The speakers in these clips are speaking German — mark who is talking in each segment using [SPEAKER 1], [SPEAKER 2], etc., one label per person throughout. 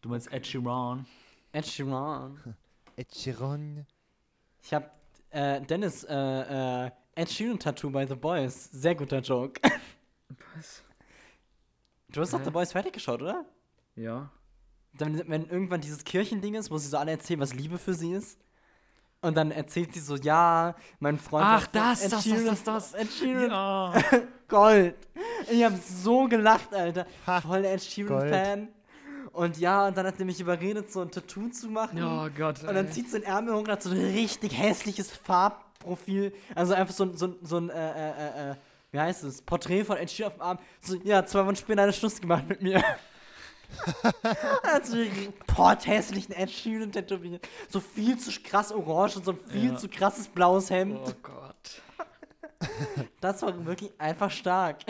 [SPEAKER 1] Du meinst Ed Sheeran?
[SPEAKER 2] Ed Sheeran.
[SPEAKER 3] Ed Sheeran.
[SPEAKER 2] Ich habe äh, Dennis äh, äh, Ed Sheeran Tattoo bei The Boys. Sehr guter Joke.
[SPEAKER 1] Was?
[SPEAKER 2] Du hast doch
[SPEAKER 1] Hä?
[SPEAKER 2] The Boys fertig geschaut, oder?
[SPEAKER 1] Ja.
[SPEAKER 2] Dann, wenn irgendwann dieses Kirchending ist, wo sie so alle erzählen, was Liebe für sie ist. Und dann erzählt sie so, ja, mein Freund.
[SPEAKER 1] Ach,
[SPEAKER 2] hat-
[SPEAKER 1] das,
[SPEAKER 2] Ed
[SPEAKER 1] das, das,
[SPEAKER 2] Sheeran-
[SPEAKER 1] das, das.
[SPEAKER 2] Ed Sheeran
[SPEAKER 1] Ja.
[SPEAKER 2] Gold. Ich hab so gelacht, Alter.
[SPEAKER 3] Ha,
[SPEAKER 2] Voll Ed Sheeran-Fan. Und ja, und dann hat er mich überredet, so ein Tattoo zu machen.
[SPEAKER 1] Oh Gott.
[SPEAKER 2] und dann
[SPEAKER 1] ey.
[SPEAKER 2] zieht so ein Ärmel hoch und hat so ein richtig hässliches Farbprofil. Also einfach so, ein- so, ein- so ein, äh, äh, äh, äh, wie heißt es? Porträt von Ed Sheeran auf dem Arm. So, ja, zwei Wochen später hat er Schluss gemacht mit mir. Also porthässlichen Ed Sheeran tätowiert. So viel zu krass orange und so ein viel
[SPEAKER 1] Ja.
[SPEAKER 2] zu krasses blaues Hemd.
[SPEAKER 1] Oh Gott.
[SPEAKER 2] Das war wirklich einfach stark.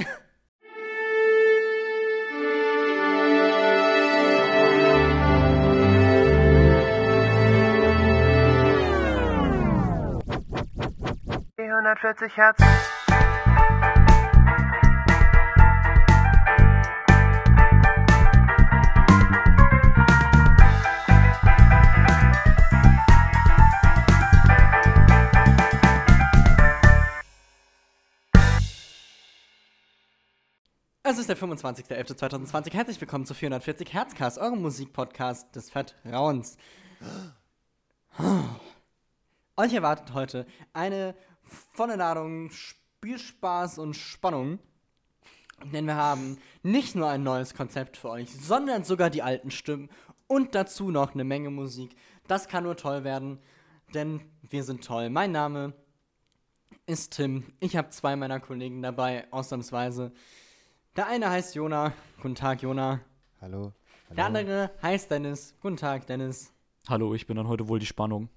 [SPEAKER 4] Die 140 Hertz.
[SPEAKER 2] Es ist der 25.11.2020. Herzlich willkommen zu 440 Herzcast, eurem Musikpodcast des Vertrauens. Euch erwartet heute eine volle Ladung Spielspaß und Spannung. Denn wir haben nicht nur ein neues Konzept für euch, sondern sogar die alten Stimmen und dazu noch eine Menge Musik. Das kann nur toll werden, denn wir sind toll. Mein Name ist Tim. Ich habe zwei meiner Kollegen dabei, ausnahmsweise. Der eine heißt Jona. Guten Tag, Jona.
[SPEAKER 3] Hallo. Hallo.
[SPEAKER 2] Der andere heißt Dennis. Guten Tag, Dennis.
[SPEAKER 1] Hallo, ich bin dann heute wohl die Spannung.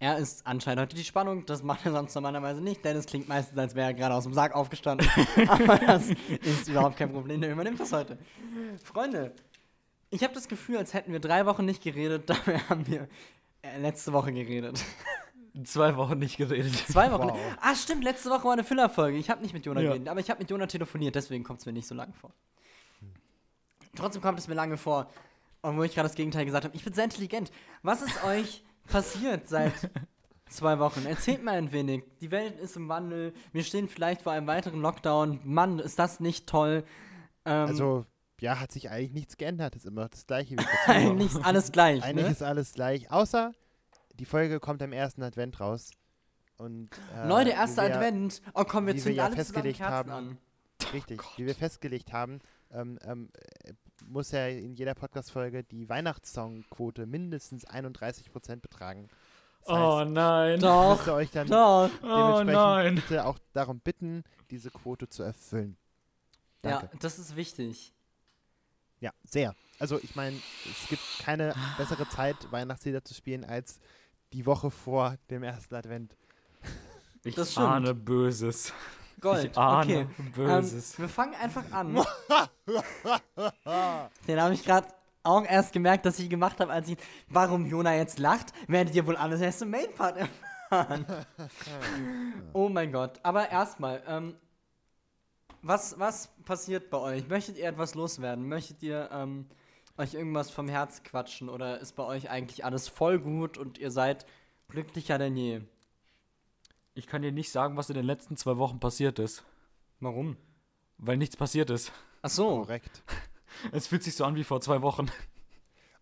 [SPEAKER 2] Er ist anscheinend heute die Spannung. Das macht er sonst normalerweise nicht. Dennis klingt meistens, als wäre er gerade aus dem Sarg aufgestanden. Aber das ist überhaupt kein Problem. Der übernimmt das heute. Freunde, ich habe das Gefühl, als hätten wir drei Wochen nicht geredet. Dabei haben wir äh, letzte Woche geredet.
[SPEAKER 1] Zwei Wochen nicht geredet.
[SPEAKER 2] Zwei Wochen.
[SPEAKER 3] Wow.
[SPEAKER 2] Ah, stimmt, letzte Woche war eine Füllerfolge. Ich habe nicht mit Jona
[SPEAKER 1] Ja.
[SPEAKER 2] geredet, aber ich habe mit Jona telefoniert, deswegen kommt es mir nicht so lang vor. Trotzdem kommt es mir lange vor, obwohl ich gerade das Gegenteil gesagt habe. Ich bin sehr intelligent. Was ist euch passiert seit zwei Wochen? Erzählt mal ein wenig. Die Welt ist im Wandel. Wir stehen vielleicht vor einem weiteren Lockdown. Mann, ist das nicht toll. Ähm,
[SPEAKER 3] Also, ja, hat sich eigentlich nichts geändert. Ist immer das Gleiche wie vor zwei Wochen.
[SPEAKER 2] eigentlich ist alles gleich.
[SPEAKER 3] Eigentlich
[SPEAKER 2] Ne?
[SPEAKER 3] ist alles gleich, außer die Folge kommt am ersten Advent raus. Und, äh,
[SPEAKER 2] Leute,
[SPEAKER 3] wie
[SPEAKER 2] erster
[SPEAKER 3] wir ja-
[SPEAKER 2] Advent. Oh komm, wir
[SPEAKER 3] wie wir
[SPEAKER 2] zünden
[SPEAKER 3] ja
[SPEAKER 2] alle zusammen
[SPEAKER 3] festgelegt
[SPEAKER 2] Kerzen
[SPEAKER 3] haben.
[SPEAKER 2] an.
[SPEAKER 3] Richtig,
[SPEAKER 2] Oh
[SPEAKER 3] wie wir festgelegt haben, ähm, ähm, äh, muss ja in jeder Podcast-Folge die Weihnachtssongquote mindestens 31% betragen. Das
[SPEAKER 1] Oh
[SPEAKER 3] heißt,
[SPEAKER 1] nein.
[SPEAKER 3] ich
[SPEAKER 2] Doch,
[SPEAKER 3] müsste euch dann
[SPEAKER 2] doch.
[SPEAKER 1] Oh
[SPEAKER 3] dementsprechend
[SPEAKER 1] nein.
[SPEAKER 3] bitte auch darum bitten, diese Quote zu erfüllen. Danke.
[SPEAKER 2] Ja, das ist wichtig.
[SPEAKER 3] Ja, sehr. Also ich meine, es gibt keine bessere Zeit, Weihnachtslieder zu spielen, als die Woche vor dem ersten Advent.
[SPEAKER 1] Ich
[SPEAKER 2] Das stimmt.
[SPEAKER 1] ahne Böses.
[SPEAKER 2] Gold.
[SPEAKER 1] Ich ahne
[SPEAKER 2] okay.
[SPEAKER 1] Böses.
[SPEAKER 2] Ähm, wir fangen einfach an. Den habe ich gerade auch erst gemerkt, dass ich ihn gemacht habe, als ich. Warum Jona jetzt lacht, werdet ihr wohl alles erst im Mainpart erfahren. oh mein Gott. Aber erstmal, ähm, was, was passiert bei euch? Möchtet ihr etwas loswerden? Möchtet ihr ähm, euch irgendwas vom Herz quatschen? Oder ist bei euch eigentlich alles voll gut und ihr seid glücklicher denn je?
[SPEAKER 1] Ich kann dir nicht sagen, was in den letzten zwei Wochen passiert ist.
[SPEAKER 2] Warum?
[SPEAKER 1] Weil nichts passiert ist.
[SPEAKER 2] Ach so,
[SPEAKER 3] Korrekt.
[SPEAKER 1] Es fühlt sich so an wie vor zwei Wochen.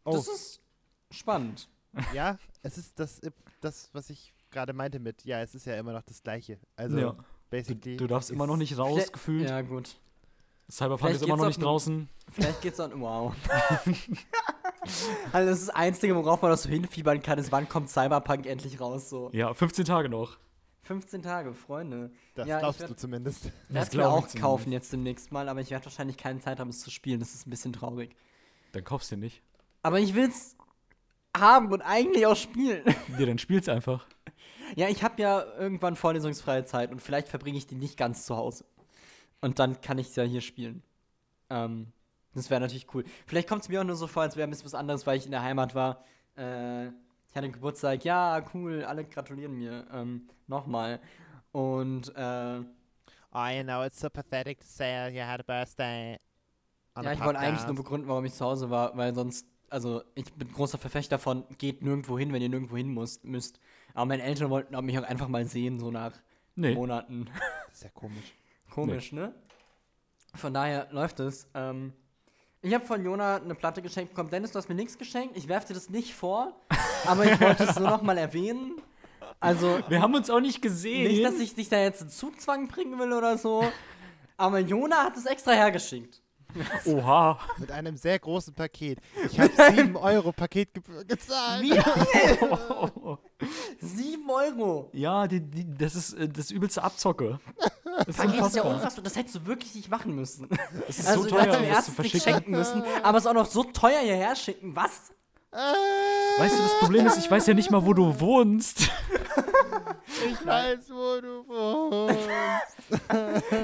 [SPEAKER 3] Oh,
[SPEAKER 2] das ist spannend.
[SPEAKER 3] ja, es ist das, äh, das was ich gerade meinte mit, ja, es ist ja immer noch das Gleiche. Also,
[SPEAKER 1] Ja. Du,
[SPEAKER 3] basically.
[SPEAKER 1] du darfst immer
[SPEAKER 3] ist-
[SPEAKER 1] noch nicht raus,
[SPEAKER 2] Vielleicht-
[SPEAKER 1] gefühlt.
[SPEAKER 2] Ja, gut.
[SPEAKER 1] Cyberpunk
[SPEAKER 2] Vielleicht
[SPEAKER 1] ist immer
[SPEAKER 2] geht's
[SPEAKER 1] noch
[SPEAKER 2] auf
[SPEAKER 1] nicht
[SPEAKER 2] ne-
[SPEAKER 1] draußen.
[SPEAKER 2] Vielleicht geht's dann. Wow. also, das ist das Einzige, worauf man das so hinfiebern kann, ist, wann kommt Cyberpunk endlich raus? So.
[SPEAKER 1] Ja, 15 Tage noch.
[SPEAKER 2] 15 Tage, Freunde.
[SPEAKER 3] Das
[SPEAKER 2] Ja, ich
[SPEAKER 3] glaubst
[SPEAKER 2] werd-
[SPEAKER 3] du zumindest.
[SPEAKER 2] Das werde ich
[SPEAKER 1] glaub
[SPEAKER 2] mir
[SPEAKER 1] ich
[SPEAKER 2] auch
[SPEAKER 1] zumindest.
[SPEAKER 2] kaufen jetzt demnächst mal, aber ich werde wahrscheinlich keine Zeit haben, es zu spielen. Das ist ein bisschen traurig.
[SPEAKER 1] Dann kaufst du nicht.
[SPEAKER 2] Aber ich will's haben und eigentlich auch spielen.
[SPEAKER 1] Ja, dann spiel's einfach.
[SPEAKER 2] ja, ich habe ja irgendwann vorlesungsfreie Zeit und vielleicht verbringe ich die nicht ganz zu Hause. Und dann kann ich ja hier spielen. Ähm, das wäre natürlich cool. Vielleicht kommt es mir auch nur so vor, als wäre ein bisschen was anderes, weil ich in der Heimat war. Äh, ich hatte Geburtstag, ja, cool, alle gratulieren mir. Ähm, Nochmal. Und äh,
[SPEAKER 3] Oh, you know, it's so pathetic to say you had a birthday. an
[SPEAKER 2] Ja,
[SPEAKER 3] der
[SPEAKER 2] ich wollte eigentlich
[SPEAKER 3] Podcast.
[SPEAKER 2] nur begründen, warum ich zu Hause war, weil sonst, also ich bin großer Verfechter von, geht nirgendwo hin, wenn ihr nirgendwo hin musst, müsst. Aber meine Eltern wollten auch mich auch einfach mal sehen, so nach
[SPEAKER 1] Nee.
[SPEAKER 2] Monaten.
[SPEAKER 3] Das ist ja komisch.
[SPEAKER 2] Komisch, ne? Von daher läuft es. Ähm, ich habe von Jona eine Platte geschenkt bekommen. Dennis, du hast mir nichts geschenkt. Ich werfe dir das nicht vor, aber ich wollte es nur noch mal erwähnen. Also
[SPEAKER 1] Wir haben uns auch nicht gesehen.
[SPEAKER 2] nicht, dass ich dich da jetzt in Zugzwang bringen will oder so, aber Jona hat es extra hergeschickt.
[SPEAKER 1] Oha.
[SPEAKER 3] Mit einem sehr großen Paket. Ich habe 7 Euro Paket ge gezahlt.
[SPEAKER 2] Wie?
[SPEAKER 1] Oh,
[SPEAKER 2] Sieben Euro.
[SPEAKER 1] Ja, die, die, das ist äh, das übelste Abzocke. Das ist
[SPEAKER 2] Das ist ja
[SPEAKER 1] unfassbar.
[SPEAKER 2] unfassbar. Das hättest du wirklich nicht machen müssen.
[SPEAKER 1] Das ist
[SPEAKER 2] also
[SPEAKER 1] so
[SPEAKER 2] du hättest
[SPEAKER 1] teuer,
[SPEAKER 2] im
[SPEAKER 1] um das zu
[SPEAKER 2] ersten nicht
[SPEAKER 1] verschicken.
[SPEAKER 2] schenken müssen, aber es auch noch so teuer hierher schicken. Was?
[SPEAKER 3] Ah.
[SPEAKER 1] Weißt du, das Problem ist, ich weiß ja nicht mal, wo du wohnst.
[SPEAKER 3] Ich weiß, wo du wohnst.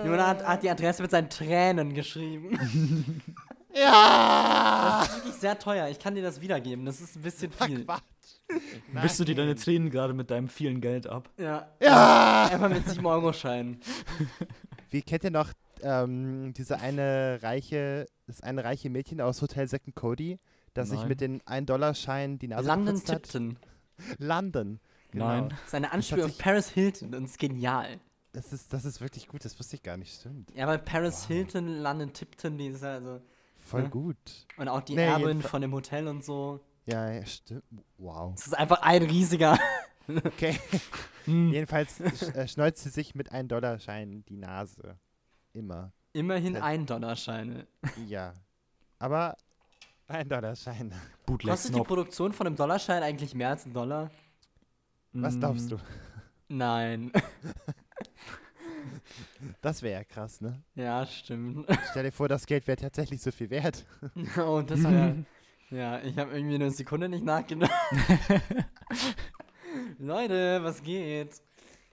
[SPEAKER 2] Jona hat, hat die Adresse mit seinen Tränen geschrieben.
[SPEAKER 3] Ja!
[SPEAKER 2] wirklich sehr teuer. Ich kann dir das wiedergeben. Das ist ein bisschen viel.
[SPEAKER 3] Quatsch.
[SPEAKER 1] Wischst du dir deine Tränen gerade mit deinem vielen Geld ab?
[SPEAKER 2] Ja.
[SPEAKER 3] Ja!
[SPEAKER 2] Einfach mit 7-Euro-Schein.
[SPEAKER 3] Wie kennt ihr noch ähm, diese eine reiche, das eine reiche Mädchen aus Hotel Second Cody, das sich
[SPEAKER 1] Nein.
[SPEAKER 3] mit den 1-Dollar-Scheinen die Nase
[SPEAKER 2] London
[SPEAKER 3] geputzt hat?
[SPEAKER 2] Tipton.
[SPEAKER 3] London. Genau.
[SPEAKER 1] Nein.
[SPEAKER 2] Das ist eine Anspielung
[SPEAKER 3] hat
[SPEAKER 2] auf
[SPEAKER 3] sich-
[SPEAKER 2] Paris Hilton und ist genial.
[SPEAKER 3] Das ist, das ist wirklich gut, das wusste ich gar nicht. Stimmt.
[SPEAKER 2] Ja, weil Paris Hilton, London Tipton, die ist ja also.
[SPEAKER 3] Voll
[SPEAKER 2] Ja.
[SPEAKER 3] gut.
[SPEAKER 2] Und auch die
[SPEAKER 3] Nee,
[SPEAKER 2] Erbin
[SPEAKER 3] jedenfalls-
[SPEAKER 2] von dem Hotel und so.
[SPEAKER 3] Ja, ja, stimmt. Wow.
[SPEAKER 2] Das ist einfach ein riesiger.
[SPEAKER 3] Okay.
[SPEAKER 1] Hm.
[SPEAKER 3] Jedenfalls sch- äh, schneuzt sie sich mit 1-Dollar-Scheinen die Nase. Immer.
[SPEAKER 2] Immerhin
[SPEAKER 3] Ja.
[SPEAKER 2] ein Dollarscheine.
[SPEAKER 3] Ja. Aber 1-Dollar-Schein.
[SPEAKER 1] Bootleg
[SPEAKER 2] Kostet die
[SPEAKER 1] Snob.
[SPEAKER 2] Produktion von einem Dollarschein eigentlich mehr als ein Dollar?
[SPEAKER 3] Was
[SPEAKER 1] Mm,
[SPEAKER 3] glaubst du?
[SPEAKER 2] Nein.
[SPEAKER 3] Das wäre ja krass, ne?
[SPEAKER 2] Ja, stimmt.
[SPEAKER 3] Stell dir vor, das Geld wäre tatsächlich so viel wert.
[SPEAKER 2] Oh, das war ja. Ja, ich habe irgendwie eine Sekunde nicht nachgedacht. Leute, was geht?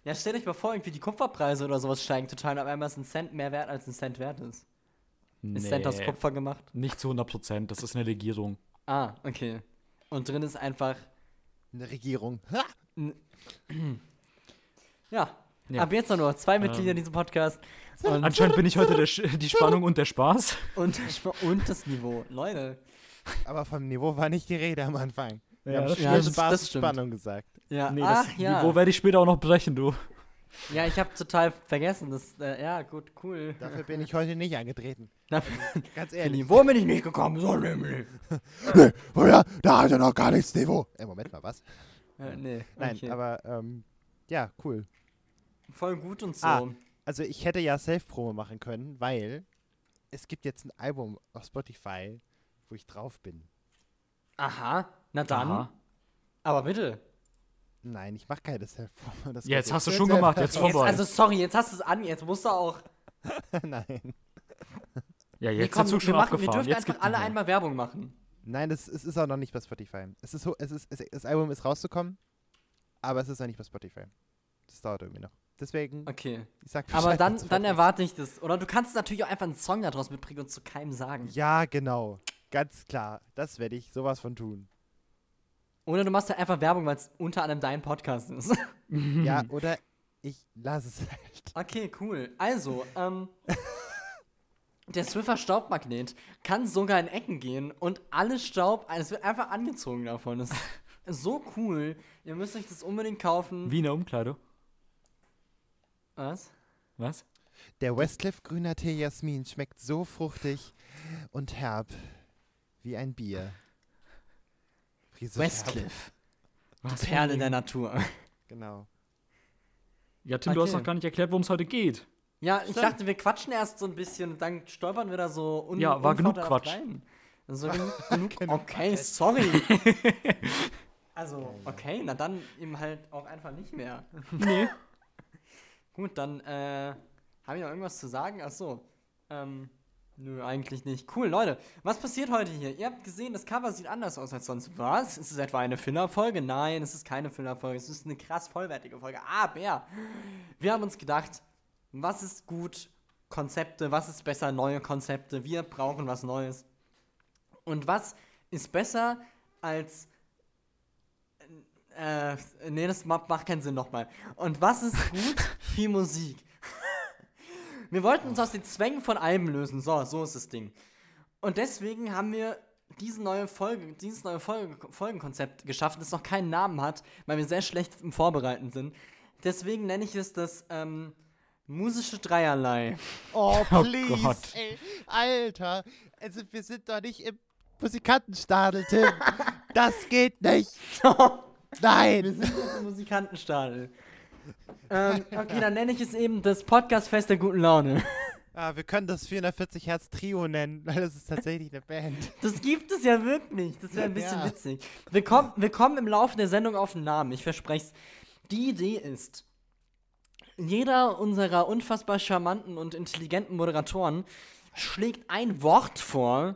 [SPEAKER 2] Ja, stellt euch mal vor, irgendwie die Kupferpreise oder sowas steigen total und auf einmal ist ein Cent mehr wert, als ein Cent wert ist. Ist
[SPEAKER 1] Nee.
[SPEAKER 2] Cent aus Kupfer gemacht?
[SPEAKER 1] Nicht zu 100 Prozent, das ist eine Legierung.
[SPEAKER 2] Ah, okay. Und drin ist einfach.
[SPEAKER 3] Eine Regierung. Ha!
[SPEAKER 2] Ja.
[SPEAKER 1] Ja. Ähm.
[SPEAKER 2] Ab jetzt noch nur zwei Mitglieder in diesem Podcast. Und,
[SPEAKER 1] Anscheinend bin ich heute der, Sch- die Spannung und der Spaß.
[SPEAKER 2] und, und das Niveau. Leute.
[SPEAKER 3] Aber vom Niveau war nicht die Rede am Anfang. Wir
[SPEAKER 1] Ja,
[SPEAKER 3] haben
[SPEAKER 1] das
[SPEAKER 3] Spaß,
[SPEAKER 2] stimmt. Das
[SPEAKER 3] und
[SPEAKER 2] stimmt.
[SPEAKER 3] Spannung gesagt.
[SPEAKER 2] Ja,
[SPEAKER 1] Nee,
[SPEAKER 2] ach
[SPEAKER 1] das
[SPEAKER 2] ja.
[SPEAKER 1] Niveau werde ich später auch noch brechen, du.
[SPEAKER 2] Ja, ich habe total vergessen. Das, äh, ja, gut, cool.
[SPEAKER 3] Dafür bin ich heute nicht angetreten.
[SPEAKER 2] Dafür-
[SPEAKER 3] Ganz
[SPEAKER 2] Für
[SPEAKER 3] ehrlich.
[SPEAKER 2] Niveau bin ich nicht gekommen, so nämlich.
[SPEAKER 3] Nee, oder? Da hat er noch gar nichts Niveau. Ey, Moment mal, was?
[SPEAKER 2] Äh, nee,
[SPEAKER 3] Nein,
[SPEAKER 2] okay.
[SPEAKER 3] aber ähm, ja, cool.
[SPEAKER 2] Voll gut und so.
[SPEAKER 3] Ah. Also ich hätte ja Self-Promo machen können, weil es gibt jetzt ein Album auf Spotify, wo ich drauf bin.
[SPEAKER 2] Aha, na dann.
[SPEAKER 1] Aha.
[SPEAKER 2] Aber bitte.
[SPEAKER 3] Nein, ich mache keine Self-Promo. das
[SPEAKER 1] Ja,
[SPEAKER 3] geht
[SPEAKER 1] jetzt hast du
[SPEAKER 3] nur
[SPEAKER 1] schon
[SPEAKER 3] selber.
[SPEAKER 1] gemacht, jetzt
[SPEAKER 2] Jetzt,
[SPEAKER 1] vorbei.
[SPEAKER 2] also sorry, jetzt hast du es an, jetzt musst du auch.
[SPEAKER 3] Nein.
[SPEAKER 1] ja,
[SPEAKER 2] Nee,
[SPEAKER 1] jetzt
[SPEAKER 2] komm,
[SPEAKER 1] ist der Zug
[SPEAKER 2] wir,
[SPEAKER 1] schon
[SPEAKER 2] machen, wir
[SPEAKER 1] abgefahren.
[SPEAKER 2] dürfen
[SPEAKER 1] jetzt
[SPEAKER 2] einfach
[SPEAKER 1] gibt
[SPEAKER 2] alle
[SPEAKER 1] die hier.
[SPEAKER 2] einmal Werbung machen.
[SPEAKER 3] Nein, das, es ist auch noch nicht bei Spotify. Es ist, so- es ist, es, das Album ist rausgekommen, aber es ist noch nicht bei Spotify. Das dauert irgendwie noch. Deswegen,
[SPEAKER 2] Okay.
[SPEAKER 3] ich sag
[SPEAKER 2] Aber
[SPEAKER 3] Bescheid,
[SPEAKER 2] dann,
[SPEAKER 3] wenn's
[SPEAKER 2] dann
[SPEAKER 3] fertig
[SPEAKER 2] erwarte ich das. Oder du kannst natürlich auch einfach einen Song daraus mitbringen und zu keinem sagen.
[SPEAKER 3] ist. Ja, genau. Ganz klar. Das werde ich sowas von tun.
[SPEAKER 2] Oder du machst ja einfach Werbung, weil es unter anderem dein Podcast ist.
[SPEAKER 3] Ja, oder ich lasse es halt.
[SPEAKER 2] Okay, cool. Also, ähm. Der Swiffer Staubmagnet kann sogar in Ecken gehen und alles Staub, also es wird einfach angezogen davon. Das ist so cool. Ihr müsst euch das unbedingt kaufen.
[SPEAKER 1] Wie ne, um in der Umkleide.
[SPEAKER 2] Was?
[SPEAKER 1] Was?
[SPEAKER 3] Der Westcliff grüner Tee Jasmin schmeckt so fruchtig und herb wie ein Bier. Friesisch herb.
[SPEAKER 2] Westcliff.
[SPEAKER 1] Was?
[SPEAKER 2] Perle der Natur.
[SPEAKER 3] Genau.
[SPEAKER 1] Ja, Tim, du hast
[SPEAKER 2] Okay.
[SPEAKER 1] noch gar nicht erklärt, worum es heute geht.
[SPEAKER 2] Ja, ich dachte, wir quatschen erst so ein bisschen und dann stolpern wir da so un
[SPEAKER 1] Ja, war genug
[SPEAKER 2] unvorteilhaft
[SPEAKER 1] Quatsch. Genau.
[SPEAKER 2] rein. So genug, genug okay, sorry. also, okay, na dann eben halt auch einfach nicht mehr.
[SPEAKER 1] Nee.
[SPEAKER 2] Gut, dann äh, habe ich noch irgendwas zu sagen? Ach so. Ähm, nö, eigentlich nicht. Cool, Leute. Was passiert heute hier? Ihr habt gesehen, das Cover sieht anders aus als sonst. Was? Ist es etwa eine Füllerfolge? Nein, es ist keine Füllerfolge. Es ist eine krass vollwertige Folge. Aber wir haben uns gedacht, was ist gut? Konzepte, was ist besser? Neue Konzepte. Wir brauchen was Neues. Und was ist besser als. Äh, nee, das ma- macht keinen Sinn nochmal. Und was ist gut? Viel Musik. Wir wollten uns aus den Zwängen von Alben lösen. So, so ist das Ding. Und deswegen haben wir diese neue Folge, dieses neue Folge, Folgenkonzept geschaffen, das noch keinen Namen hat, weil wir sehr schlecht im Vorbereiten sind. Deswegen nenne ich es das ähm, musische Dreierlei.
[SPEAKER 3] Oh,
[SPEAKER 1] Oh
[SPEAKER 3] please,
[SPEAKER 1] Gott.
[SPEAKER 3] ey. Alter. Also, wir sind doch nicht im Musikantenstadel, Tim. das geht nicht.
[SPEAKER 2] Wir
[SPEAKER 3] Nein.
[SPEAKER 2] sind jetzt im Musikantenstadel. ähm, okay, dann nenne ich es eben das Podcastfest der guten Laune.
[SPEAKER 3] Ah, wir können das 440 Hertz Trio nennen, weil das ist tatsächlich eine Band.
[SPEAKER 2] Das gibt es ja wirklich. Das wäre ein bisschen
[SPEAKER 3] Ja.
[SPEAKER 2] witzig. Wir kommen, wir kommen im Laufe der Sendung auf den Namen, ich verspreche es. Die Idee ist, jeder unserer unfassbar charmanten und intelligenten Moderatoren schlägt ein Wort vor.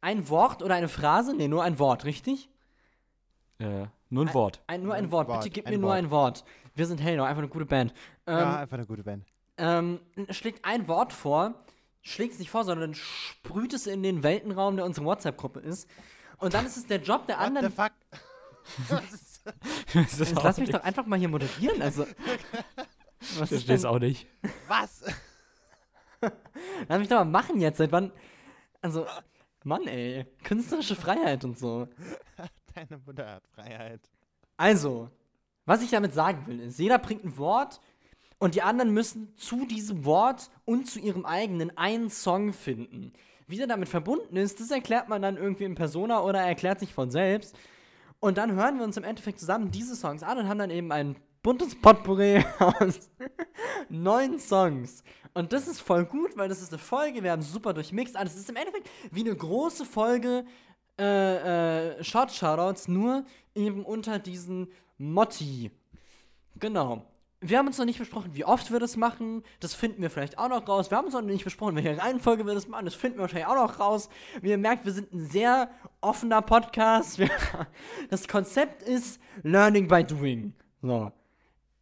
[SPEAKER 2] Ein Wort oder eine Phrase? Nee, nur ein Wort, richtig?
[SPEAKER 1] Äh, nur ein
[SPEAKER 2] Ah.
[SPEAKER 1] Wort.
[SPEAKER 2] Ein, nur ein Wort.
[SPEAKER 3] Wort,
[SPEAKER 2] Bitte gib
[SPEAKER 3] ein
[SPEAKER 2] mir nur
[SPEAKER 3] Wort.
[SPEAKER 2] ein Wort. Wir sind Hellner, einfach eine gute Band. Ähm,
[SPEAKER 3] ja, einfach eine gute Band.
[SPEAKER 2] ähm, schlägt ein Wort vor, schlägt es nicht vor, sondern sprüht es in den Weltenraum, der unsere WhatsApp-Gruppe ist. Und dann ist es der Job der
[SPEAKER 3] What the
[SPEAKER 2] anderen.
[SPEAKER 3] fuck? Was ist das?
[SPEAKER 1] Das ist
[SPEAKER 2] Jetzt
[SPEAKER 1] auch
[SPEAKER 2] lass mich
[SPEAKER 1] nicht-
[SPEAKER 2] doch einfach mal hier moderieren. Also,
[SPEAKER 1] Ich
[SPEAKER 2] was ist
[SPEAKER 1] verstehe
[SPEAKER 2] denn?
[SPEAKER 1] es auch nicht.
[SPEAKER 3] Was?
[SPEAKER 2] Lass mich doch mal machen jetzt. Seit wann? Also, Mann, ey. Künstlerische Freiheit und so.
[SPEAKER 3] Deine Mutter hat Freiheit.
[SPEAKER 2] Also, was ich damit sagen will, ist, jeder bringt ein Wort und die anderen müssen zu diesem Wort und zu ihrem eigenen einen Song finden. Wie der damit verbunden ist, das erklärt man dann irgendwie in Persona oder erklärt sich von selbst. Und dann hören wir uns im Endeffekt zusammen diese Songs an und haben dann eben ein buntes Potpourri aus neun Songs. Und das ist voll gut, weil das ist eine Folge, wir haben super durchmixt. Alles ist im Endeffekt wie eine große Folge äh, äh, Shot-Shoutouts, nur eben unter diesen Motti. Genau. Wir haben uns noch nicht besprochen, wie oft wir das machen. Das finden wir vielleicht auch noch raus. Wir haben uns noch nicht besprochen, welche Reihenfolge wir das machen. Das finden wir wahrscheinlich auch noch raus. Wie ihr merkt, wir sind ein sehr offener Podcast. Wir, das Konzept ist Learning by Doing. So.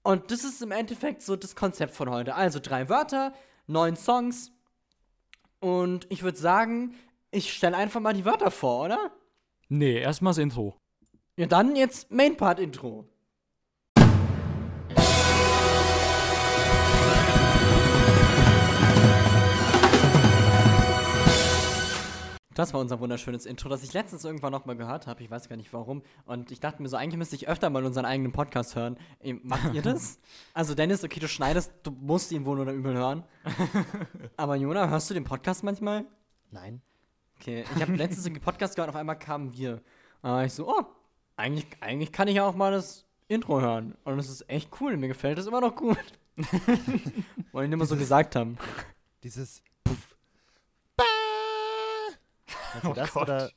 [SPEAKER 2] Und das ist im Endeffekt so das Konzept von heute. Also drei Wörter, neun Songs. Und ich würde sagen, ich stelle einfach mal die Wörter vor, oder?
[SPEAKER 1] Nee, erstmal das Intro.
[SPEAKER 2] Ja, dann jetzt Mainpart-Intro. Das war unser wunderschönes Intro, das ich letztens irgendwann nochmal gehört habe. Ich weiß gar nicht warum. Und ich dachte mir so, eigentlich müsste ich öfter mal unseren eigenen Podcast hören. Eben, macht ihr das? Also, Dennis, okay, du schneidest, du musst ihn wohl oder übel hören. Aber Jona, hörst du den Podcast manchmal?
[SPEAKER 3] Nein.
[SPEAKER 2] Okay, ich habe letztens einen Podcast gehört, auf einmal kamen wir. Und da war ich so, oh, eigentlich, eigentlich kann ich ja auch mal das Intro hören. Und es ist echt cool, mir gefällt es immer noch gut. Wollte ich nur mal so gesagt haben.
[SPEAKER 3] Dieses Puff. Bah! Meinst du
[SPEAKER 1] Oh
[SPEAKER 3] das
[SPEAKER 1] Gott.
[SPEAKER 3] oder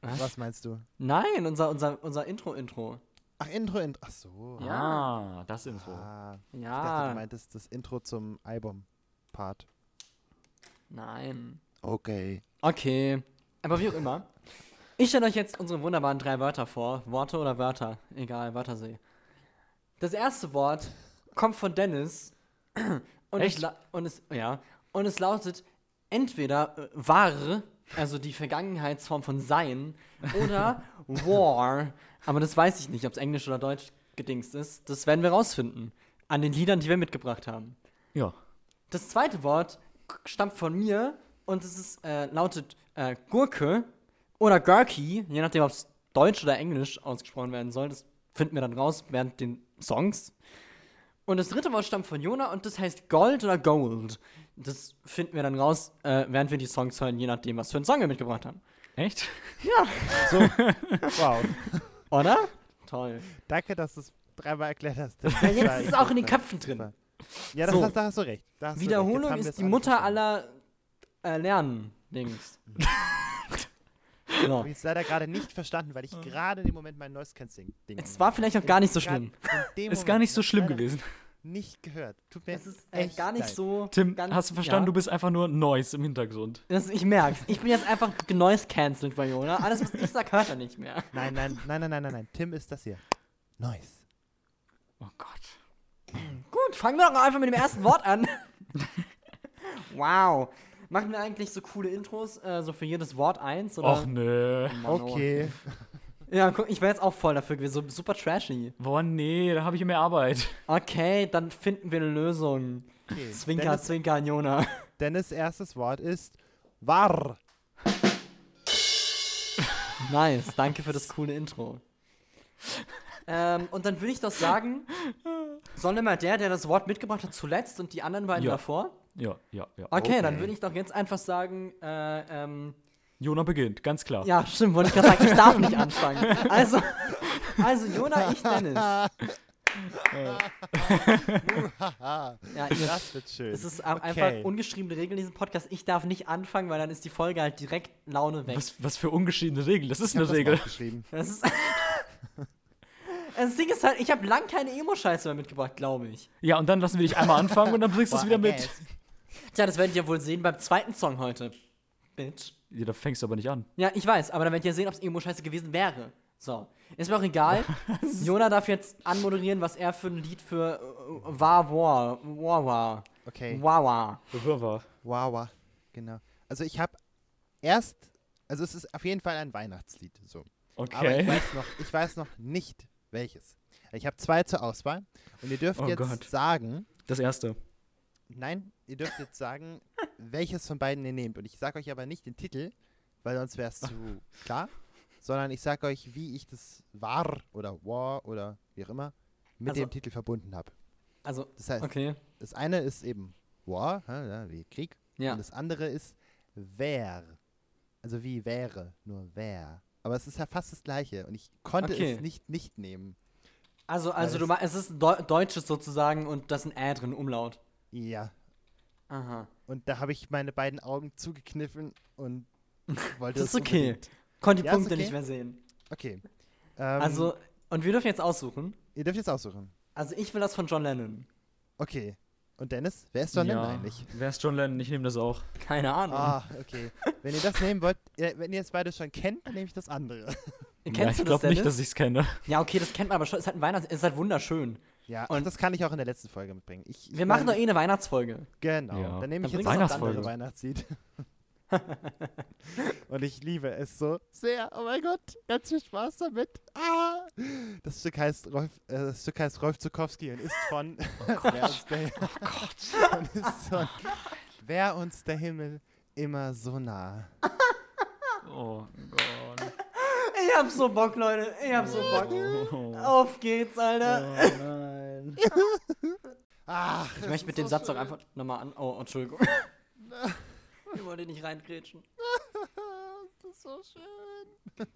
[SPEAKER 2] Was?
[SPEAKER 3] was? meinst du?
[SPEAKER 2] Nein, unser, unser, unser Intro-Intro.
[SPEAKER 3] Ach, Intro, Intro. Ach so.
[SPEAKER 2] Ja.
[SPEAKER 1] Ah, das Intro.
[SPEAKER 3] Ah, ich dachte, du
[SPEAKER 2] Ja,
[SPEAKER 3] meintest das Intro zum Album-Part.
[SPEAKER 2] nein.
[SPEAKER 3] Okay.
[SPEAKER 2] Okay, aber wie auch immer. Ich stelle euch jetzt unsere wunderbaren drei Wörter vor. Worte oder Wörter? Egal, Wörtersee. Das erste Wort kommt von Dennis. Und Es
[SPEAKER 1] Echt?
[SPEAKER 2] la- und, es, ja, und es lautet entweder äh, war, also die Vergangenheitsform von sein, oder war. Aber das weiß ich nicht, ob es Englisch oder Deutsch gedingst ist. Das werden wir rausfinden. An den Liedern, die wir mitgebracht haben.
[SPEAKER 1] Ja.
[SPEAKER 2] Das zweite Wort k- stammt von mir und es ist, äh, lautet äh, Gurke oder Gurky, je nachdem, ob es Deutsch oder Englisch ausgesprochen werden soll. Das finden wir dann raus während den Songs. Und das dritte Wort stammt von Jona und das heißt Gold oder Gold. Das finden wir dann raus, äh, während wir die Songs hören, je nachdem, was für einen Song wir mitgebracht haben.
[SPEAKER 1] Echt?
[SPEAKER 3] So. wow.
[SPEAKER 2] Oder? Toll.
[SPEAKER 3] Danke, dass du es dreimal erklärt hast. Tim.
[SPEAKER 2] Ja,
[SPEAKER 3] Das war
[SPEAKER 2] jetzt ist es
[SPEAKER 3] echt
[SPEAKER 2] auch in den
[SPEAKER 3] super.
[SPEAKER 2] Köpfen drin.
[SPEAKER 3] Ja, das
[SPEAKER 2] So.
[SPEAKER 3] hast, da hast du recht. Da hast du recht. Jetzt
[SPEAKER 2] Wiederholung
[SPEAKER 3] haben wir
[SPEAKER 2] ist
[SPEAKER 3] es
[SPEAKER 2] die
[SPEAKER 3] alle
[SPEAKER 2] Mutter
[SPEAKER 3] verstanden.
[SPEAKER 2] aller äh, Lernen-Dings. genau.
[SPEAKER 3] Hab ich leider gerade nicht verstanden, weil ich gerade in dem Moment mein Noise Cancelling Ding.
[SPEAKER 2] Ah. Es war vielleicht auch gar nicht so schlimm.
[SPEAKER 1] Ist gar nicht so schlimm gewesen.
[SPEAKER 3] Nicht gehört. Tut mir
[SPEAKER 2] Es ist äh,
[SPEAKER 3] echt
[SPEAKER 2] gar nicht
[SPEAKER 3] leid.
[SPEAKER 2] so.
[SPEAKER 1] Tim,
[SPEAKER 2] ganz,
[SPEAKER 1] hast du verstanden? Du bist einfach nur Noise im Hintergrund.
[SPEAKER 2] Ja, das, ich merk's. Ich bin jetzt einfach genoise cancelled bei Jona. Alles, was ich sag, hört er nicht mehr.
[SPEAKER 3] Nein, nein, nein, nein, nein, nein, nein. Tim ist das hier. Noise.
[SPEAKER 1] Oh Gott.
[SPEAKER 2] Gut, fangen wir doch einfach mit dem ersten Wort an. wow. Machen wir eigentlich so coole Intros, äh, so für jedes Wort eins? Oder?
[SPEAKER 1] Och nö.
[SPEAKER 2] Mann, oh.
[SPEAKER 3] Okay.
[SPEAKER 2] Ja, guck, ich wäre jetzt auch voll dafür gewesen. So super trashy.
[SPEAKER 1] Boah, nee, da habe ich mehr Arbeit.
[SPEAKER 2] Okay, dann finden wir eine Lösung.
[SPEAKER 3] okay.
[SPEAKER 2] Zwinker,
[SPEAKER 3] Dennis,
[SPEAKER 2] Zwinker an Jona.
[SPEAKER 3] Dennis erstes Wort ist war.
[SPEAKER 2] Nice, danke für das coole Intro. ähm, und dann würde ich doch sagen, soll immer der, der das Wort mitgebracht hat, zuletzt und die anderen beiden
[SPEAKER 1] Ja.
[SPEAKER 2] davor?
[SPEAKER 1] Ja, ja, ja.
[SPEAKER 2] Okay, dann würde ich doch jetzt einfach sagen, äh, ähm,
[SPEAKER 1] Jona beginnt, ganz klar.
[SPEAKER 2] ja, stimmt, wollte ich gerade sagen, ich darf nicht anfangen. Also, also Jona, ich Dennis. Ja,
[SPEAKER 3] Haha,
[SPEAKER 2] ihr,
[SPEAKER 3] das wird schön.
[SPEAKER 2] es ist auch
[SPEAKER 3] Okay.
[SPEAKER 2] einfach ungeschriebene Regel in diesem Podcast. Ich darf nicht anfangen, weil dann ist die Folge halt direkt Laune weg.
[SPEAKER 1] Was, was für ungeschriebene Regel, das ist
[SPEAKER 3] Ich
[SPEAKER 1] eine
[SPEAKER 3] hab das mal
[SPEAKER 1] Regel.
[SPEAKER 3] aufgeschrieben.
[SPEAKER 2] Das ist. Das Ding ist halt, ich habe lang keine Emo-Scheiße mehr mitgebracht, glaube ich.
[SPEAKER 1] Ja, und dann lassen wir dich einmal anfangen und dann bringst du es
[SPEAKER 3] Boah,
[SPEAKER 1] wieder mit.
[SPEAKER 3] yes.
[SPEAKER 2] Tja, das werdet ihr wohl sehen beim zweiten Song heute. Bitch.
[SPEAKER 1] Ja, da fängst du aber nicht an.
[SPEAKER 2] Ja, ich weiß, aber dann werdet ihr sehen, ob es Emo-Scheiße gewesen wäre. So. Ist mir auch egal. Jona darf jetzt anmoderieren, was er für ein Lied für äh, War War. War War.
[SPEAKER 3] Okay.
[SPEAKER 2] War War.
[SPEAKER 3] Wawa. Genau. Also ich habe erst, also es ist auf jeden Fall ein Weihnachtslied. So. Aber ich
[SPEAKER 1] Okay.
[SPEAKER 3] weiß, noch, ich weiß noch nicht welches. Ich habe zwei zur Auswahl und ihr dürft
[SPEAKER 1] Oh
[SPEAKER 3] jetzt
[SPEAKER 1] Gott.
[SPEAKER 3] sagen,
[SPEAKER 1] Das erste.
[SPEAKER 3] nein, ihr dürft jetzt sagen, welches von beiden ihr nehmt. Und ich sage euch aber nicht den Titel, weil sonst wäre es zu klar, sondern ich sage euch, wie ich das war oder war oder wie auch immer mit
[SPEAKER 2] Also-
[SPEAKER 3] dem Titel verbunden habe.
[SPEAKER 2] Also,
[SPEAKER 3] Das heißt,
[SPEAKER 2] okay.
[SPEAKER 3] das eine ist eben war, hä, ja, wie Krieg,
[SPEAKER 2] Ja.
[SPEAKER 3] und das andere ist wer. Also wie wäre, nur wer. Aber es ist ja fast das gleiche und ich konnte
[SPEAKER 2] Okay.
[SPEAKER 3] es nicht nicht nehmen.
[SPEAKER 2] Also, also
[SPEAKER 3] das-
[SPEAKER 2] du meinst, es ist ein Deu deutsches sozusagen und das ist ein Ä drin, Umlaut.
[SPEAKER 3] Ja.
[SPEAKER 2] Aha.
[SPEAKER 3] Und da habe ich meine beiden Augen zugekniffen und wollte
[SPEAKER 2] Das ist
[SPEAKER 3] es
[SPEAKER 2] okay.
[SPEAKER 3] unbedingt.
[SPEAKER 2] Konnte die
[SPEAKER 3] Ja, ist
[SPEAKER 2] Punkte
[SPEAKER 3] okay.
[SPEAKER 2] nicht mehr sehen.
[SPEAKER 3] Okay. Ähm,
[SPEAKER 2] Also, und wir dürfen jetzt aussuchen.
[SPEAKER 3] ihr dürft jetzt aussuchen.
[SPEAKER 2] Also, ich will das von John Lennon.
[SPEAKER 3] Okay. Und Dennis, wer ist John Lennon eigentlich?
[SPEAKER 1] Wer ist John Lennon? Ich nehme das auch.
[SPEAKER 2] Keine Ahnung.
[SPEAKER 3] Ah, okay. Wenn ihr das nehmen wollt, äh, wenn ihr es beide schon kennt, dann nehme ich das andere.
[SPEAKER 1] ja,
[SPEAKER 2] Kennst du
[SPEAKER 1] ich
[SPEAKER 2] das, ne?
[SPEAKER 1] glaube nicht,
[SPEAKER 2] Dennis?
[SPEAKER 1] dass ich es kenne.
[SPEAKER 2] Ja, okay, das kennt man aber schon. Es ist halt ein Weihnachts... Es ist halt wunderschön.
[SPEAKER 3] Ja, und
[SPEAKER 2] Und-
[SPEAKER 3] das kann ich auch in der letzten Folge mitbringen. Ich, ich
[SPEAKER 2] Wir machen
[SPEAKER 3] mein-
[SPEAKER 2] doch eh eine Weihnachtsfolge.
[SPEAKER 3] Genau.
[SPEAKER 1] Ja.
[SPEAKER 3] Dann nehme ich
[SPEAKER 2] Dann bringst
[SPEAKER 3] jetzt das
[SPEAKER 2] du das
[SPEAKER 3] andere
[SPEAKER 1] andere.
[SPEAKER 3] Weihnachtslied. Und ich liebe es so sehr. Oh mein Gott, ganz viel Spaß damit. Ah! Das Stück heißt Rolf, äh, das Stück heißt Rolf Zukowski und ist von
[SPEAKER 2] Oh
[SPEAKER 3] Wer uns der Himmel, und ist von Wer uns der Himmel immer so nah.
[SPEAKER 1] Oh Gott.
[SPEAKER 2] Ich hab so Bock, Leute. Ich hab so Bock. Auf geht's, Alter.
[SPEAKER 1] nein.
[SPEAKER 3] Ach,
[SPEAKER 2] Oh, Ich möchte mit dem Satz auch einfach nochmal an... Oh, Entschuldigung. ich wollte nicht reingrätschen.
[SPEAKER 3] das ist so schön.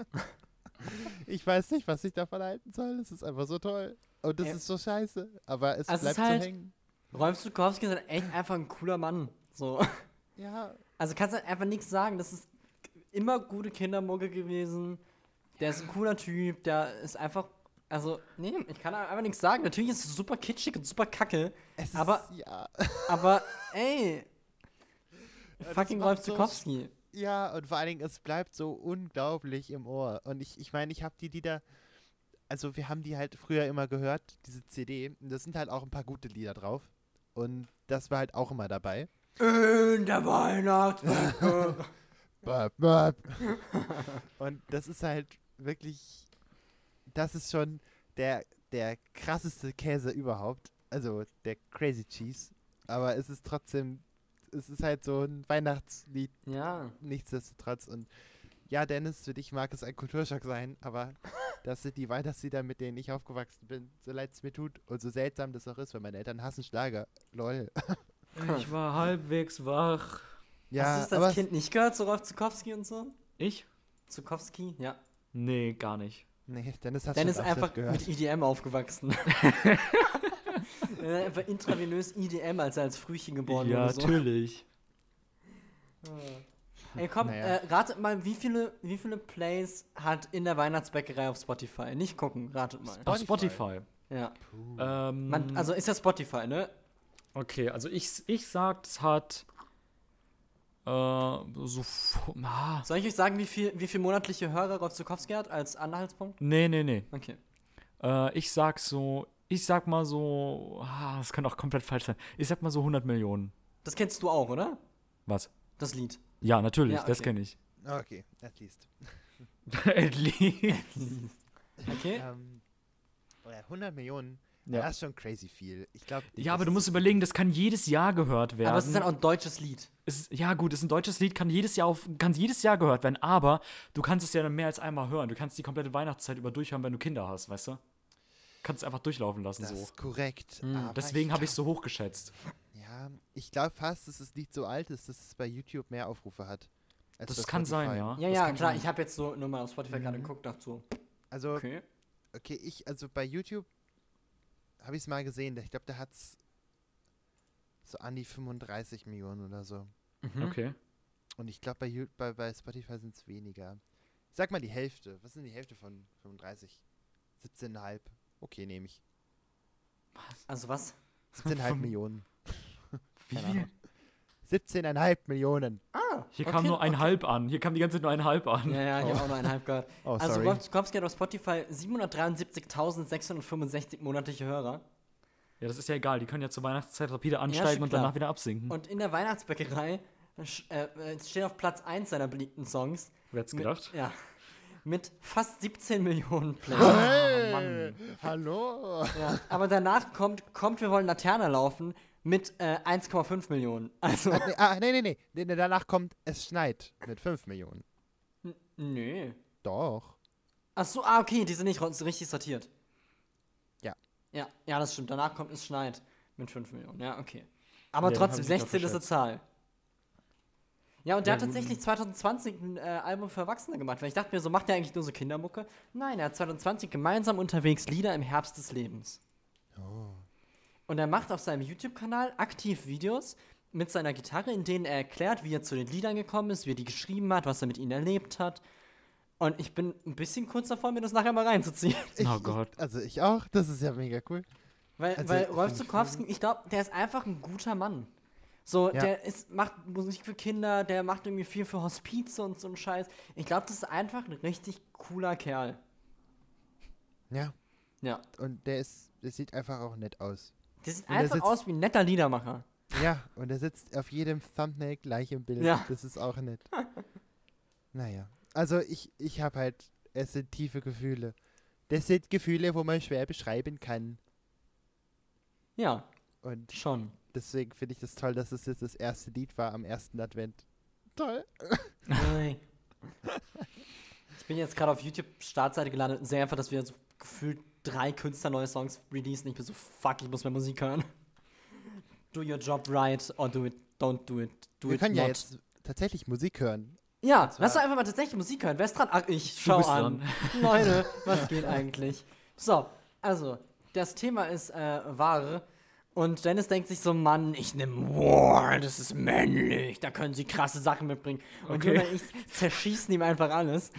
[SPEAKER 3] Ich weiß nicht, was ich davon halten soll. Es ist einfach so toll. Und es
[SPEAKER 2] Ja.
[SPEAKER 3] ist so scheiße. Aber es
[SPEAKER 2] Also es
[SPEAKER 3] bleibt
[SPEAKER 2] ist halt-
[SPEAKER 3] so hängen.
[SPEAKER 2] Rolf Zukowski ist halt echt einfach ein cooler Mann. So.
[SPEAKER 3] Ja,
[SPEAKER 2] Also kannst du halt einfach nichts sagen. Das ist immer gute Kindermucke gewesen. Der ist ein cooler Typ. Der ist einfach... Also, nee, ich kann einfach nichts sagen. Natürlich ist es super kitschig und super kacke.
[SPEAKER 3] es
[SPEAKER 2] Aber-
[SPEAKER 3] ist, ja.
[SPEAKER 2] Aber, ey. fucking
[SPEAKER 3] macht
[SPEAKER 2] Rolf
[SPEAKER 3] so
[SPEAKER 2] Zukowski.
[SPEAKER 3] Ja, und vor allen Dingen, es bleibt so unglaublich im Ohr. Und ich, ich meine, ich habe die Lieder, also wir haben die halt früher immer gehört, diese CD. Und da sind halt auch ein paar gute Lieder drauf. Und das war halt auch immer dabei.
[SPEAKER 2] In der Weihnachtswoche.
[SPEAKER 3] Bap, bap. Und das ist halt wirklich, das ist schon der, der krasseste Käse überhaupt. Also der Crazy Cheese. Aber es ist trotzdem, es ist halt so ein Weihnachtslied
[SPEAKER 2] ja.
[SPEAKER 3] nichtsdestotrotz. Und ja, Dennis, für dich mag es ein Kulturschock sein, aber das sind die Weihnachtslieder, mit denen ich aufgewachsen bin. So leid es mir tut und so seltsam das auch ist, weil meine Eltern hassen Schlager. Lol.
[SPEAKER 1] Ich war halbwegs wach.
[SPEAKER 3] Ja,
[SPEAKER 2] Hast du es
[SPEAKER 3] aber
[SPEAKER 2] als Kind nicht gehört, so Rolf Zukowski und so?
[SPEAKER 1] Ich?
[SPEAKER 2] Zukowski, ja.
[SPEAKER 1] Nee, gar nicht.
[SPEAKER 3] nee, Dennis hat
[SPEAKER 2] Dann
[SPEAKER 3] schon
[SPEAKER 2] ist
[SPEAKER 3] Upset
[SPEAKER 2] einfach
[SPEAKER 3] gehört.
[SPEAKER 2] mit EDM aufgewachsen. Er hat einfach intravenös EDM, als er als Frühchen geboren
[SPEAKER 1] ja,
[SPEAKER 2] wurde. So.
[SPEAKER 1] natürlich.
[SPEAKER 2] Ey, komm,
[SPEAKER 3] Hm, Naja.
[SPEAKER 2] äh, ratet mal, wie viele, wie viele Plays hat in der Weihnachtsbäckerei auf Spotify? Nicht gucken, ratet mal.
[SPEAKER 1] Auf Spotify.
[SPEAKER 3] Spotify.
[SPEAKER 2] Ja.
[SPEAKER 1] Ähm,
[SPEAKER 3] Hm.
[SPEAKER 2] Man, also ist ja Spotify, ne?
[SPEAKER 1] okay, also ich, ich sag, es hat äh, so. f- Ah,
[SPEAKER 2] Soll ich euch sagen, wie viel, wie viel monatliche Hörer Rolf Zukowski hat als Anhaltspunkt?
[SPEAKER 1] nee, nee, nee.
[SPEAKER 2] Okay.
[SPEAKER 1] Äh, ich sag so, ich sag mal so, ah, das kann auch komplett falsch sein. Ich sag mal so 100 Millionen.
[SPEAKER 2] Das kennst du auch, oder?
[SPEAKER 1] Was?
[SPEAKER 2] Das Lied.
[SPEAKER 1] Ja, natürlich,
[SPEAKER 2] Ja,
[SPEAKER 1] das
[SPEAKER 2] okay.
[SPEAKER 1] kenne ich.
[SPEAKER 3] Okay, at least.
[SPEAKER 1] At least.
[SPEAKER 2] Okay?
[SPEAKER 3] Ähm, oh ja, 100 Millionen.
[SPEAKER 1] Ja.
[SPEAKER 3] Das ist schon crazy viel. Ich glaube.
[SPEAKER 1] Ja, aber du musst überlegen, das kann jedes Jahr gehört werden.
[SPEAKER 2] Aber es ist dann auch ein deutsches Lied.
[SPEAKER 1] Es ist, ja, gut, es ist ein deutsches Lied, kann jedes Jahr auf, kann jedes Jahr gehört werden, aber du kannst es ja dann mehr als einmal hören. Du kannst die komplette Weihnachtszeit über durchhören, wenn du Kinder hast, weißt du? Kannst es einfach durchlaufen lassen
[SPEAKER 3] Das
[SPEAKER 1] so. Hm,
[SPEAKER 3] ist korrekt. aber
[SPEAKER 1] Deswegen
[SPEAKER 3] ich
[SPEAKER 1] habe ich
[SPEAKER 3] glaub-
[SPEAKER 1] es so hoch geschätzt.
[SPEAKER 3] Ja, ich glaube fast, dass das Lied so alt ist, dass es bei YouTube mehr Aufrufe hat. als
[SPEAKER 1] Das,
[SPEAKER 3] bei
[SPEAKER 1] kann sein,
[SPEAKER 3] Spotify.
[SPEAKER 1] ja.
[SPEAKER 2] Ja,
[SPEAKER 1] Das
[SPEAKER 2] ja,
[SPEAKER 1] kann
[SPEAKER 2] klar.
[SPEAKER 1] sein.
[SPEAKER 2] Ich habe jetzt so nur mal auf Spotify
[SPEAKER 3] Mhm.
[SPEAKER 2] gerade geguckt, dachte so,
[SPEAKER 3] Also, okay,
[SPEAKER 2] okay.
[SPEAKER 3] ich, also bei YouTube habe ich es mal gesehen. Ich glaube, da hat es so an die 35 Millionen oder so.
[SPEAKER 2] Mhm.
[SPEAKER 1] Okay.
[SPEAKER 3] Und ich glaube, bei, Ju- bei, bei Spotify sind es weniger. Ich sag mal die Hälfte. Was sind die Hälfte von 35? 17,5. Okay, nehme ich.
[SPEAKER 2] Also was?
[SPEAKER 3] 17,5 Millionen.
[SPEAKER 1] Wie
[SPEAKER 3] Keine
[SPEAKER 1] viel?
[SPEAKER 3] Ahnung. 17,5 Millionen.
[SPEAKER 2] Ah,
[SPEAKER 1] Hier kam nur ein Halb an. Hier kam die ganze Zeit nur ein Halb an.
[SPEAKER 2] Ja, ja, ich habe auch nur einen halb gehört.
[SPEAKER 3] Oh,
[SPEAKER 2] also
[SPEAKER 3] sorry.
[SPEAKER 2] Robs Kopski hat auf Spotify 773.665 monatliche Hörer.
[SPEAKER 1] Ja, das ist ja egal. Die können ja zur Weihnachtszeit rapide ansteigen
[SPEAKER 2] schon
[SPEAKER 1] und
[SPEAKER 2] klar.
[SPEAKER 1] danach wieder absinken.
[SPEAKER 2] Und in der Weihnachtsbäckerei sch- äh, äh, steht auf Platz 1 seiner beliebten Songs.
[SPEAKER 1] Wer hätte gedacht?
[SPEAKER 2] Mit, ja. Mit fast 17 Millionen Plays.
[SPEAKER 1] Hey, Ah, Mann.
[SPEAKER 3] Hallo.
[SPEAKER 2] ja. Aber danach kommt, kommt, wir wollen Laterna laufen mit äh, 1,5 Millionen. Also,
[SPEAKER 3] Nee, ah, nee, nee, nee, nee. nee, Danach kommt Es schneit mit 5 Millionen.
[SPEAKER 2] nee.
[SPEAKER 3] Doch.
[SPEAKER 2] Ach so, ah, okay, die sind nicht ro- richtig sortiert.
[SPEAKER 3] Ja.
[SPEAKER 2] Ja, ja, das stimmt. Danach kommt es schneit mit 5 Millionen. Ja, okay. Aber
[SPEAKER 1] Ja, dann
[SPEAKER 2] trotzdem,
[SPEAKER 1] haben sie sich doch
[SPEAKER 2] 16 ist eine
[SPEAKER 1] verschätzt.
[SPEAKER 2] Zahl. Ja, und der
[SPEAKER 1] Ja,
[SPEAKER 2] hat
[SPEAKER 1] gut.
[SPEAKER 2] tatsächlich 2020 ein äh, Album für Erwachsene gemacht, weil ich dachte mir so, macht er eigentlich nur so Kindermucke? Nein, er hat 2020 gemeinsam unterwegs Lieder im Herbst des Lebens.
[SPEAKER 1] Oh.
[SPEAKER 2] Und er macht auf seinem YouTube-Kanal aktiv Videos mit seiner Gitarre, in denen er erklärt, wie er zu den Liedern gekommen ist, wie er die geschrieben hat, was er mit ihnen erlebt hat. Und ich bin ein bisschen kurz davor, mir das nachher mal reinzuziehen.
[SPEAKER 1] Oh
[SPEAKER 3] Ich-
[SPEAKER 1] Gott.
[SPEAKER 3] Ich, also ich auch. Das ist ja mega cool.
[SPEAKER 2] Weil,
[SPEAKER 3] Also,
[SPEAKER 2] weil
[SPEAKER 3] ich
[SPEAKER 2] Rolf
[SPEAKER 3] find-
[SPEAKER 2] Zukowski, ich glaube, der ist einfach ein guter Mann. So,
[SPEAKER 3] Ja.
[SPEAKER 2] der ist, macht Musik für Kinder, der macht irgendwie viel für Hospize und so einen Scheiß. Ich glaube, das ist einfach ein richtig cooler Kerl.
[SPEAKER 3] Ja.
[SPEAKER 2] Ja.
[SPEAKER 3] Und der ist, der sieht einfach auch nett aus.
[SPEAKER 2] Der sieht
[SPEAKER 3] Und der
[SPEAKER 2] einfach
[SPEAKER 3] sitzt-
[SPEAKER 2] aus wie ein netter Liedermacher.
[SPEAKER 3] Ja, und er sitzt auf jedem Thumbnail gleich im Bild.
[SPEAKER 2] Ja.
[SPEAKER 3] Das ist auch nett. Naja. Also ich, ich habe halt, es sind tiefe Gefühle. Das sind Gefühle, wo man schwer beschreiben kann.
[SPEAKER 2] Ja,
[SPEAKER 3] Und
[SPEAKER 2] schon.
[SPEAKER 3] deswegen finde ich das toll, dass es jetzt das erste Lied war am ersten Advent. Toll.
[SPEAKER 2] Ui. ich bin jetzt gerade auf YouTube-Startseite gelandet und sehe einfach, dass wir so gefühlt drei Künstler neue Songs releasen. Ich bin so, fuck, ich muss mehr Musik hören. Do your job right or do it, don't do it, do
[SPEAKER 3] Wir
[SPEAKER 2] it
[SPEAKER 3] können
[SPEAKER 2] not.
[SPEAKER 3] ja jetzt tatsächlich Musik hören.
[SPEAKER 2] Ja, lass doch einfach mal tatsächlich Musik hören. Wer ist dran? Ach, ich schau
[SPEAKER 1] bist
[SPEAKER 2] an. Leute, was geht eigentlich? So, also, das Thema ist äh, Ware. Und Dennis denkt sich so, Mann, ich nehme War, das ist männlich, da können sie krasse Sachen mitbringen. Und
[SPEAKER 1] Okay.
[SPEAKER 2] Jona und ich zerschießen ihm einfach alles.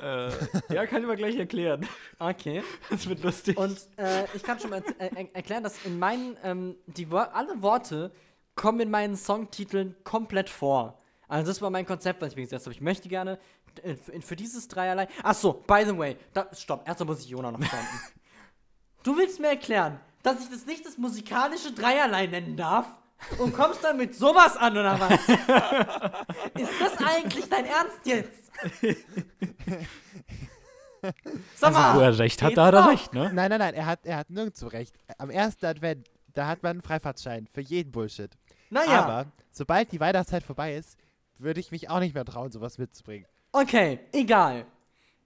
[SPEAKER 1] äh, ja, kann ich mal gleich erklären.
[SPEAKER 2] Okay.
[SPEAKER 1] Das wird lustig.
[SPEAKER 2] Und äh, ich kann schon mal erz- äh, er erklären, dass in meinen, ähm, die Wor alle Worte kommen in meinen Songtiteln komplett vor. Also das war mein Konzept, was ich mir gesetzt habe. Ich möchte gerne äh, für- für dieses Dreierlei. Ach so, by the way, da, stopp. Erstmal muss ich Jona noch standen. du willst mir erklären, dass ich das nicht das musikalische Dreierlei nennen darf? Und kommst dann mit sowas an oder was? Ist das eigentlich dein Ernst jetzt? Sag mal,
[SPEAKER 1] Also, Wo er recht hat,
[SPEAKER 2] geht's
[SPEAKER 1] da hat er
[SPEAKER 2] noch?
[SPEAKER 1] recht, ne?
[SPEAKER 3] Nein, nein, nein, er hat, er hat nirgendwo recht. Am ersten Advent, da hat man einen Freifahrtschein für jeden Bullshit.
[SPEAKER 2] Naja.
[SPEAKER 3] Aber sobald die Weihnachtszeit vorbei ist, würde ich mich auch nicht mehr trauen, sowas mitzubringen.
[SPEAKER 2] Okay, egal.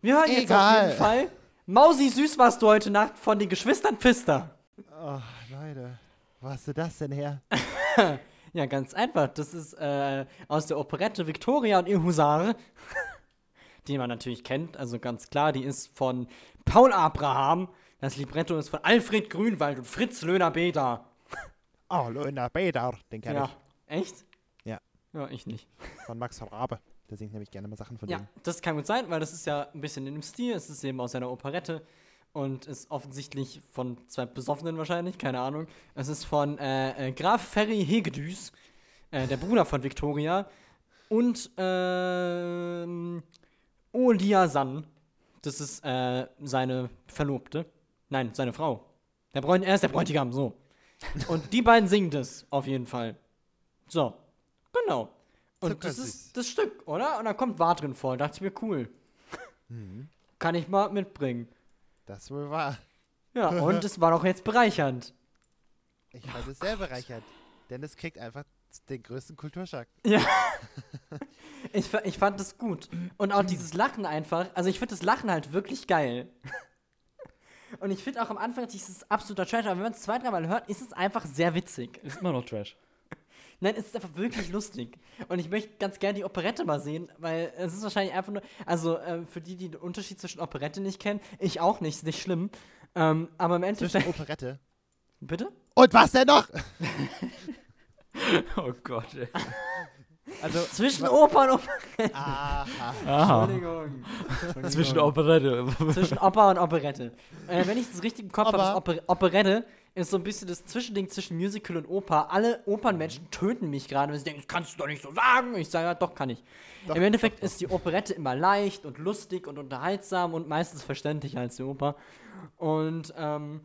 [SPEAKER 2] Wir hören jetzt auf
[SPEAKER 3] Egal.
[SPEAKER 2] jeden Fall. Mausi, süß warst du heute Nacht von den Geschwistern Pfister.
[SPEAKER 3] Oh, Leute, wo hast du das denn her?
[SPEAKER 2] Ja, ganz einfach. Das ist äh, aus der Operette Victoria und ihr Husar, die man natürlich kennt. Also ganz klar, die ist von Paul Abraham. Das Libretto ist von Alfred Grünwald und Fritz Löhner-Beda.
[SPEAKER 3] Oh, Luna Bedar, den kenne
[SPEAKER 2] Ja. Echt?
[SPEAKER 3] Ja.
[SPEAKER 2] Ja, ich nicht.
[SPEAKER 3] ich von Max Rabe. Der singt nämlich gerne mal Sachen von
[SPEAKER 2] Ja,
[SPEAKER 3] dem.
[SPEAKER 2] das kann gut sein, weil das ist ja ein bisschen in dem Stil. Es ist eben aus einer Operette und ist offensichtlich von zwei Besoffenen wahrscheinlich, keine Ahnung. Es ist von äh, äh, Graf Ferry Hegedüs, äh, der Bruder von Victoria, und ähm, Olia San. Das ist äh, seine Verlobte. Nein, seine Frau. Der Bräut er ist der Bräutigam, so. Und die beiden singen das auf jeden Fall. So, genau. Und das
[SPEAKER 3] Zuckersüß.
[SPEAKER 2] ist das Stück, oder? Und da kommt War drin vor. Dachte ich mir, cool. Kann ich mal mitbringen.
[SPEAKER 3] Das wohl war.
[SPEAKER 2] Ja, und es war doch jetzt bereichernd.
[SPEAKER 3] Ich fand es sehr bereichert. Denn es kriegt einfach den größten Kulturschock.
[SPEAKER 2] Ich, fa- ich fand es gut. Und auch dieses Lachen einfach. Also ich finde das Lachen halt wirklich geil. Und ich finde auch am Anfang dieses absoluter Trash, aber wenn man es zwei, dreimal hört, ist es einfach sehr witzig.
[SPEAKER 1] Ist immer noch Trash.
[SPEAKER 2] Nein, es ist einfach wirklich lustig. Und ich möchte ganz gerne die Operette mal sehen, weil es ist wahrscheinlich einfach nur. Also äh, für die, die den Unterschied zwischen Operette nicht kennen, ich auch nicht, ist nicht schlimm. Ähm, aber im
[SPEAKER 3] Zwischen
[SPEAKER 2] Endeffekt.
[SPEAKER 3] Operette.
[SPEAKER 2] Bitte?
[SPEAKER 3] Und was denn noch?
[SPEAKER 1] Oh Gott, ey.
[SPEAKER 3] Also,
[SPEAKER 2] Zwischen Oper und Operette.
[SPEAKER 3] aha.
[SPEAKER 1] Aha.
[SPEAKER 2] Entschuldigung.
[SPEAKER 1] Zwischen Operette.
[SPEAKER 2] Ah. Zwischen Oper und Operette. Äh, wenn ich das richtig im Kopf habe, ist
[SPEAKER 3] Aber-
[SPEAKER 2] Oper Operette ist so ein bisschen das Zwischending zwischen Musical und Oper. Alle Opernmenschen töten mich gerade, weil sie denken, das kannst du doch nicht so sagen. Ich sage, ja, doch, kann ich. Im Endeffekt ist die Operette immer leicht und lustig und unterhaltsam und meistens verständlicher als die Oper. Und ähm,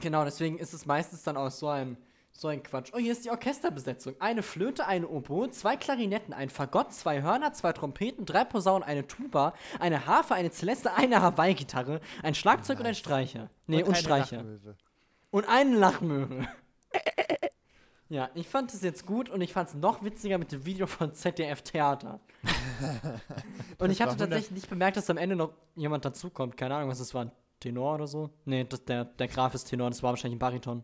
[SPEAKER 2] genau, deswegen ist es meistens dann auch so ein, so ein Quatsch. Oh, hier ist die Orchesterbesetzung. Eine Flöte, eine Oboe, zwei Klarinetten, ein Fagott, zwei Hörner, zwei Trompeten, drei Posaunen, eine Tuba, eine Harfe, eine Celeste, eine Hawaii-Gitarre, ein Schlagzeug und ein Streicher. Nee, und,
[SPEAKER 3] eine
[SPEAKER 2] Streicher.
[SPEAKER 3] Lachmöwe.
[SPEAKER 2] Und einen Lachmöwe. ja, ich fand es jetzt gut und ich fand es noch witziger mit dem Video von ZDF Theater. und ich hatte
[SPEAKER 3] war
[SPEAKER 2] tatsächlich nicht bemerkt, dass am Ende noch jemand dazukommt. Keine Ahnung, was das war. Ein Tenor oder so? Nee, das, der, der Graf ist Tenor, das war wahrscheinlich ein Bariton.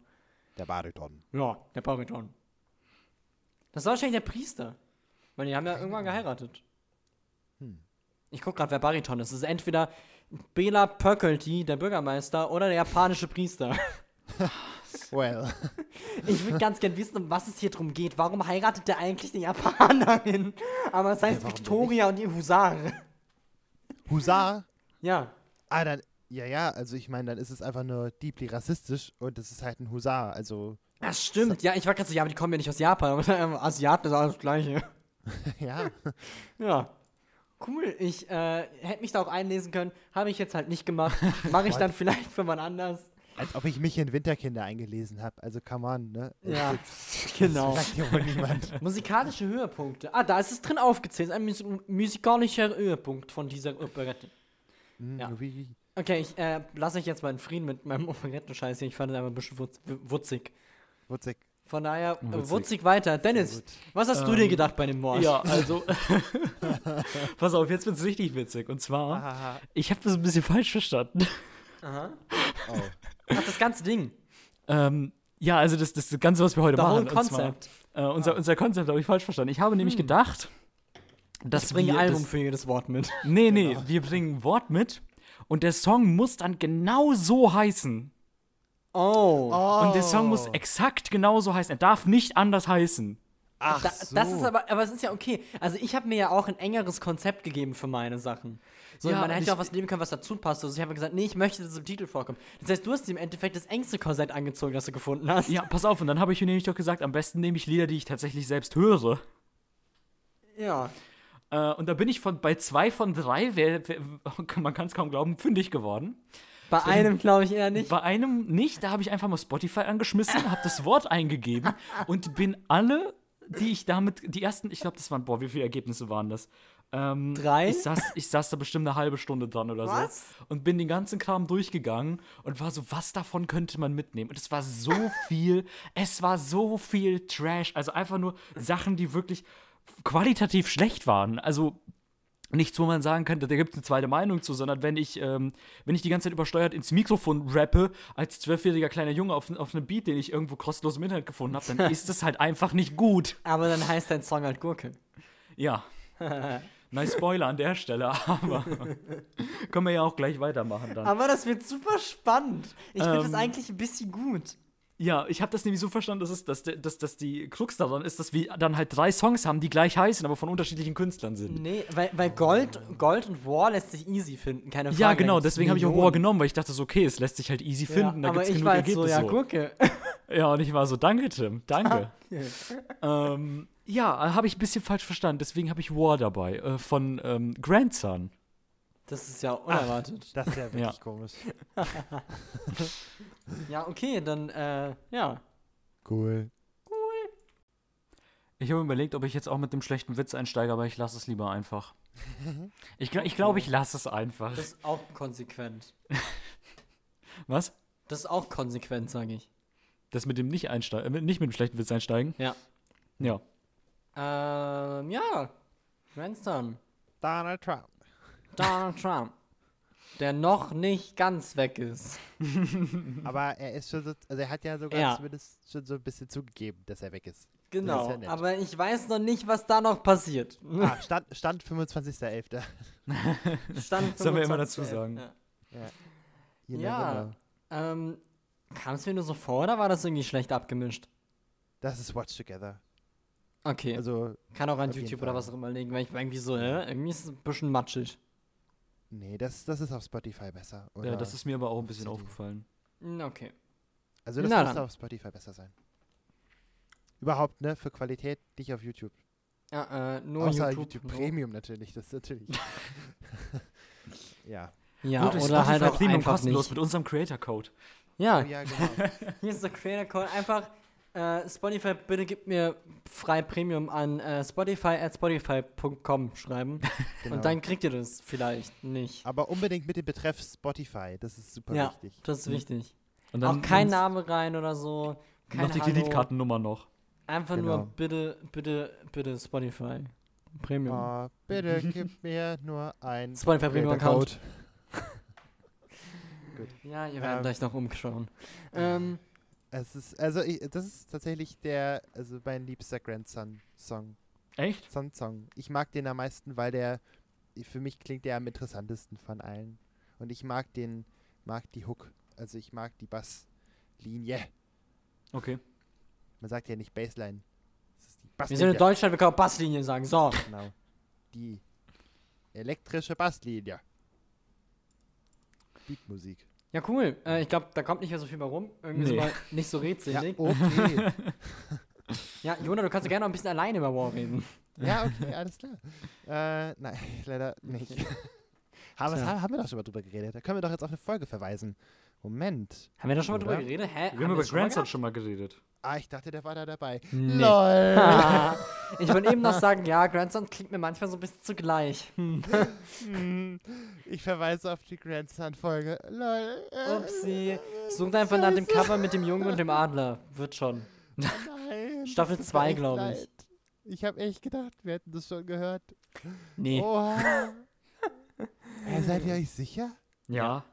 [SPEAKER 3] Der Bariton.
[SPEAKER 2] Ja, der Bariton. Das war wahrscheinlich der Priester. Weil die haben ja irgendwann geheiratet. Ich guck gerade, wer Bariton ist. Es ist entweder Bela Pöckelty, der Bürgermeister, oder der japanische Priester.
[SPEAKER 3] Well.
[SPEAKER 2] Ich würde ganz gern wissen, um was es hier drum geht. Warum heiratet der eigentlich eine Japanerin? Aber es heißt
[SPEAKER 3] warum
[SPEAKER 2] Victoria und ihr Husare.
[SPEAKER 3] Husar.
[SPEAKER 2] Ja.
[SPEAKER 3] Ah, dann. Ja, ja, also ich meine, dann ist es einfach nur deeply rassistisch und es ist halt ein Husar. Also,
[SPEAKER 2] Das stimmt. Ja, ich war gerade so, ja, aber die kommen ja nicht aus Japan. Aber ähm, Asiaten ist alles das Gleiche.
[SPEAKER 3] ja.
[SPEAKER 2] Ja. Cool. Ich äh, hätte mich da auch einlesen können. Habe ich jetzt halt nicht gemacht. Mache ich dann vielleicht für jemand anders.
[SPEAKER 3] Als ob ich mich in Winterkinder eingelesen habe. Also, come on, ne?
[SPEAKER 2] Ja.
[SPEAKER 3] Das
[SPEAKER 2] genau.
[SPEAKER 3] sagt ja wohl niemand.
[SPEAKER 2] Musikalische Höhepunkte. Ah, da ist es drin aufgezählt. Ein mus musikalischer Höhepunkt von dieser Operette.
[SPEAKER 3] Hm,
[SPEAKER 2] Ja.
[SPEAKER 3] wie-
[SPEAKER 2] Okay, ich äh, lasse euch jetzt mal in Frieden mit meinem Operettenscheiß hier. Ich fand es einfach ein bisschen wutz wutzig.
[SPEAKER 3] Wurzig.
[SPEAKER 2] Von daher, wutzig,
[SPEAKER 1] Wutzig.
[SPEAKER 2] wutzig weiter. Dennis,
[SPEAKER 3] gut.
[SPEAKER 2] was hast du
[SPEAKER 1] Ähm,
[SPEAKER 2] dir gedacht bei dem Mord?
[SPEAKER 1] Ja, also. Pass auf, jetzt wird's richtig witzig. Und zwar,
[SPEAKER 3] Aha.
[SPEAKER 1] ich habe das ein bisschen falsch verstanden.
[SPEAKER 2] Aha.
[SPEAKER 3] Oh.
[SPEAKER 2] Ach, das ganze Ding.
[SPEAKER 1] Ähm, ja, also das, das Ganze, was wir heute
[SPEAKER 2] The whole
[SPEAKER 1] machen. und
[SPEAKER 2] Concept.
[SPEAKER 1] Zwar, äh,
[SPEAKER 2] Ah.
[SPEAKER 1] unser, unser Konzept habe ich falsch verstanden. Ich habe nämlich gedacht, dass
[SPEAKER 2] Hm. Ich bringe
[SPEAKER 1] wir
[SPEAKER 2] Album genau.
[SPEAKER 1] das-
[SPEAKER 2] für jedes Wort mit.
[SPEAKER 1] Nee, nee, wir bringen ein Wort mit und der Song muss dann genau so heißen.
[SPEAKER 2] Oh.
[SPEAKER 1] Und der Song muss exakt genau so heißen. Er darf nicht anders heißen.
[SPEAKER 3] Ach,
[SPEAKER 2] Da,
[SPEAKER 3] so.
[SPEAKER 2] Das ist aber, aber es ist ja okay. Also ich habe mir ja auch ein engeres Konzept gegeben für meine Sachen. So,
[SPEAKER 1] Ja,
[SPEAKER 2] man
[SPEAKER 1] und
[SPEAKER 2] hätte
[SPEAKER 1] ich-
[SPEAKER 2] ja auch was nehmen können, was dazu passt. Also ich habe gesagt, nee, ich möchte, dass es im Titel vorkommt. Das heißt, du hast im Endeffekt das engste Korsett angezogen, das du gefunden hast.
[SPEAKER 1] Ja, pass auf, und dann habe ich mir nämlich doch gesagt, am besten nehme ich Lieder, die ich tatsächlich selbst höre.
[SPEAKER 2] Ja.
[SPEAKER 1] Äh, und da bin ich von, bei zwei von drei, wer, wer, man kann es kaum glauben, fündig geworden.
[SPEAKER 2] Bei einem glaube ich eher nicht.
[SPEAKER 1] Bei einem nicht, da habe ich einfach mal Spotify angeschmissen, habe das Wort eingegeben und bin alle, die ich damit, die ersten, ich glaube, das waren, boah, wie viele Ergebnisse waren das? Ähm,
[SPEAKER 2] Drei?
[SPEAKER 1] Ich saß, ich saß da bestimmt eine halbe Stunde dran oder
[SPEAKER 2] Was?
[SPEAKER 1] so und bin den ganzen Kram durchgegangen und war so, was davon könnte man mitnehmen? Und es war so viel, es war so viel Trash, also einfach nur Sachen, die wirklich qualitativ schlecht waren. Also nichts, wo man sagen könnte, da gibt es eine zweite Meinung zu, sondern wenn ich, ähm, wenn ich die ganze Zeit übersteuert ins Mikrofon rappe, als zwölfjähriger kleiner Junge auf, auf einem Beat, den ich irgendwo kostenlos im Internet gefunden habe, dann ist das halt einfach nicht gut.
[SPEAKER 2] Aber dann heißt dein Song halt Gurke.
[SPEAKER 1] Ja. Nice Spoiler an der Stelle, aber können wir ja auch gleich weitermachen dann.
[SPEAKER 2] Aber das wird super spannend. Ich finde das
[SPEAKER 1] Ähm.
[SPEAKER 2] eigentlich ein bisschen gut.
[SPEAKER 1] Ja, ich habe das nämlich so verstanden, dass, es, dass, der- dass, dass die Krux daran ist, dass wir dann halt drei Songs haben, die gleich heißen, aber von unterschiedlichen Künstlern sind.
[SPEAKER 2] Nee, weil, weil Gold, Gold und War lässt sich easy finden, keine Frage.
[SPEAKER 1] Ja,
[SPEAKER 2] da
[SPEAKER 1] genau,
[SPEAKER 2] gibt's
[SPEAKER 1] deswegen habe ich auch
[SPEAKER 2] Millionen.
[SPEAKER 1] Rohr genommen, weil ich dachte so, okay, es lässt sich halt easy finden, da
[SPEAKER 2] ja, aber
[SPEAKER 1] gibt es
[SPEAKER 2] ich
[SPEAKER 1] genug
[SPEAKER 2] war jetzt so,
[SPEAKER 1] Ergebnisse.
[SPEAKER 2] ja,
[SPEAKER 1] so.
[SPEAKER 2] Gurke.
[SPEAKER 1] Ja, und ich war so, danke, Tim, danke. ähm, ja, habe ich ein bisschen falsch verstanden, deswegen habe ich War dabei, äh, von ähm, Grandson.
[SPEAKER 2] Das ist ja unerwartet.
[SPEAKER 3] Das ist ja wirklich komisch.
[SPEAKER 2] Ja, okay, dann, äh, ja.
[SPEAKER 3] Cool.
[SPEAKER 1] Ich habe überlegt, ob ich jetzt auch mit dem schlechten Witz einsteige, aber ich lasse es lieber einfach. Ich, gl- ich glaube, ich lasse es einfach.
[SPEAKER 2] Das ist auch konsequent.
[SPEAKER 1] Was?
[SPEAKER 2] Das ist auch konsequent, sage ich.
[SPEAKER 1] Das mit dem nicht einsteigen, äh, nicht mit dem schlechten Witz einsteigen.
[SPEAKER 2] Ja.
[SPEAKER 1] Hm. Ja.
[SPEAKER 2] Ähm, ja. Wenn's dann.
[SPEAKER 3] Donald Trump.
[SPEAKER 2] Donald Trump. Der noch nicht ganz weg ist.
[SPEAKER 3] Aber er ist schon so, also er hat ja sogar
[SPEAKER 2] Ja.
[SPEAKER 3] zumindest schon so ein bisschen zugegeben, dass er weg ist. Das ist
[SPEAKER 2] Genau.
[SPEAKER 3] ja nett.
[SPEAKER 2] aber ich weiß noch nicht, was da noch passiert.
[SPEAKER 3] Ah, Stand, Stand 25.11.
[SPEAKER 2] Stand
[SPEAKER 1] Sollen wir immer
[SPEAKER 2] 25.
[SPEAKER 1] dazu sagen.
[SPEAKER 2] Ja.
[SPEAKER 3] You
[SPEAKER 2] Ja.
[SPEAKER 3] never know.
[SPEAKER 2] Ähm, kam es mir nur so vor oder war das irgendwie schlecht abgemischt?
[SPEAKER 3] Das ist Watch Together.
[SPEAKER 2] Okay.
[SPEAKER 3] Also,
[SPEAKER 2] Kann auch an
[SPEAKER 3] auf jeden
[SPEAKER 2] YouTube oder
[SPEAKER 3] Fall.
[SPEAKER 2] was auch immer liegen, weil ich war irgendwie so, äh, irgendwie ist es ein bisschen matschig.
[SPEAKER 3] nee, das, das ist auf Spotify besser. Oder?
[SPEAKER 1] ja, das ist mir aber auch ein bisschen
[SPEAKER 3] CD.
[SPEAKER 1] aufgefallen.
[SPEAKER 2] Hm, Okay.
[SPEAKER 3] also, das
[SPEAKER 2] Na
[SPEAKER 3] muss
[SPEAKER 2] dann.
[SPEAKER 3] auf Spotify besser sein. Überhaupt, ne? Für Qualität nicht auf YouTube.
[SPEAKER 2] Ja, äh, nur
[SPEAKER 3] Außer
[SPEAKER 2] YouTube,
[SPEAKER 3] YouTube,
[SPEAKER 2] no.
[SPEAKER 3] Premium natürlich. Das ist natürlich. ja.
[SPEAKER 2] Ja,
[SPEAKER 1] Gut,
[SPEAKER 2] oder
[SPEAKER 1] ist
[SPEAKER 2] halt
[SPEAKER 1] Spotify
[SPEAKER 2] auch
[SPEAKER 1] Premium
[SPEAKER 2] einfach
[SPEAKER 1] kostenlos
[SPEAKER 2] nicht.
[SPEAKER 1] mit unserem Creator Code.
[SPEAKER 2] Ja,
[SPEAKER 3] Oh, ja, genau.
[SPEAKER 2] hier ist der Creator Call. Einfach äh, Spotify, bitte gib mir frei Premium an äh, Spotify at spotify.com schreiben
[SPEAKER 3] Genau.
[SPEAKER 2] und dann kriegt ihr das vielleicht nicht.
[SPEAKER 3] Aber unbedingt mit dem Betreff Spotify. Das ist super
[SPEAKER 2] Ja,
[SPEAKER 3] wichtig.
[SPEAKER 2] das ist wichtig.
[SPEAKER 1] Und
[SPEAKER 2] Auch kein
[SPEAKER 1] uns-
[SPEAKER 2] Name rein oder so. Kein
[SPEAKER 1] Noch die
[SPEAKER 2] Hallo.
[SPEAKER 1] Kreditkartennummer noch.
[SPEAKER 2] Einfach nur
[SPEAKER 3] Genau.
[SPEAKER 2] bitte, bitte, bitte Spotify Premium.
[SPEAKER 3] Oh, bitte gib mir nur ein
[SPEAKER 2] Spotify Premium Account. Ja, ihr werdet
[SPEAKER 3] Ähm,
[SPEAKER 2] gleich noch umschauen. Ähm,
[SPEAKER 3] Es ist, also ich, das ist tatsächlich der, also mein liebster Grandson-Song.
[SPEAKER 1] Echt?
[SPEAKER 3] Son-Song. Ich mag den am meisten, weil der, für mich klingt der am interessantesten von allen. Und ich mag den, mag die Hook. Also ich mag die Basslinie.
[SPEAKER 1] Okay.
[SPEAKER 3] Man sagt ja nicht Bassline. Es ist
[SPEAKER 2] wir sind
[SPEAKER 3] die
[SPEAKER 2] in
[SPEAKER 3] Basslinie.
[SPEAKER 2] Deutschland, wir können auch Basslinien sagen. So,
[SPEAKER 3] Genau. Die elektrische Basslinie. Beatmusik.
[SPEAKER 2] ja cool. Äh, ich glaube, da kommt nicht mehr so viel mehr rum. Irgendwie
[SPEAKER 1] Nee.
[SPEAKER 2] sind wir nicht so
[SPEAKER 3] Ja,
[SPEAKER 2] redselig.
[SPEAKER 3] okay.
[SPEAKER 2] Ja, Jona, du kannst ja gerne noch ein bisschen alleine über War reden.
[SPEAKER 3] Ja, okay, alles klar. Äh, nein, leider nicht. Aber das
[SPEAKER 2] Tja.
[SPEAKER 3] ha- haben wir doch schon mal drüber geredet. Da können wir doch jetzt auf eine Folge verweisen. Moment.
[SPEAKER 2] Haben wir da schon mal drüber
[SPEAKER 3] Oder?
[SPEAKER 2] geredet? Hä?
[SPEAKER 1] Wir haben über
[SPEAKER 2] das schon mal
[SPEAKER 1] Grandson schon mal geredet.
[SPEAKER 3] Ah, ich dachte, der war da dabei.
[SPEAKER 2] Nee.
[SPEAKER 3] LOL.
[SPEAKER 2] gehabt? Ah. ich wollte eben noch sagen, ja, Grandson klingt mir manchmal so ein bisschen zugleich. Hm.
[SPEAKER 3] Hm, ich verweise auf die Grandson-Folge. LOL. Äh,
[SPEAKER 2] Upsi. Sucht einfach nach dem Cover mit dem Jungen und dem Adler. Wird schon.
[SPEAKER 3] Nein.
[SPEAKER 2] Staffel
[SPEAKER 3] das tut mir
[SPEAKER 2] zwei,
[SPEAKER 3] echt
[SPEAKER 2] glaub ich.
[SPEAKER 3] leid. Ich habe echt gedacht, wir hätten das schon gehört.
[SPEAKER 2] Nee.
[SPEAKER 3] Oha. Äh, seid ihr euch sicher?
[SPEAKER 1] Ja.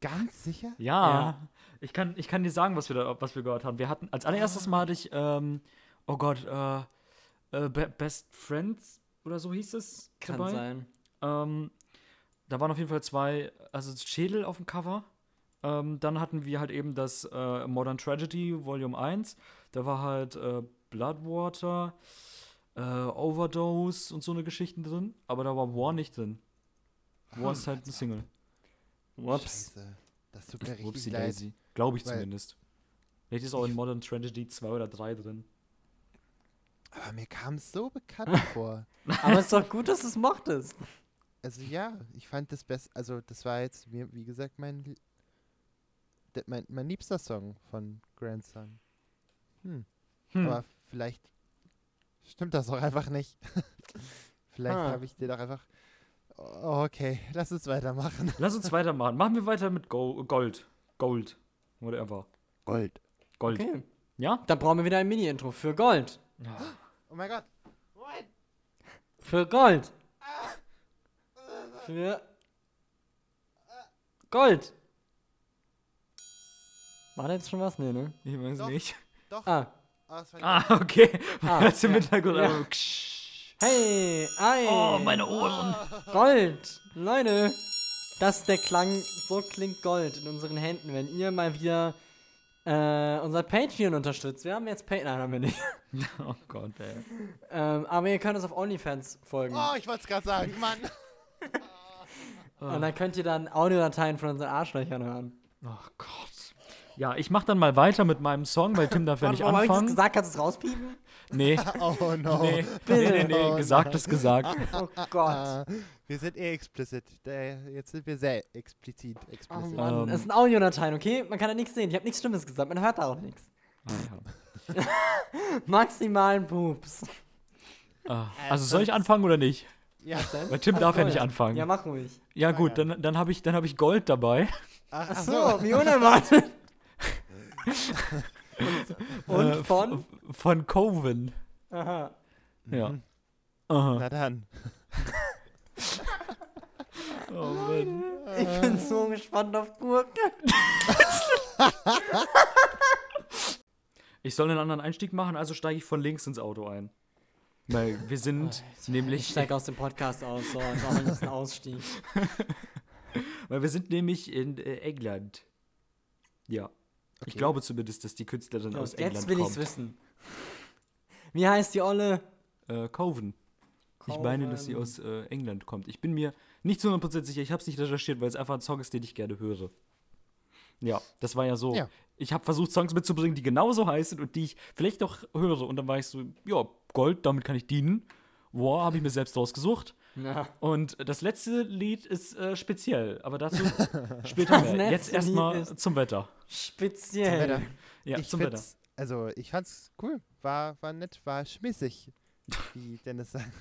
[SPEAKER 3] Ganz sicher?
[SPEAKER 1] Ja.
[SPEAKER 2] Ja.
[SPEAKER 1] Ich, kann, ich kann dir sagen, was wir, da, was wir gehört haben. Wir hatten, als allererstes Mal hatte ich, ähm, oh Gott, äh, äh, Be Best Friends oder so hieß es
[SPEAKER 2] Kann
[SPEAKER 1] dabei.
[SPEAKER 2] sein.
[SPEAKER 1] Ähm, da waren auf jeden Fall zwei, also Schädel auf dem Cover. Ähm, dann hatten wir halt eben das äh, Modern Tragedy Volume 1. Da war halt äh, Bloodwater, äh, Overdose und so eine Geschichten drin. Aber da war War nicht drin. War ist halt eine Single.
[SPEAKER 2] Ups.
[SPEAKER 3] Scheiße. Das tut mir richtig
[SPEAKER 1] Whoopsie
[SPEAKER 3] leid.
[SPEAKER 1] Daisy. Glaube ich
[SPEAKER 3] Weil-
[SPEAKER 1] zumindest. Vielleicht ist auch in Modern Tragedy 2 oder 3 drin.
[SPEAKER 3] Aber mir kam es so bekannt vor.
[SPEAKER 2] Aber es ist doch gut, dass du es mochtest.
[SPEAKER 3] Also ja, ich fand das best, also das war jetzt, mir, wie gesagt, mein, Lie- de- mein, mein liebster Song von Grandson. Hm. Aber vielleicht stimmt das auch einfach nicht. vielleicht
[SPEAKER 2] Ah.
[SPEAKER 3] habe ich dir doch einfach, oh, okay, lass uns weitermachen.
[SPEAKER 1] Lass uns weitermachen. Machen wir weiter mit Go Gold. Gold. Whatever.
[SPEAKER 3] Gold.
[SPEAKER 1] Gold.
[SPEAKER 2] Okay.
[SPEAKER 1] Ja?
[SPEAKER 2] Dann brauchen wir wieder ein Mini-Intro für Gold.
[SPEAKER 3] Oh mein Gott.
[SPEAKER 2] Für Gold. Für Gold. War da jetzt schon was? Nee, ne?
[SPEAKER 1] Ich weiß
[SPEAKER 3] Doch.
[SPEAKER 1] nicht.
[SPEAKER 3] Doch.
[SPEAKER 2] Ah.
[SPEAKER 3] Oh, das war
[SPEAKER 1] Ah, okay.
[SPEAKER 2] Ah,
[SPEAKER 1] Ah, Hörst du im Hintergrund
[SPEAKER 2] Ja. Ah.
[SPEAKER 1] aber ksch.
[SPEAKER 2] Hey! Ei!
[SPEAKER 1] Oh, meine Ohren.
[SPEAKER 2] Gold! Leute! Das ist der Klang. So klingt Gold in unseren Händen, wenn ihr mal wieder äh, unser Patreon unterstützt. Wir haben jetzt Patreon. Nein, haben wir nicht.
[SPEAKER 1] Oh Gott, ey.
[SPEAKER 2] Ähm, aber ihr könnt uns auf OnlyFans folgen.
[SPEAKER 3] Oh, ich wollte es gerade sagen, Mann.
[SPEAKER 2] Und dann könnt ihr dann Audiodateien von unseren Arschlöchern hören.
[SPEAKER 1] Oh Gott. Ja, ich mach dann mal weiter mit meinem Song, weil Tim darf ja nicht
[SPEAKER 2] Warum habe ich das
[SPEAKER 1] anfangen.
[SPEAKER 2] gesagt? Kannst du es rauspiepen?
[SPEAKER 1] Nee.
[SPEAKER 3] Oh no.
[SPEAKER 1] Nee, nee, nee, nee. gesagt ist gesagt.
[SPEAKER 2] Oh Gott.
[SPEAKER 3] Ah, wir sind eh explizit. Da- Jetzt sind wir sehr explizit.
[SPEAKER 2] Oh
[SPEAKER 3] explizit.
[SPEAKER 2] Mann,
[SPEAKER 1] Ähm.
[SPEAKER 2] das sind Audiodateien, okay? Man kann da nichts sehen. Ich habe nichts Schlimmes gesagt. Man hört da auch nichts. Maximalen Pups.
[SPEAKER 1] Ah,
[SPEAKER 2] Äh,
[SPEAKER 1] Also soll ich anfangen oder nicht?
[SPEAKER 3] ja.
[SPEAKER 1] Weil Tim darf ja
[SPEAKER 2] Gold.
[SPEAKER 1] nicht anfangen.
[SPEAKER 2] Äh, Ja,
[SPEAKER 1] Ja,
[SPEAKER 2] mach ruhig.
[SPEAKER 1] gut, dann, dann habe ich, dann hab ich Gold dabei.
[SPEAKER 3] Ach, ach
[SPEAKER 2] Achso, wie unerwartet. Und
[SPEAKER 1] Äh,
[SPEAKER 2] von?
[SPEAKER 1] f- Von Coven.
[SPEAKER 2] Aha.
[SPEAKER 1] Ja. Aha.
[SPEAKER 3] Na dann.
[SPEAKER 1] Oh, Mann.
[SPEAKER 2] Ich bin so gespannt auf Gurken.
[SPEAKER 1] Ich soll einen anderen Einstieg machen, also steige ich von links ins Auto ein. Weil wir sind
[SPEAKER 2] Ich
[SPEAKER 1] nämlich,
[SPEAKER 2] steig aus dem Podcast aus, so, das war jetzt ein Ausstieg.
[SPEAKER 1] weil wir sind nämlich in äh, England. Ja. Ich
[SPEAKER 3] Okay.
[SPEAKER 1] glaube zumindest, dass die Künstlerin
[SPEAKER 2] So,
[SPEAKER 1] aus
[SPEAKER 2] jetzt
[SPEAKER 1] England
[SPEAKER 2] will
[SPEAKER 1] kommt.
[SPEAKER 2] ich's wissen. Wie heißt die Olle?
[SPEAKER 1] Äh, Coven. Ich meine, dass sie
[SPEAKER 2] Coven.
[SPEAKER 1] aus äh, England kommt. Ich bin mir nicht zu 100% sicher. Ich habe es nicht recherchiert, weil es einfach ein Song ist, den ich gerne höre. Ja, das war ja so.
[SPEAKER 3] Ja.
[SPEAKER 1] Ich habe versucht, Songs mitzubringen, die genauso heißen und die ich vielleicht noch höre. Und dann war ich so, ja, Gold, damit kann ich dienen. War, habe ich mir selbst rausgesucht.
[SPEAKER 2] Na,
[SPEAKER 1] Und das letzte Lied ist äh, speziell, aber dazu später
[SPEAKER 2] Das
[SPEAKER 1] mehr.
[SPEAKER 2] letzte
[SPEAKER 1] Jetzt
[SPEAKER 2] Lied
[SPEAKER 1] erstmal
[SPEAKER 2] ist-
[SPEAKER 1] zum Wetter.
[SPEAKER 2] speziell. Äh,
[SPEAKER 3] Wetter.
[SPEAKER 1] Ja,
[SPEAKER 3] ich
[SPEAKER 1] zum Wetter.
[SPEAKER 3] find's, Also, ich fand's cool. War, war nett, war schmissig. Wie Dennis sagt.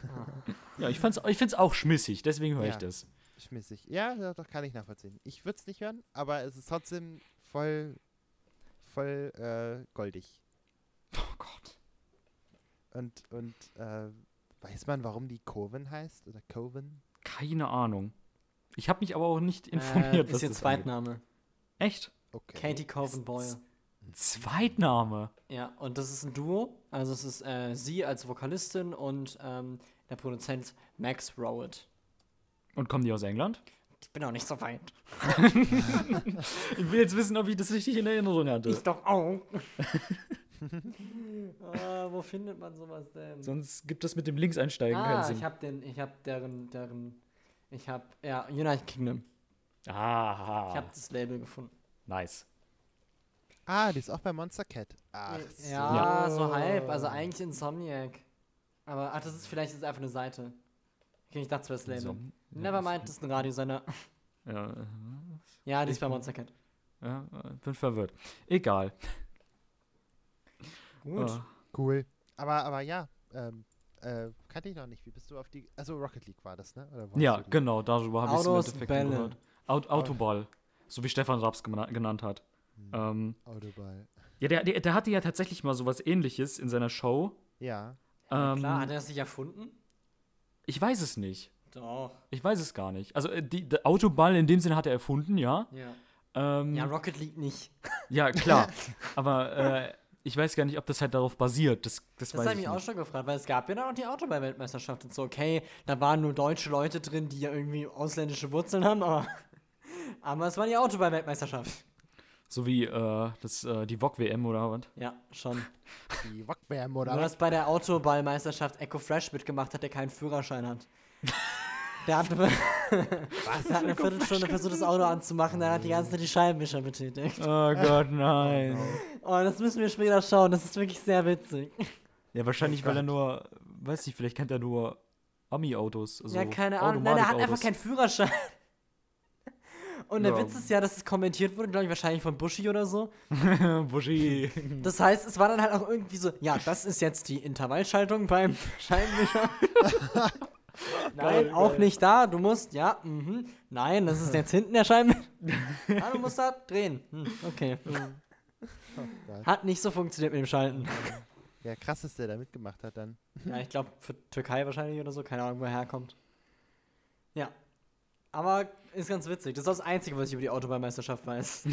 [SPEAKER 1] Ja, ich, fand's, ich find's auch schmissig, deswegen höre ich
[SPEAKER 3] Ja.
[SPEAKER 1] das.
[SPEAKER 3] Schmissig. Ja, ja, doch kann ich nachvollziehen. Ich würde es nicht hören, aber es ist trotzdem voll, voll äh, goldig.
[SPEAKER 1] Oh Gott.
[SPEAKER 3] Und, und äh, weiß man, warum die Coven heißt? Oder Coven?
[SPEAKER 1] Keine Ahnung. Ich habe mich aber auch nicht informiert,
[SPEAKER 2] äh,
[SPEAKER 1] was
[SPEAKER 2] ist ihr
[SPEAKER 1] das angeht.
[SPEAKER 2] Zweitname.
[SPEAKER 1] Echt?
[SPEAKER 3] Okay.
[SPEAKER 2] Katie Coven Boyle.
[SPEAKER 1] Zweitname?
[SPEAKER 2] Ja, und das ist ein Duo. Also es ist äh, sie als Vokalistin und ähm, der Produzent Max Rowett.
[SPEAKER 1] Und kommen die aus England?
[SPEAKER 2] Ich bin auch nicht so weit.
[SPEAKER 1] Ich will jetzt wissen, ob ich das richtig in Erinnerung hatte.
[SPEAKER 2] Ich doch auch. ah, wo findet man sowas denn?
[SPEAKER 1] Sonst gibt das mit dem Linkseinsteigen keinen
[SPEAKER 2] ah,
[SPEAKER 1] Sinn.
[SPEAKER 2] ich hab den, ich hab deren, deren, ich hab, ja, United Kingdom.
[SPEAKER 1] ah,
[SPEAKER 2] Ich hab das Label gefunden.
[SPEAKER 1] nice.
[SPEAKER 3] Ah, die ist auch bei Monster Cat. Ach,
[SPEAKER 1] Äh,
[SPEAKER 3] so.
[SPEAKER 2] Ja, so halb. Also eigentlich Insomniac. Aber, ach, das ist vielleicht jetzt einfach eine Seite. Okay, ich dachte, es wäre das Label.
[SPEAKER 1] Insom-
[SPEAKER 2] Nevermind, das ist ein Radiosender.
[SPEAKER 1] Ja, äh,
[SPEAKER 2] Ja, die
[SPEAKER 1] Ich
[SPEAKER 2] ist bei Monster Cat.
[SPEAKER 1] ja, äh, bin verwirrt. Egal.
[SPEAKER 2] Gut.
[SPEAKER 1] Ah.
[SPEAKER 3] Cool. Aber, aber ja, ähm, äh, kannte ich noch nicht. Wie bist du auf die. Also, Rocket League war das, ne? Oder wo hast
[SPEAKER 1] Ja,
[SPEAKER 3] du die-
[SPEAKER 1] genau, darüber habe ich im
[SPEAKER 2] Autos
[SPEAKER 1] Endeffekt
[SPEAKER 2] bellen.
[SPEAKER 1] gehört. Aut Autoball, so wie Stefan Raps gena- genannt hat. Ähm,
[SPEAKER 3] Autoball.
[SPEAKER 1] ja, der, der, der hatte ja tatsächlich mal sowas ähnliches in seiner Show.
[SPEAKER 3] Ja.
[SPEAKER 1] Ähm,
[SPEAKER 2] Klar, hat er das nicht erfunden?
[SPEAKER 1] Ich weiß es nicht.
[SPEAKER 2] Doch.
[SPEAKER 1] Ich weiß es gar nicht. Also, äh, die, der Autoball in dem Sinne hat er erfunden, ja.
[SPEAKER 2] Ja.
[SPEAKER 1] Ähm,
[SPEAKER 2] Ja,
[SPEAKER 1] ja.
[SPEAKER 2] Rocket League nicht.
[SPEAKER 1] klar. Aber äh, ich weiß gar nicht, ob das halt darauf basiert. Das, das,
[SPEAKER 2] Das
[SPEAKER 1] weiß
[SPEAKER 2] habe
[SPEAKER 1] ich
[SPEAKER 2] ich mich
[SPEAKER 1] nicht.
[SPEAKER 2] auch schon gefragt, weil es gab ja dann auch die Autobahn-Weltmeisterschaft und so, okay, da waren nur deutsche Leute drin, die ja irgendwie ausländische Wurzeln haben, aber, aber es war die Autobahn-Weltmeisterschaft.
[SPEAKER 1] So wie äh, das, äh, die VOG-WM oder was?
[SPEAKER 2] Ja, schon.
[SPEAKER 3] Die Wackbam oder
[SPEAKER 2] Nur,
[SPEAKER 3] was?
[SPEAKER 2] dass bei der Autoballmeisterschaft Echo Fresh mitgemacht hat, der keinen Führerschein hat. Der hat, der hat eine Viertelstunde versucht, das Auto anzumachen, dann hat die ganze Zeit die Scheibenwischer betätigt.
[SPEAKER 1] Oh Gott, nein.
[SPEAKER 2] Oh, das müssen wir später schauen, das ist wirklich sehr witzig.
[SPEAKER 1] Ja, wahrscheinlich,
[SPEAKER 2] Oh
[SPEAKER 1] weil er nur, weiß nicht, vielleicht kennt er nur Ami-Autos. Also
[SPEAKER 2] ja, keine Ahnung. Nein, er hat einfach
[SPEAKER 1] Automatikautos.
[SPEAKER 2] keinen Führerschein. Und der
[SPEAKER 1] Ja.
[SPEAKER 2] Witz ist ja, dass es kommentiert wurde, glaube ich, wahrscheinlich von Buschi oder so.
[SPEAKER 1] Buschi.
[SPEAKER 2] Das heißt, es war dann halt auch irgendwie so, ja, das ist jetzt die Intervallschaltung beim Scheinwischer. Nein,
[SPEAKER 1] Geil,
[SPEAKER 2] auch
[SPEAKER 1] geil.
[SPEAKER 2] nicht da. Du musst, ja, mhm. Nein, das ist jetzt hinten der Scheinwischer. ah, du musst da drehen. Hm, okay. Hat nicht so funktioniert mit dem Schalten.
[SPEAKER 3] Ja, krass, dass der da mitgemacht hat dann.
[SPEAKER 2] Ja, ich glaube für Türkei wahrscheinlich oder so, keine Ahnung, wo er herkommt. Ja. Aber ist ganz witzig. Das ist das Einzige, was ich über die Autobahnmeisterschaft weiß.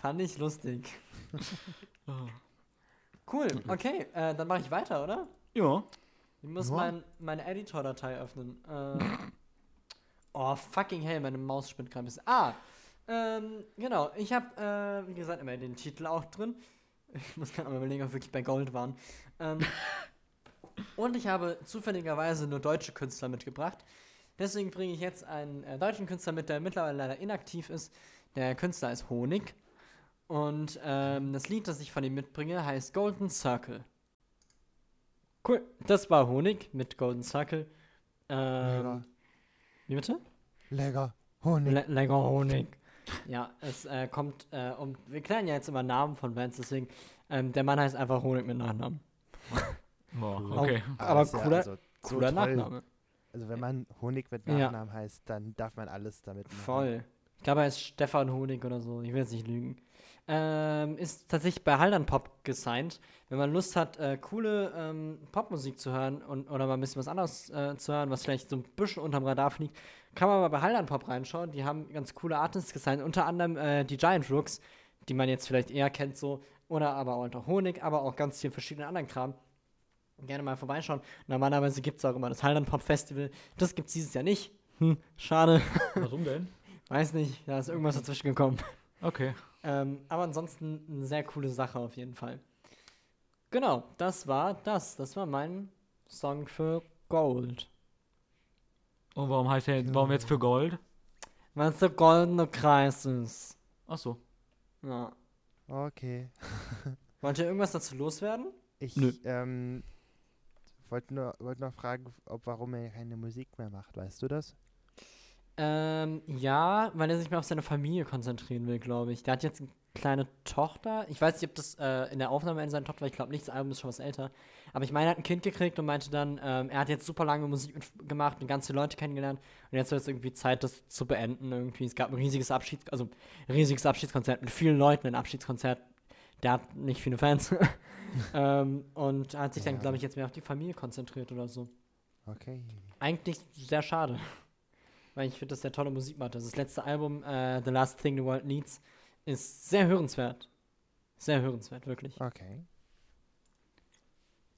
[SPEAKER 2] Fand ich lustig. Cool, okay, äh, dann mache ich weiter, oder?
[SPEAKER 1] Ja.
[SPEAKER 2] Ich muss
[SPEAKER 3] Ja.
[SPEAKER 2] mein, meine Editor-Datei öffnen. Äh, oh, fucking hell, meine Maus spinnt gerade ein bisschen. Ah, ähm, genau. Ich habe, äh, wie gesagt, immer den Titel auch drin. Ich muss gerade mal überlegen, ob wir wirklich bei Gold waren. Ähm, und ich habe zufälligerweise nur deutsche Künstler mitgebracht. Deswegen bringe ich jetzt einen äh, deutschen Künstler mit, der mittlerweile leider inaktiv ist. Der Künstler ist Honig. Und ähm, das Lied, das ich von ihm mitbringe, heißt Golden Circle. Cool. Das war Honig mit Golden Circle. Ähm,
[SPEAKER 3] Lecker.
[SPEAKER 2] wie bitte?
[SPEAKER 3] Lecker. Honig.
[SPEAKER 2] Le Lecker Honig. Ja, es äh, kommt äh, um. Wir klären ja jetzt immer Namen von Bands, deswegen. Ähm, der Mann heißt einfach Honig mit Nachnamen.
[SPEAKER 1] Boah, okay.
[SPEAKER 3] Ah,
[SPEAKER 2] aber
[SPEAKER 3] das ist
[SPEAKER 2] cooler-
[SPEAKER 3] also so
[SPEAKER 2] Cooler
[SPEAKER 3] toll.
[SPEAKER 2] Nachname.
[SPEAKER 3] Also, wenn man Honig mit
[SPEAKER 2] Ja.
[SPEAKER 3] Nachnamen heißt, dann darf man alles damit machen.
[SPEAKER 2] Voll. Ich glaube, er ist Stefan Honig oder so. Ich will jetzt nicht lügen. ähm, ist tatsächlich bei Haldern Pop gesigned. Wenn man Lust hat, äh, coole ähm, Popmusik zu hören und, oder mal ein bisschen was anderes äh, zu hören, was vielleicht so ein bisschen unterm Radar fliegt, kann man mal bei Haldern Pop reinschauen. Die haben ganz coole Artists gesigned, unter anderem äh, die Giant Rooks, die man jetzt vielleicht eher kennt so, oder aber auch unter Honig, aber auch ganz viel verschiedenen anderen Kram gerne mal vorbeischauen. Normalerweise gibt es auch immer das Highland Pop Festival. Das gibt es dieses Jahr nicht. Hm, schade.
[SPEAKER 1] Warum denn?
[SPEAKER 2] Weiß nicht, da ist irgendwas dazwischen gekommen.
[SPEAKER 1] Okay.
[SPEAKER 2] Ähm, aber ansonsten eine sehr coole Sache auf jeden Fall. Genau, das war das. Das war mein Song für Gold.
[SPEAKER 1] Und warum heißt der warum jetzt für Gold?
[SPEAKER 2] Weil es der goldene Kreis ist.
[SPEAKER 1] Ach so.
[SPEAKER 2] Ja.
[SPEAKER 3] Okay.
[SPEAKER 2] Wollt ihr irgendwas dazu loswerden?
[SPEAKER 3] Ich
[SPEAKER 1] Nö.
[SPEAKER 3] ähm, wollte nur wollt noch fragen, ob warum er keine Musik mehr macht. Weißt du das?
[SPEAKER 2] Ähm, ja, weil er sich mehr auf seine Familie konzentrieren will, glaube ich. Der hat jetzt eine kleine Tochter. Ich weiß nicht, ob das äh, in der Aufnahme in seiner Tochter war. Ich glaube nicht, das Album ist schon was älter. Aber ich meine, er hat ein Kind gekriegt und meinte dann, ähm, er hat jetzt super lange Musik mit- gemacht und ganz viele Leute kennengelernt. Und jetzt wird es irgendwie Zeit, das zu beenden irgendwie. Es gab ein riesiges Abschieds-, also ein riesiges Abschiedskonzert mit vielen Leuten, ein Abschiedskonzert. Der hat nicht viele Fans. ähm, und hat sich dann,
[SPEAKER 3] Ja.
[SPEAKER 2] glaube ich, jetzt mehr auf die Familie konzentriert oder so
[SPEAKER 3] Okay.
[SPEAKER 2] eigentlich sehr schade. Weil ich finde, dass der tolle Musik macht. Also das letzte Album, äh, The Last Thing the World Needs, ist sehr hörenswert. Sehr hörenswert, wirklich.
[SPEAKER 3] Okay.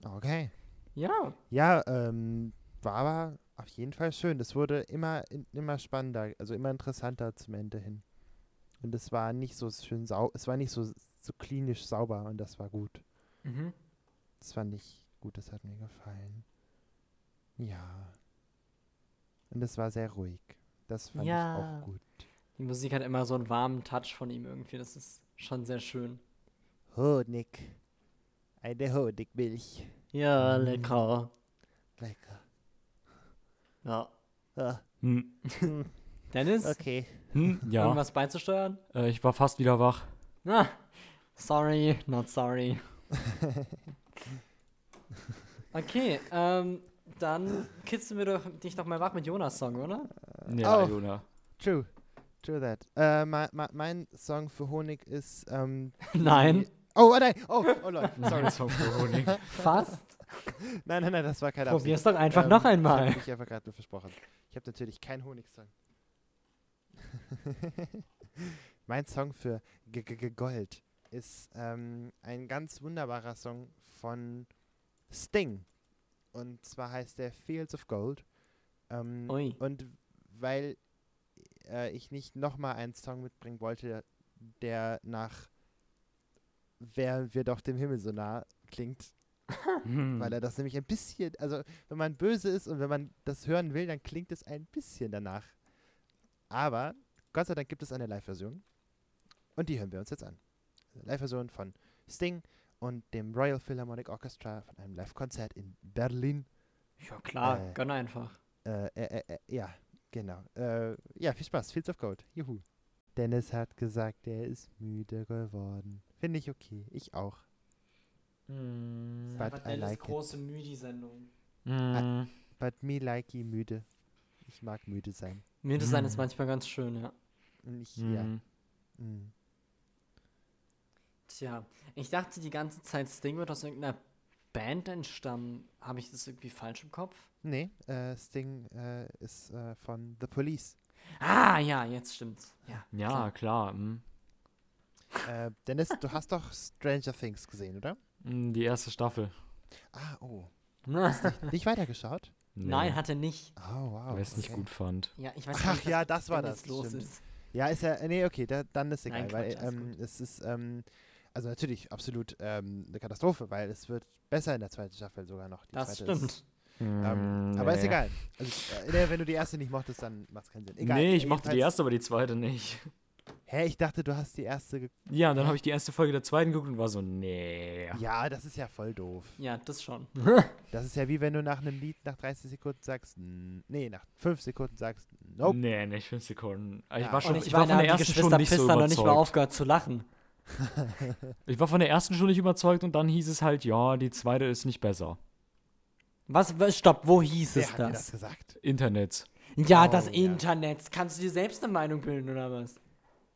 [SPEAKER 3] Okay.
[SPEAKER 2] Ja,
[SPEAKER 3] Ja, ähm, war aber auf jeden Fall schön. Das wurde immer, in- immer spannender, also immer interessanter zum Ende hin. Und es war nicht so schön sau, es war nicht so, so klinisch sauber und das war gut.
[SPEAKER 1] Mhm.
[SPEAKER 3] Das fand ich gut, das hat mir gefallen. Ja. Und es war sehr ruhig. Das fand
[SPEAKER 2] Ja.
[SPEAKER 3] ich auch gut.
[SPEAKER 2] die Musik hat immer so einen warmen Touch von ihm irgendwie. Das ist schon sehr schön.
[SPEAKER 3] Honig. Eine Honigmilch.
[SPEAKER 2] Ja, lecker.
[SPEAKER 3] Lecker.
[SPEAKER 2] Ja.
[SPEAKER 3] Ah,
[SPEAKER 1] Hm.
[SPEAKER 2] Dennis,
[SPEAKER 3] okay.
[SPEAKER 1] Hm? Ja.
[SPEAKER 2] irgendwas beizusteuern?
[SPEAKER 1] Äh, ich war fast wieder wach.
[SPEAKER 2] Ah, sorry, not sorry. Okay, ähm, dann kitzeln wir doch, dich doch mal wach mit Jonas Song, oder?
[SPEAKER 1] Ja,
[SPEAKER 3] Oh.
[SPEAKER 1] Jona.
[SPEAKER 3] True. True that. Äh, mein, mein Song für Honig ist. Ähm,
[SPEAKER 2] Nein.
[SPEAKER 3] oh, oh nein. Oh, oh Leute. Sorry.
[SPEAKER 1] Sorry, Song für Honig.
[SPEAKER 2] Fast.
[SPEAKER 3] Nein, nein, nein, das war keine
[SPEAKER 2] Probier's
[SPEAKER 3] Absicht.
[SPEAKER 2] doch einfach noch einmal.
[SPEAKER 3] Ähm, Ich habe mich einfach gerade nur versprochen. Ich habe natürlich keinen Honigsong. mein Song für G -G -G Gold ist ähm, ein ganz wunderbarer Song von Sting. Und zwar heißt der Fields of Gold. Ähm,
[SPEAKER 2] Ui.
[SPEAKER 3] Und weil äh, ich nicht nochmal einen Song mitbringen wollte, der nach Wären wir doch dem Himmel so nah klingt,
[SPEAKER 1] Hm.
[SPEAKER 3] weil er das nämlich ein bisschen, also wenn man böse ist und wenn man das hören will, dann klingt es ein bisschen danach. Aber Gott sei Dank gibt es eine Live-Version und die hören wir uns jetzt an. Live-Version von Sting und dem Royal Philharmonic Orchestra von einem Live-Konzert in Berlin.
[SPEAKER 2] Ja, klar,
[SPEAKER 3] Äh.
[SPEAKER 2] gönn einfach.
[SPEAKER 3] Äh, äh, äh, äh, ja, genau. Äh, ja, viel Spaß. Fields of Gold. Juhu. Dennis hat gesagt, er ist müde geworden. Finde ich okay. Ich auch. But I like it.
[SPEAKER 2] große Müdi-Sendung.
[SPEAKER 1] Hm.
[SPEAKER 3] But me like you müde. Ich mag müde sein.
[SPEAKER 2] Müde-Sein ist
[SPEAKER 1] Mm.
[SPEAKER 2] manchmal ganz schön, ja.
[SPEAKER 3] Und ich, ja.
[SPEAKER 1] Hm.
[SPEAKER 3] mm.
[SPEAKER 2] Tja, ich dachte die ganze Zeit, Sting wird aus irgendeiner Band entstammen. Habe ich das irgendwie falsch im Kopf?
[SPEAKER 3] Nee, äh, Sting äh, ist äh, von The Police.
[SPEAKER 2] Ah, ja, jetzt stimmt's. Ja,
[SPEAKER 1] Ja, klar. hm.
[SPEAKER 3] Äh, Dennis, du hast doch Stranger Things gesehen, oder?
[SPEAKER 1] Hm, Die erste Staffel.
[SPEAKER 3] Ah, oh.
[SPEAKER 2] klar.
[SPEAKER 3] Nicht weitergeschaut?
[SPEAKER 1] Nee,
[SPEAKER 2] Nein, hat er nicht.
[SPEAKER 3] Oh, wow.
[SPEAKER 1] Weil ich es nicht
[SPEAKER 3] okay.
[SPEAKER 1] gut fand.
[SPEAKER 2] Ja, ich weiß
[SPEAKER 3] Ach,
[SPEAKER 2] nicht,
[SPEAKER 3] ja, das war
[SPEAKER 2] Sting
[SPEAKER 3] das,
[SPEAKER 2] jetzt los
[SPEAKER 3] stimmt.
[SPEAKER 2] ist.
[SPEAKER 3] Ja, ist ja, äh, nee, okay, da, dann ist egal,
[SPEAKER 2] Nein,
[SPEAKER 3] weil
[SPEAKER 2] Quatsch, alles
[SPEAKER 3] ähm, es ist, ähm, also natürlich absolut ähm, eine Katastrophe, weil es wird besser in der zweiten Staffel sogar noch. Die
[SPEAKER 2] Das
[SPEAKER 3] zweite
[SPEAKER 2] stimmt.
[SPEAKER 3] Ist, ähm,
[SPEAKER 1] Hm,
[SPEAKER 3] Aber ist
[SPEAKER 1] nee.
[SPEAKER 3] egal. Also, äh, nee, wenn du die erste nicht mochtest, dann macht es keinen Sinn. Egal.
[SPEAKER 1] nee, ich
[SPEAKER 3] äh,
[SPEAKER 1] mochte die
[SPEAKER 3] jedenfalls-
[SPEAKER 1] erste, aber die zweite nicht.
[SPEAKER 3] Hä, ich dachte, du hast die erste. Ge
[SPEAKER 1] Ja, und dann habe ich die erste Folge der zweiten geguckt und war so, nee.
[SPEAKER 3] ja, das ist ja voll doof.
[SPEAKER 2] Ja, das schon.
[SPEAKER 3] Das ist ja wie wenn du nach einem Lied nach 30 Sekunden sagst, "N- nee, nach 5 Sekunden sagst, nope.
[SPEAKER 1] Oh. Nee, nicht fünf Sekunden. Ich
[SPEAKER 3] oh. Ja.
[SPEAKER 1] war, schon,
[SPEAKER 2] Und
[SPEAKER 1] ich war von
[SPEAKER 2] haben
[SPEAKER 1] der
[SPEAKER 2] die
[SPEAKER 1] ersten schon nicht so
[SPEAKER 2] Geschwisterpister noch
[SPEAKER 1] überzeugt.
[SPEAKER 2] nicht mal aufgehört zu lachen.
[SPEAKER 1] Ich war von der ersten schon nicht überzeugt und dann hieß es halt, ja, die zweite ist nicht besser.
[SPEAKER 2] Was, was- stopp, wo hieß
[SPEAKER 3] Wer
[SPEAKER 2] es
[SPEAKER 3] hat dir das
[SPEAKER 2] das?
[SPEAKER 3] gesagt?
[SPEAKER 1] Internet.
[SPEAKER 2] Ja,
[SPEAKER 3] Oh,
[SPEAKER 2] das
[SPEAKER 3] ja.
[SPEAKER 2] Internet. Kannst du dir selbst eine Meinung bilden oder was?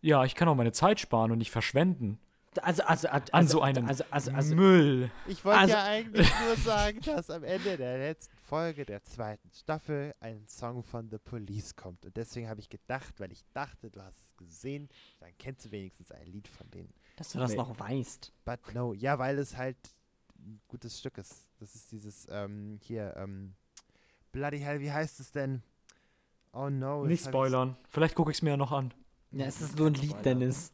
[SPEAKER 1] Ja, ich kann auch meine Zeit sparen und nicht verschwenden
[SPEAKER 2] Also, also, also,
[SPEAKER 1] an
[SPEAKER 2] also,
[SPEAKER 1] so einem Mhm.
[SPEAKER 2] Also, also, also,
[SPEAKER 1] Müll.
[SPEAKER 3] Ich wollte
[SPEAKER 2] Also-
[SPEAKER 3] ja eigentlich nur sagen, dass am Ende der letzten Folge der zweiten Staffel ein Song von The Police kommt. Und deswegen habe ich gedacht, weil ich dachte, du hast es gesehen, dann kennst du wenigstens ein Lied von denen.
[SPEAKER 2] dass du das
[SPEAKER 1] Nee.
[SPEAKER 2] noch weißt.
[SPEAKER 3] But no, ja, weil es halt ein gutes Stück ist. Das ist dieses, ähm, hier, ähm, Bloody Hell, wie heißt es denn? Oh no.
[SPEAKER 1] Nicht
[SPEAKER 3] jetzt hab ich's-
[SPEAKER 1] spoilern. Vielleicht gucke ich es mir ja noch an.
[SPEAKER 2] Ja, es ist nur ein Lied, Dennis.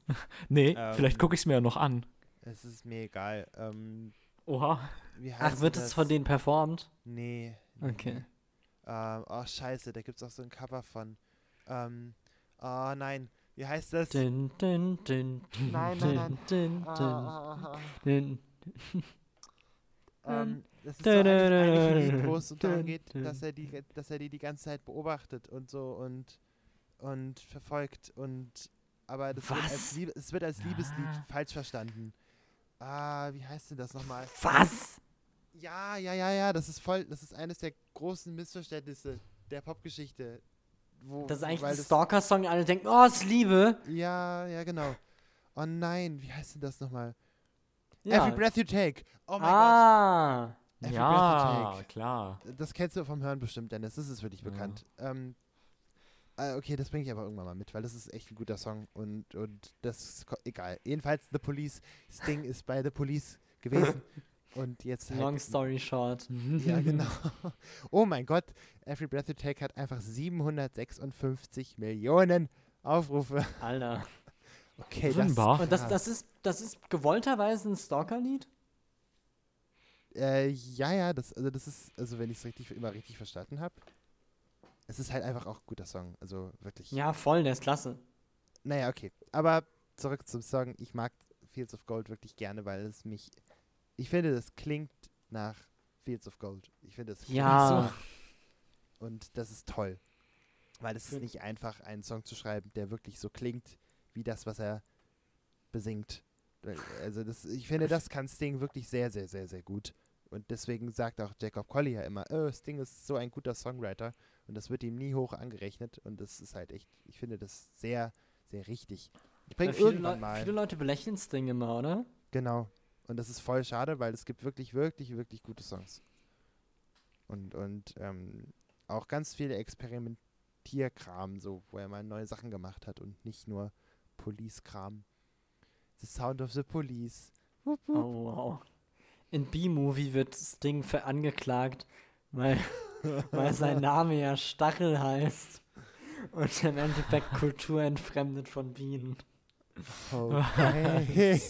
[SPEAKER 1] Nee,
[SPEAKER 3] Ähm.
[SPEAKER 1] vielleicht gucke ich es mir ja noch an.
[SPEAKER 3] Es ist mir egal. Ähm,
[SPEAKER 1] Oha.
[SPEAKER 3] wie heißt
[SPEAKER 2] Ach, wird
[SPEAKER 3] denn
[SPEAKER 2] es
[SPEAKER 3] das?
[SPEAKER 2] von denen performt?
[SPEAKER 3] Nee.
[SPEAKER 2] Okay.
[SPEAKER 3] Ähm, oh, scheiße, da gibt's auch so ein Cover von. Ähm, oh nein, wie heißt das?
[SPEAKER 2] Din, din, din,
[SPEAKER 3] Nein, nein, nein.
[SPEAKER 2] din, din, din,
[SPEAKER 3] Ah, ah, ah,
[SPEAKER 2] din.
[SPEAKER 3] ah. Ähm,
[SPEAKER 2] Dun,
[SPEAKER 3] das ist so eigentlich, eigentlich ein Lied, wo es so darum
[SPEAKER 2] dun,
[SPEAKER 3] geht,
[SPEAKER 2] dun.
[SPEAKER 3] dass er, die, dass er die die ganze Zeit beobachtet und so und, und verfolgt und aber das wird als,
[SPEAKER 2] Was?
[SPEAKER 3] Liebe, es wird als Liebeslied
[SPEAKER 1] Ah.
[SPEAKER 3] falsch verstanden. Ah, wie heißt denn das nochmal?
[SPEAKER 2] Was?
[SPEAKER 3] Ja, ja, ja, ja, das ist voll, das ist eines der großen Missverständnisse der Popgeschichte. Wo,
[SPEAKER 2] Das ist eigentlich
[SPEAKER 3] weil
[SPEAKER 2] ein
[SPEAKER 3] das-
[SPEAKER 2] Stalker-Song, alle denken, oh, es ist Liebe.
[SPEAKER 3] Ja, ja, genau. Oh nein, wie heißt denn das nochmal?
[SPEAKER 2] Ja.
[SPEAKER 3] Every Breath You Take. Oh mein
[SPEAKER 2] ah.
[SPEAKER 3] Gott. Every Breath
[SPEAKER 1] ja,
[SPEAKER 3] You Take.
[SPEAKER 1] klar.
[SPEAKER 3] Das kennst du vom Hören bestimmt, Dennis. Das ist wirklich bekannt. Ähm, äh, okay, das bringe ich aber irgendwann mal mit, weil das ist echt ein guter Song und, und das ist ko- egal. Jedenfalls The Police. Sting ist bei The Police gewesen. und jetzt halt
[SPEAKER 2] Long story short.
[SPEAKER 3] Ja, genau. Oh mein Gott, Every Breath You Take hat einfach 756 Millionen Aufrufe.
[SPEAKER 2] Alter.
[SPEAKER 3] Okay,
[SPEAKER 1] Wunderbar.
[SPEAKER 3] das
[SPEAKER 2] Und das, das, ist, das ist gewollterweise ein Stalker-Lied?
[SPEAKER 3] Äh, ja, ja, das, also das ist, also wenn ich es richtig immer richtig verstanden habe, es ist halt einfach auch ein guter Song. Also wirklich.
[SPEAKER 2] Ja, voll, der ist klasse.
[SPEAKER 3] Naja, okay. Aber zurück zum Song. Ich mag Fields of Gold wirklich gerne, weil es mich. Ich finde, das klingt nach Fields of Gold. Ich finde, das klingt
[SPEAKER 2] Ja.
[SPEAKER 3] so. Und das ist toll. Weil es ist nicht einfach, einen Song zu schreiben, der wirklich so klingt, wie das, was er besingt. Weil- Also, das, ich finde, das kann Sting wirklich sehr, sehr, sehr, sehr gut. Und deswegen sagt auch Jacob Collier immer, oh, Sting ist so ein guter Songwriter. Und das wird ihm nie hoch angerechnet. Und das ist halt echt, ich finde das sehr, sehr richtig. Ich bringe
[SPEAKER 2] Weil viele,
[SPEAKER 3] irgendwann
[SPEAKER 2] Leu-
[SPEAKER 3] mal.
[SPEAKER 2] viele Leute belächeln Sting immer, oder?
[SPEAKER 3] Genau. Und das ist voll schade, weil es gibt wirklich, wirklich, wirklich gute Songs. Und, und ähm, auch ganz viele Experimentierkram, so, wo er mal neue Sachen gemacht hat und nicht nur Police-Kram. The Sound of the Police. Wup, wup.
[SPEAKER 2] Oh, wow. In B-Movie wird Sting für angeklagt, weil, weil sein Name ja Stachel heißt. Und im Endeffekt Kultur entfremdet von Bienen.
[SPEAKER 3] Okay.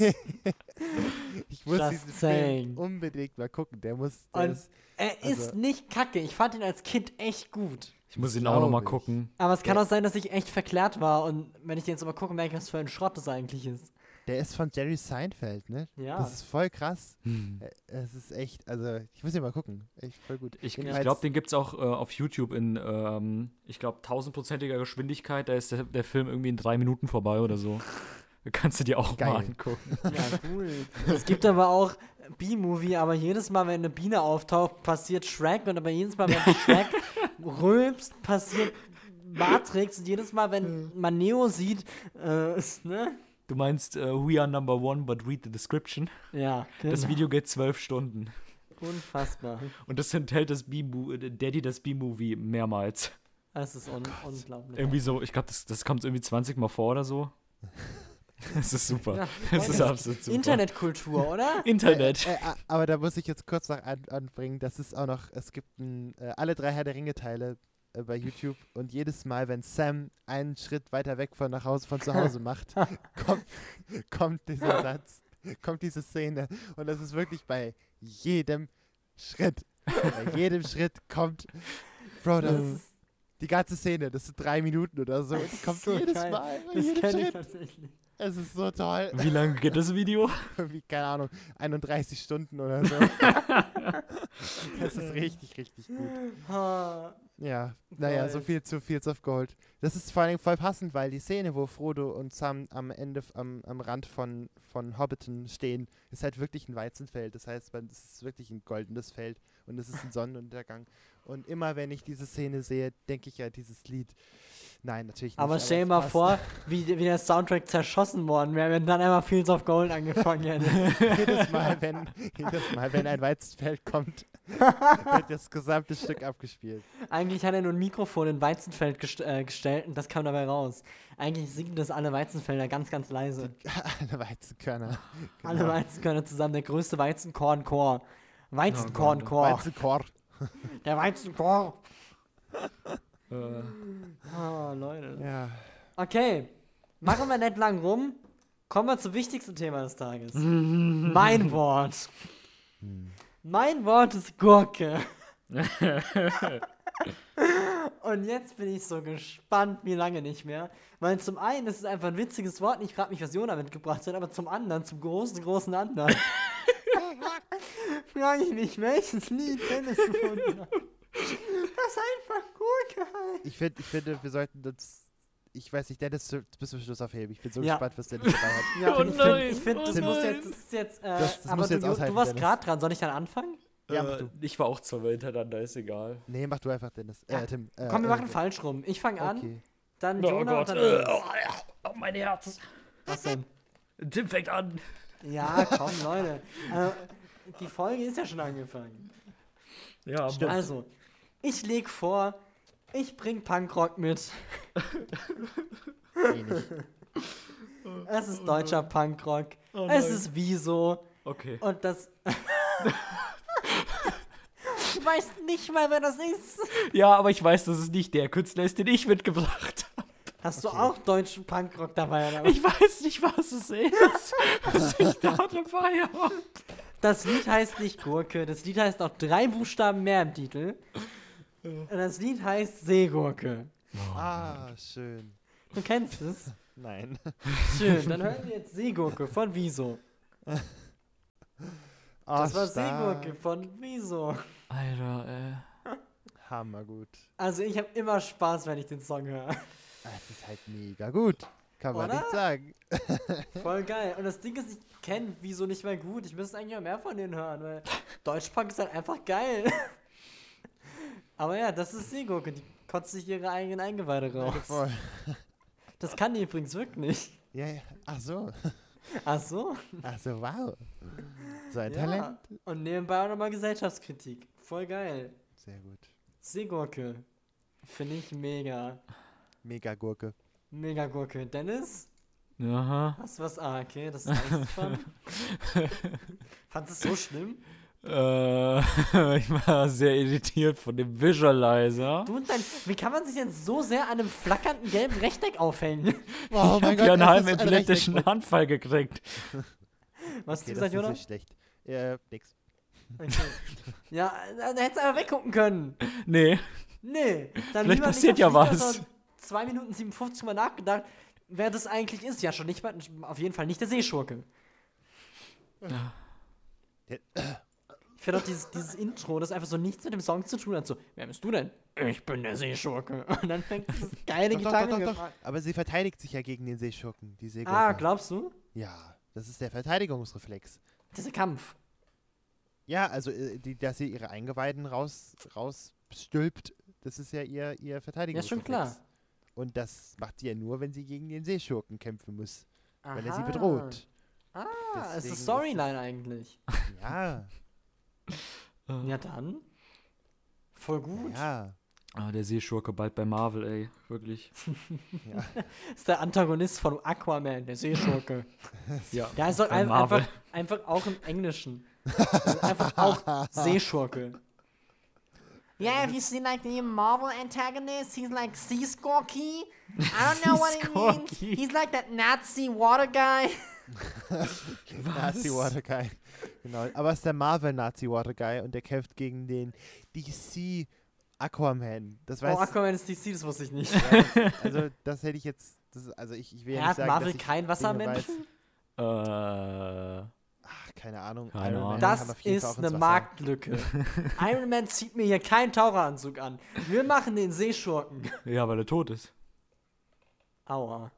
[SPEAKER 3] ich muss
[SPEAKER 2] Just
[SPEAKER 3] diesen
[SPEAKER 2] saying.
[SPEAKER 3] Film unbedingt mal gucken. Der muss. Der
[SPEAKER 2] Und
[SPEAKER 3] ist,
[SPEAKER 2] er
[SPEAKER 3] Also-
[SPEAKER 2] ist nicht kacke. Ich fand ihn als Kind echt gut.
[SPEAKER 1] Ich muss ihn auch noch mal
[SPEAKER 3] Glaub ich.
[SPEAKER 1] gucken.
[SPEAKER 2] Aber es kann
[SPEAKER 3] Ja.
[SPEAKER 2] auch sein, dass ich echt verklärt war. Und wenn ich den jetzt mal gucke, merke ich, was für ein Schrott das eigentlich ist.
[SPEAKER 3] der ist von Jerry Seinfeld, ne?
[SPEAKER 2] Ja.
[SPEAKER 3] Das ist voll krass.
[SPEAKER 1] Hm.
[SPEAKER 3] Äh, Es ist echt, also ich muss ihn mal gucken. Echt voll gut.
[SPEAKER 1] Ich, ich
[SPEAKER 3] Jedenfalls-
[SPEAKER 1] glaube, den gibt es auch äh, auf YouTube in, ähm, ich glaube, tausendprozentiger Geschwindigkeit. Da ist der, der Film irgendwie in drei Minuten vorbei oder so. Kannst du dir auch mal
[SPEAKER 3] Geil.
[SPEAKER 1] angucken.
[SPEAKER 2] Ja, cool. es gibt aber auch B-Movie, aber jedes Mal, wenn eine Biene auftaucht, passiert Shrek und aber jedes Mal, wenn Shrek rülpst, passiert Matrix und jedes Mal, wenn man Neo sieht, äh, ist, ne?
[SPEAKER 1] Du meinst, äh, we are number one, but read the description.
[SPEAKER 2] Ja,
[SPEAKER 1] Das
[SPEAKER 2] genau.
[SPEAKER 1] Video geht zwölf Stunden.
[SPEAKER 2] unfassbar.
[SPEAKER 1] Und das enthält das b Daddy das B-Movie mehrmals.
[SPEAKER 2] Das ist un unglaublich.
[SPEAKER 1] Irgendwie so, ich glaube, das, das kommt irgendwie 20 Mal vor oder so. Das ist super.
[SPEAKER 2] Ja,
[SPEAKER 1] das ist
[SPEAKER 2] das
[SPEAKER 1] absolut super.
[SPEAKER 2] Internetkultur, oder?
[SPEAKER 1] Internet.
[SPEAKER 3] Äh, äh, a- aber da muss ich jetzt kurz noch an, anbringen, das ist auch noch, es gibt ein, äh, alle drei Herr der Ringe-Teile äh, bei YouTube und jedes Mal, wenn Sam einen Schritt weiter weg von nach Hause von zu Hause macht, kommt, kommt dieser Satz, kommt diese Szene und das ist wirklich bei jedem Schritt, bei jedem Schritt kommt
[SPEAKER 2] Das
[SPEAKER 3] Frodo.
[SPEAKER 2] ist,
[SPEAKER 3] Die ganze Szene, das sind drei Minuten oder so, und die kommt
[SPEAKER 2] so
[SPEAKER 3] jedes
[SPEAKER 2] geil.
[SPEAKER 3] Mal, bei
[SPEAKER 2] das
[SPEAKER 3] jedem
[SPEAKER 2] kenne ich halt.
[SPEAKER 3] Schritt.
[SPEAKER 2] tatsächlich.
[SPEAKER 3] Es ist so toll.
[SPEAKER 1] Wie lange geht das Video?
[SPEAKER 3] Irgendwie, keine Ahnung, 31 Stunden oder so. das ist richtig, richtig gut.
[SPEAKER 2] Ha.
[SPEAKER 3] Ja, naja, so
[SPEAKER 2] Gold.
[SPEAKER 3] viel zu Fields of Gold. Das ist vor allem voll passend, weil die Szene, wo Frodo und Sam am Ende, f- am, am Rand von, von Hobbiton stehen, ist halt wirklich ein Weizenfeld. Das heißt, man- es ist wirklich ein goldenes Feld und es ist ein Sonnenuntergang. Und immer, wenn ich diese Szene sehe, denke ich ja dieses Lied. Nein, natürlich nicht.
[SPEAKER 2] Aber stell dir
[SPEAKER 3] es
[SPEAKER 2] mal
[SPEAKER 3] passt.
[SPEAKER 2] vor, wie, wie der Soundtrack zerschossen worden wäre, wenn dann einmal Fields of Gold angefangen hätte.
[SPEAKER 3] jedes Mal, wenn, jedes Mal, wenn ein Weizenfeld kommt, wird das gesamte Stück abgespielt.
[SPEAKER 2] Eigentlich hat er nur ein Mikrofon in Weizenfeld gest äh, gestellt und das kam dabei raus. Eigentlich singen das alle Weizenfelder ganz, ganz leise.
[SPEAKER 3] Alle Weizenkörner.
[SPEAKER 2] Alle Weizenkörner zusammen, der größte Weizenkornchor. Weizenkornchor.
[SPEAKER 3] Weizenkorn.
[SPEAKER 2] der Weizenchor.
[SPEAKER 1] Äh,
[SPEAKER 2] Oh, Leute.
[SPEAKER 3] Ja.
[SPEAKER 2] Okay, machen wir nicht lang rum. Kommen wir zum wichtigsten Thema des Tages. mein Wort. Mein Wort ist Gurke. Und jetzt bin ich so gespannt, wie lange nicht mehr. Weil zum einen ist es einfach ein witziges Wort. und Ich frage mich, was Jona mitgebracht hat, aber zum anderen, zum großen, großen anderen. frage ich mich, welches Lied Dennis gefunden hat. Das einfach Gurke halt. heißt.
[SPEAKER 3] Ich, find, ich finde, wir sollten das. Ich weiß nicht, Dennis zu- bis zum Schluss aufheben. Ich bin so
[SPEAKER 2] Ja.
[SPEAKER 3] gespannt, was Dennis dabei hat.
[SPEAKER 2] Ja,
[SPEAKER 1] Oh
[SPEAKER 2] ich
[SPEAKER 1] nein,
[SPEAKER 2] find- ich finde,
[SPEAKER 1] oh
[SPEAKER 2] das muss
[SPEAKER 1] nein.
[SPEAKER 2] jetzt, das ist jetzt, äh,
[SPEAKER 3] Das- das
[SPEAKER 2] aber
[SPEAKER 3] muss
[SPEAKER 2] du,
[SPEAKER 3] jetzt
[SPEAKER 2] du-
[SPEAKER 3] aushalten,
[SPEAKER 2] du warst
[SPEAKER 3] Dennis.
[SPEAKER 2] gerade dran, soll ich dann anfangen?
[SPEAKER 3] Ja, mach du.
[SPEAKER 1] Äh, ich war auch zweimal hintereinander, ist egal.
[SPEAKER 3] Nee, mach du einfach, Dennis.
[SPEAKER 2] Ja.
[SPEAKER 3] Äh, Tim. Äh,
[SPEAKER 2] Komm, wir
[SPEAKER 3] äh,
[SPEAKER 2] machen falsch rum. Ich fange an,
[SPEAKER 3] Okay.
[SPEAKER 2] dann
[SPEAKER 1] Oh
[SPEAKER 2] Jonah
[SPEAKER 1] Gott.
[SPEAKER 2] und dann
[SPEAKER 1] Äh,
[SPEAKER 2] Dennis.
[SPEAKER 1] oh, oh, mein Herz.
[SPEAKER 2] Was denn?
[SPEAKER 1] Tim fängt an.
[SPEAKER 2] Ja, komm, Leute. Äh, die Folge ist ja schon angefangen.
[SPEAKER 1] Ja, Mann.
[SPEAKER 2] Also, ich leg vor, ich bring Punkrock mit.
[SPEAKER 3] Nee, nicht.
[SPEAKER 2] Es ist deutscher
[SPEAKER 1] Oh
[SPEAKER 2] Punkrock. es ist Wieso.
[SPEAKER 1] okay.
[SPEAKER 2] Und das... Ich weiß nicht mal, wer das ist.
[SPEAKER 1] Ja, aber ich weiß, dass es nicht der Künstler ist, den ich mitgebracht habe.
[SPEAKER 2] Hast du auch deutschen Punkrock dabei? Oder? was?
[SPEAKER 1] Ich weiß nicht, was es ist, was ich da dabei habe.
[SPEAKER 2] Das Lied heißt nicht Gurke, das Lied heißt noch drei Buchstaben mehr im Titel. Und das Lied heißt Seegurke.
[SPEAKER 3] Ah, schön.
[SPEAKER 2] Du kennst es?
[SPEAKER 3] Nein.
[SPEAKER 2] Schön, dann hören wir jetzt Seegurke von Wieso.
[SPEAKER 3] Ah,
[SPEAKER 2] Das war
[SPEAKER 3] stark.
[SPEAKER 2] Seegurke von Wieso.
[SPEAKER 1] Alter, äh.
[SPEAKER 3] Hammergut.
[SPEAKER 2] Also ich habe immer Spaß, wenn ich den Song höre.
[SPEAKER 3] Es ist halt mega gut. Kann man
[SPEAKER 2] Oder?
[SPEAKER 3] nicht sagen.
[SPEAKER 2] Voll geil. Und das Ding ist, ich kenne Wieso nicht mehr gut. Ich müsste eigentlich auch mehr von denen hören, weil Deutschpunk ist halt einfach geil. Aber ja, das ist Seegurke. Die kotzt sich ihre eigenen Eingeweide raus.
[SPEAKER 3] Voll.
[SPEAKER 2] Das kann die übrigens wirklich.
[SPEAKER 3] Ja, ja. Ach so.
[SPEAKER 2] Ach so.
[SPEAKER 3] Ach so, wow. So ein
[SPEAKER 2] Ja.
[SPEAKER 3] Talent.
[SPEAKER 2] Und nebenbei auch nochmal Gesellschaftskritik. Voll geil.
[SPEAKER 3] Sehr gut.
[SPEAKER 2] Seegurke. Finde ich mega.
[SPEAKER 3] Mega Gurke.
[SPEAKER 2] Mega Gurke. Dennis?
[SPEAKER 1] äh, Aha.
[SPEAKER 2] Hast du was? Ah, okay, das ist eigentlich schon. Fandest du es so schlimm?
[SPEAKER 1] Äh, ich war sehr irritiert von dem Visualizer.
[SPEAKER 2] Du oh und dein. Wie kann man sich denn so sehr an einem flackernden gelben Rechteck aufhängen?
[SPEAKER 3] Oh
[SPEAKER 1] ich habe hier einen halben epileptischen Anfall gekriegt.
[SPEAKER 2] Was hast du
[SPEAKER 3] Okay, das
[SPEAKER 2] gesagt,
[SPEAKER 3] ist nicht
[SPEAKER 2] Jonas?
[SPEAKER 3] schlecht. Äh, nix.
[SPEAKER 2] Okay. Ja, äh, da da hättest du einfach weggucken können.
[SPEAKER 1] Nee.
[SPEAKER 2] Nee. Dann
[SPEAKER 1] Vielleicht
[SPEAKER 2] lieber
[SPEAKER 1] passiert
[SPEAKER 2] nicht
[SPEAKER 1] ja
[SPEAKER 2] auf Lieder,
[SPEAKER 1] was.
[SPEAKER 2] sondern 2 Minuten 57 mal nachgedacht, wer das eigentlich ist. Ja, schon nicht mal. Auf jeden Fall nicht der Seeschurke. Ich finde auch dieses, dieses Intro, das einfach so nichts mit dem Song zu tun hat. So, wer bist du denn? Ich bin der Seeschurke. Und dann fängt dieses geile
[SPEAKER 3] Doch, doch, doch,
[SPEAKER 2] Gitarre.
[SPEAKER 3] doch, doch. Aber sie verteidigt sich ja gegen den Seeschurken, die Seegurke.
[SPEAKER 2] Ah, glaubst du?
[SPEAKER 3] Ja, das ist der Verteidigungsreflex.
[SPEAKER 2] Dieser Kampf.
[SPEAKER 3] Ja, also, äh, die, dass sie ihre Eingeweiden raus, rausstülpt, das ist ja ihr, ihr
[SPEAKER 2] Ja,
[SPEAKER 3] Verteidigungsreflex.
[SPEAKER 2] schon klar.
[SPEAKER 3] Und das macht sie ja nur, wenn sie gegen den Seeschurken kämpfen muss, weil er sie
[SPEAKER 2] Aha.
[SPEAKER 3] bedroht.
[SPEAKER 2] Ah, es
[SPEAKER 3] Deswegen
[SPEAKER 2] ist
[SPEAKER 3] ist
[SPEAKER 2] Storyline eigentlich.
[SPEAKER 3] Ja, Ah.
[SPEAKER 2] Ja, dann. Voll gut.
[SPEAKER 3] ja.
[SPEAKER 1] Ah, der Seeschurke bald bei Marvel, ey. Wirklich.
[SPEAKER 2] Ist der Antagonist von Aquaman, der Seeschurke.
[SPEAKER 1] Ja.
[SPEAKER 2] Ja, es soll
[SPEAKER 1] Bei
[SPEAKER 2] ein,
[SPEAKER 1] Marvel.
[SPEAKER 2] einfach, einfach auch im Englischen. Also einfach auch Seeschurke. Yeah, have you seen like the Marvel antagonist? He's like Sea Skorky. I don't know what it means.
[SPEAKER 1] Seaskorky.
[SPEAKER 2] He's like that Nazi water guy.
[SPEAKER 3] Nazi Water Guy. Genau. Aber es ist der Marvel Nazi Water Guy und der kämpft gegen den DC Aquaman. Das weiß
[SPEAKER 2] oh, Aquaman ist DC, das wusste ich nicht.
[SPEAKER 3] also das hätte ich jetzt Das ist, also ich, ich will ja
[SPEAKER 2] Er
[SPEAKER 3] nicht
[SPEAKER 2] hat
[SPEAKER 3] sagen,
[SPEAKER 2] Marvel
[SPEAKER 3] dass ich
[SPEAKER 2] kein
[SPEAKER 3] Dinge
[SPEAKER 2] Wassermensch.
[SPEAKER 3] weiß.
[SPEAKER 1] Äh,
[SPEAKER 3] Ach, keine Ahnung.
[SPEAKER 1] Keine
[SPEAKER 3] Iron Man
[SPEAKER 1] Ahnung.
[SPEAKER 3] kann
[SPEAKER 2] Das
[SPEAKER 3] auf jeden Fall
[SPEAKER 2] ist
[SPEAKER 3] auch ins
[SPEAKER 2] eine
[SPEAKER 3] Wasser.
[SPEAKER 2] Marktlücke. Iron Man zieht mir hier keinen Taucheranzug an. Wir machen den Seeschurken.
[SPEAKER 1] ja, weil er tot ist.
[SPEAKER 2] Aua.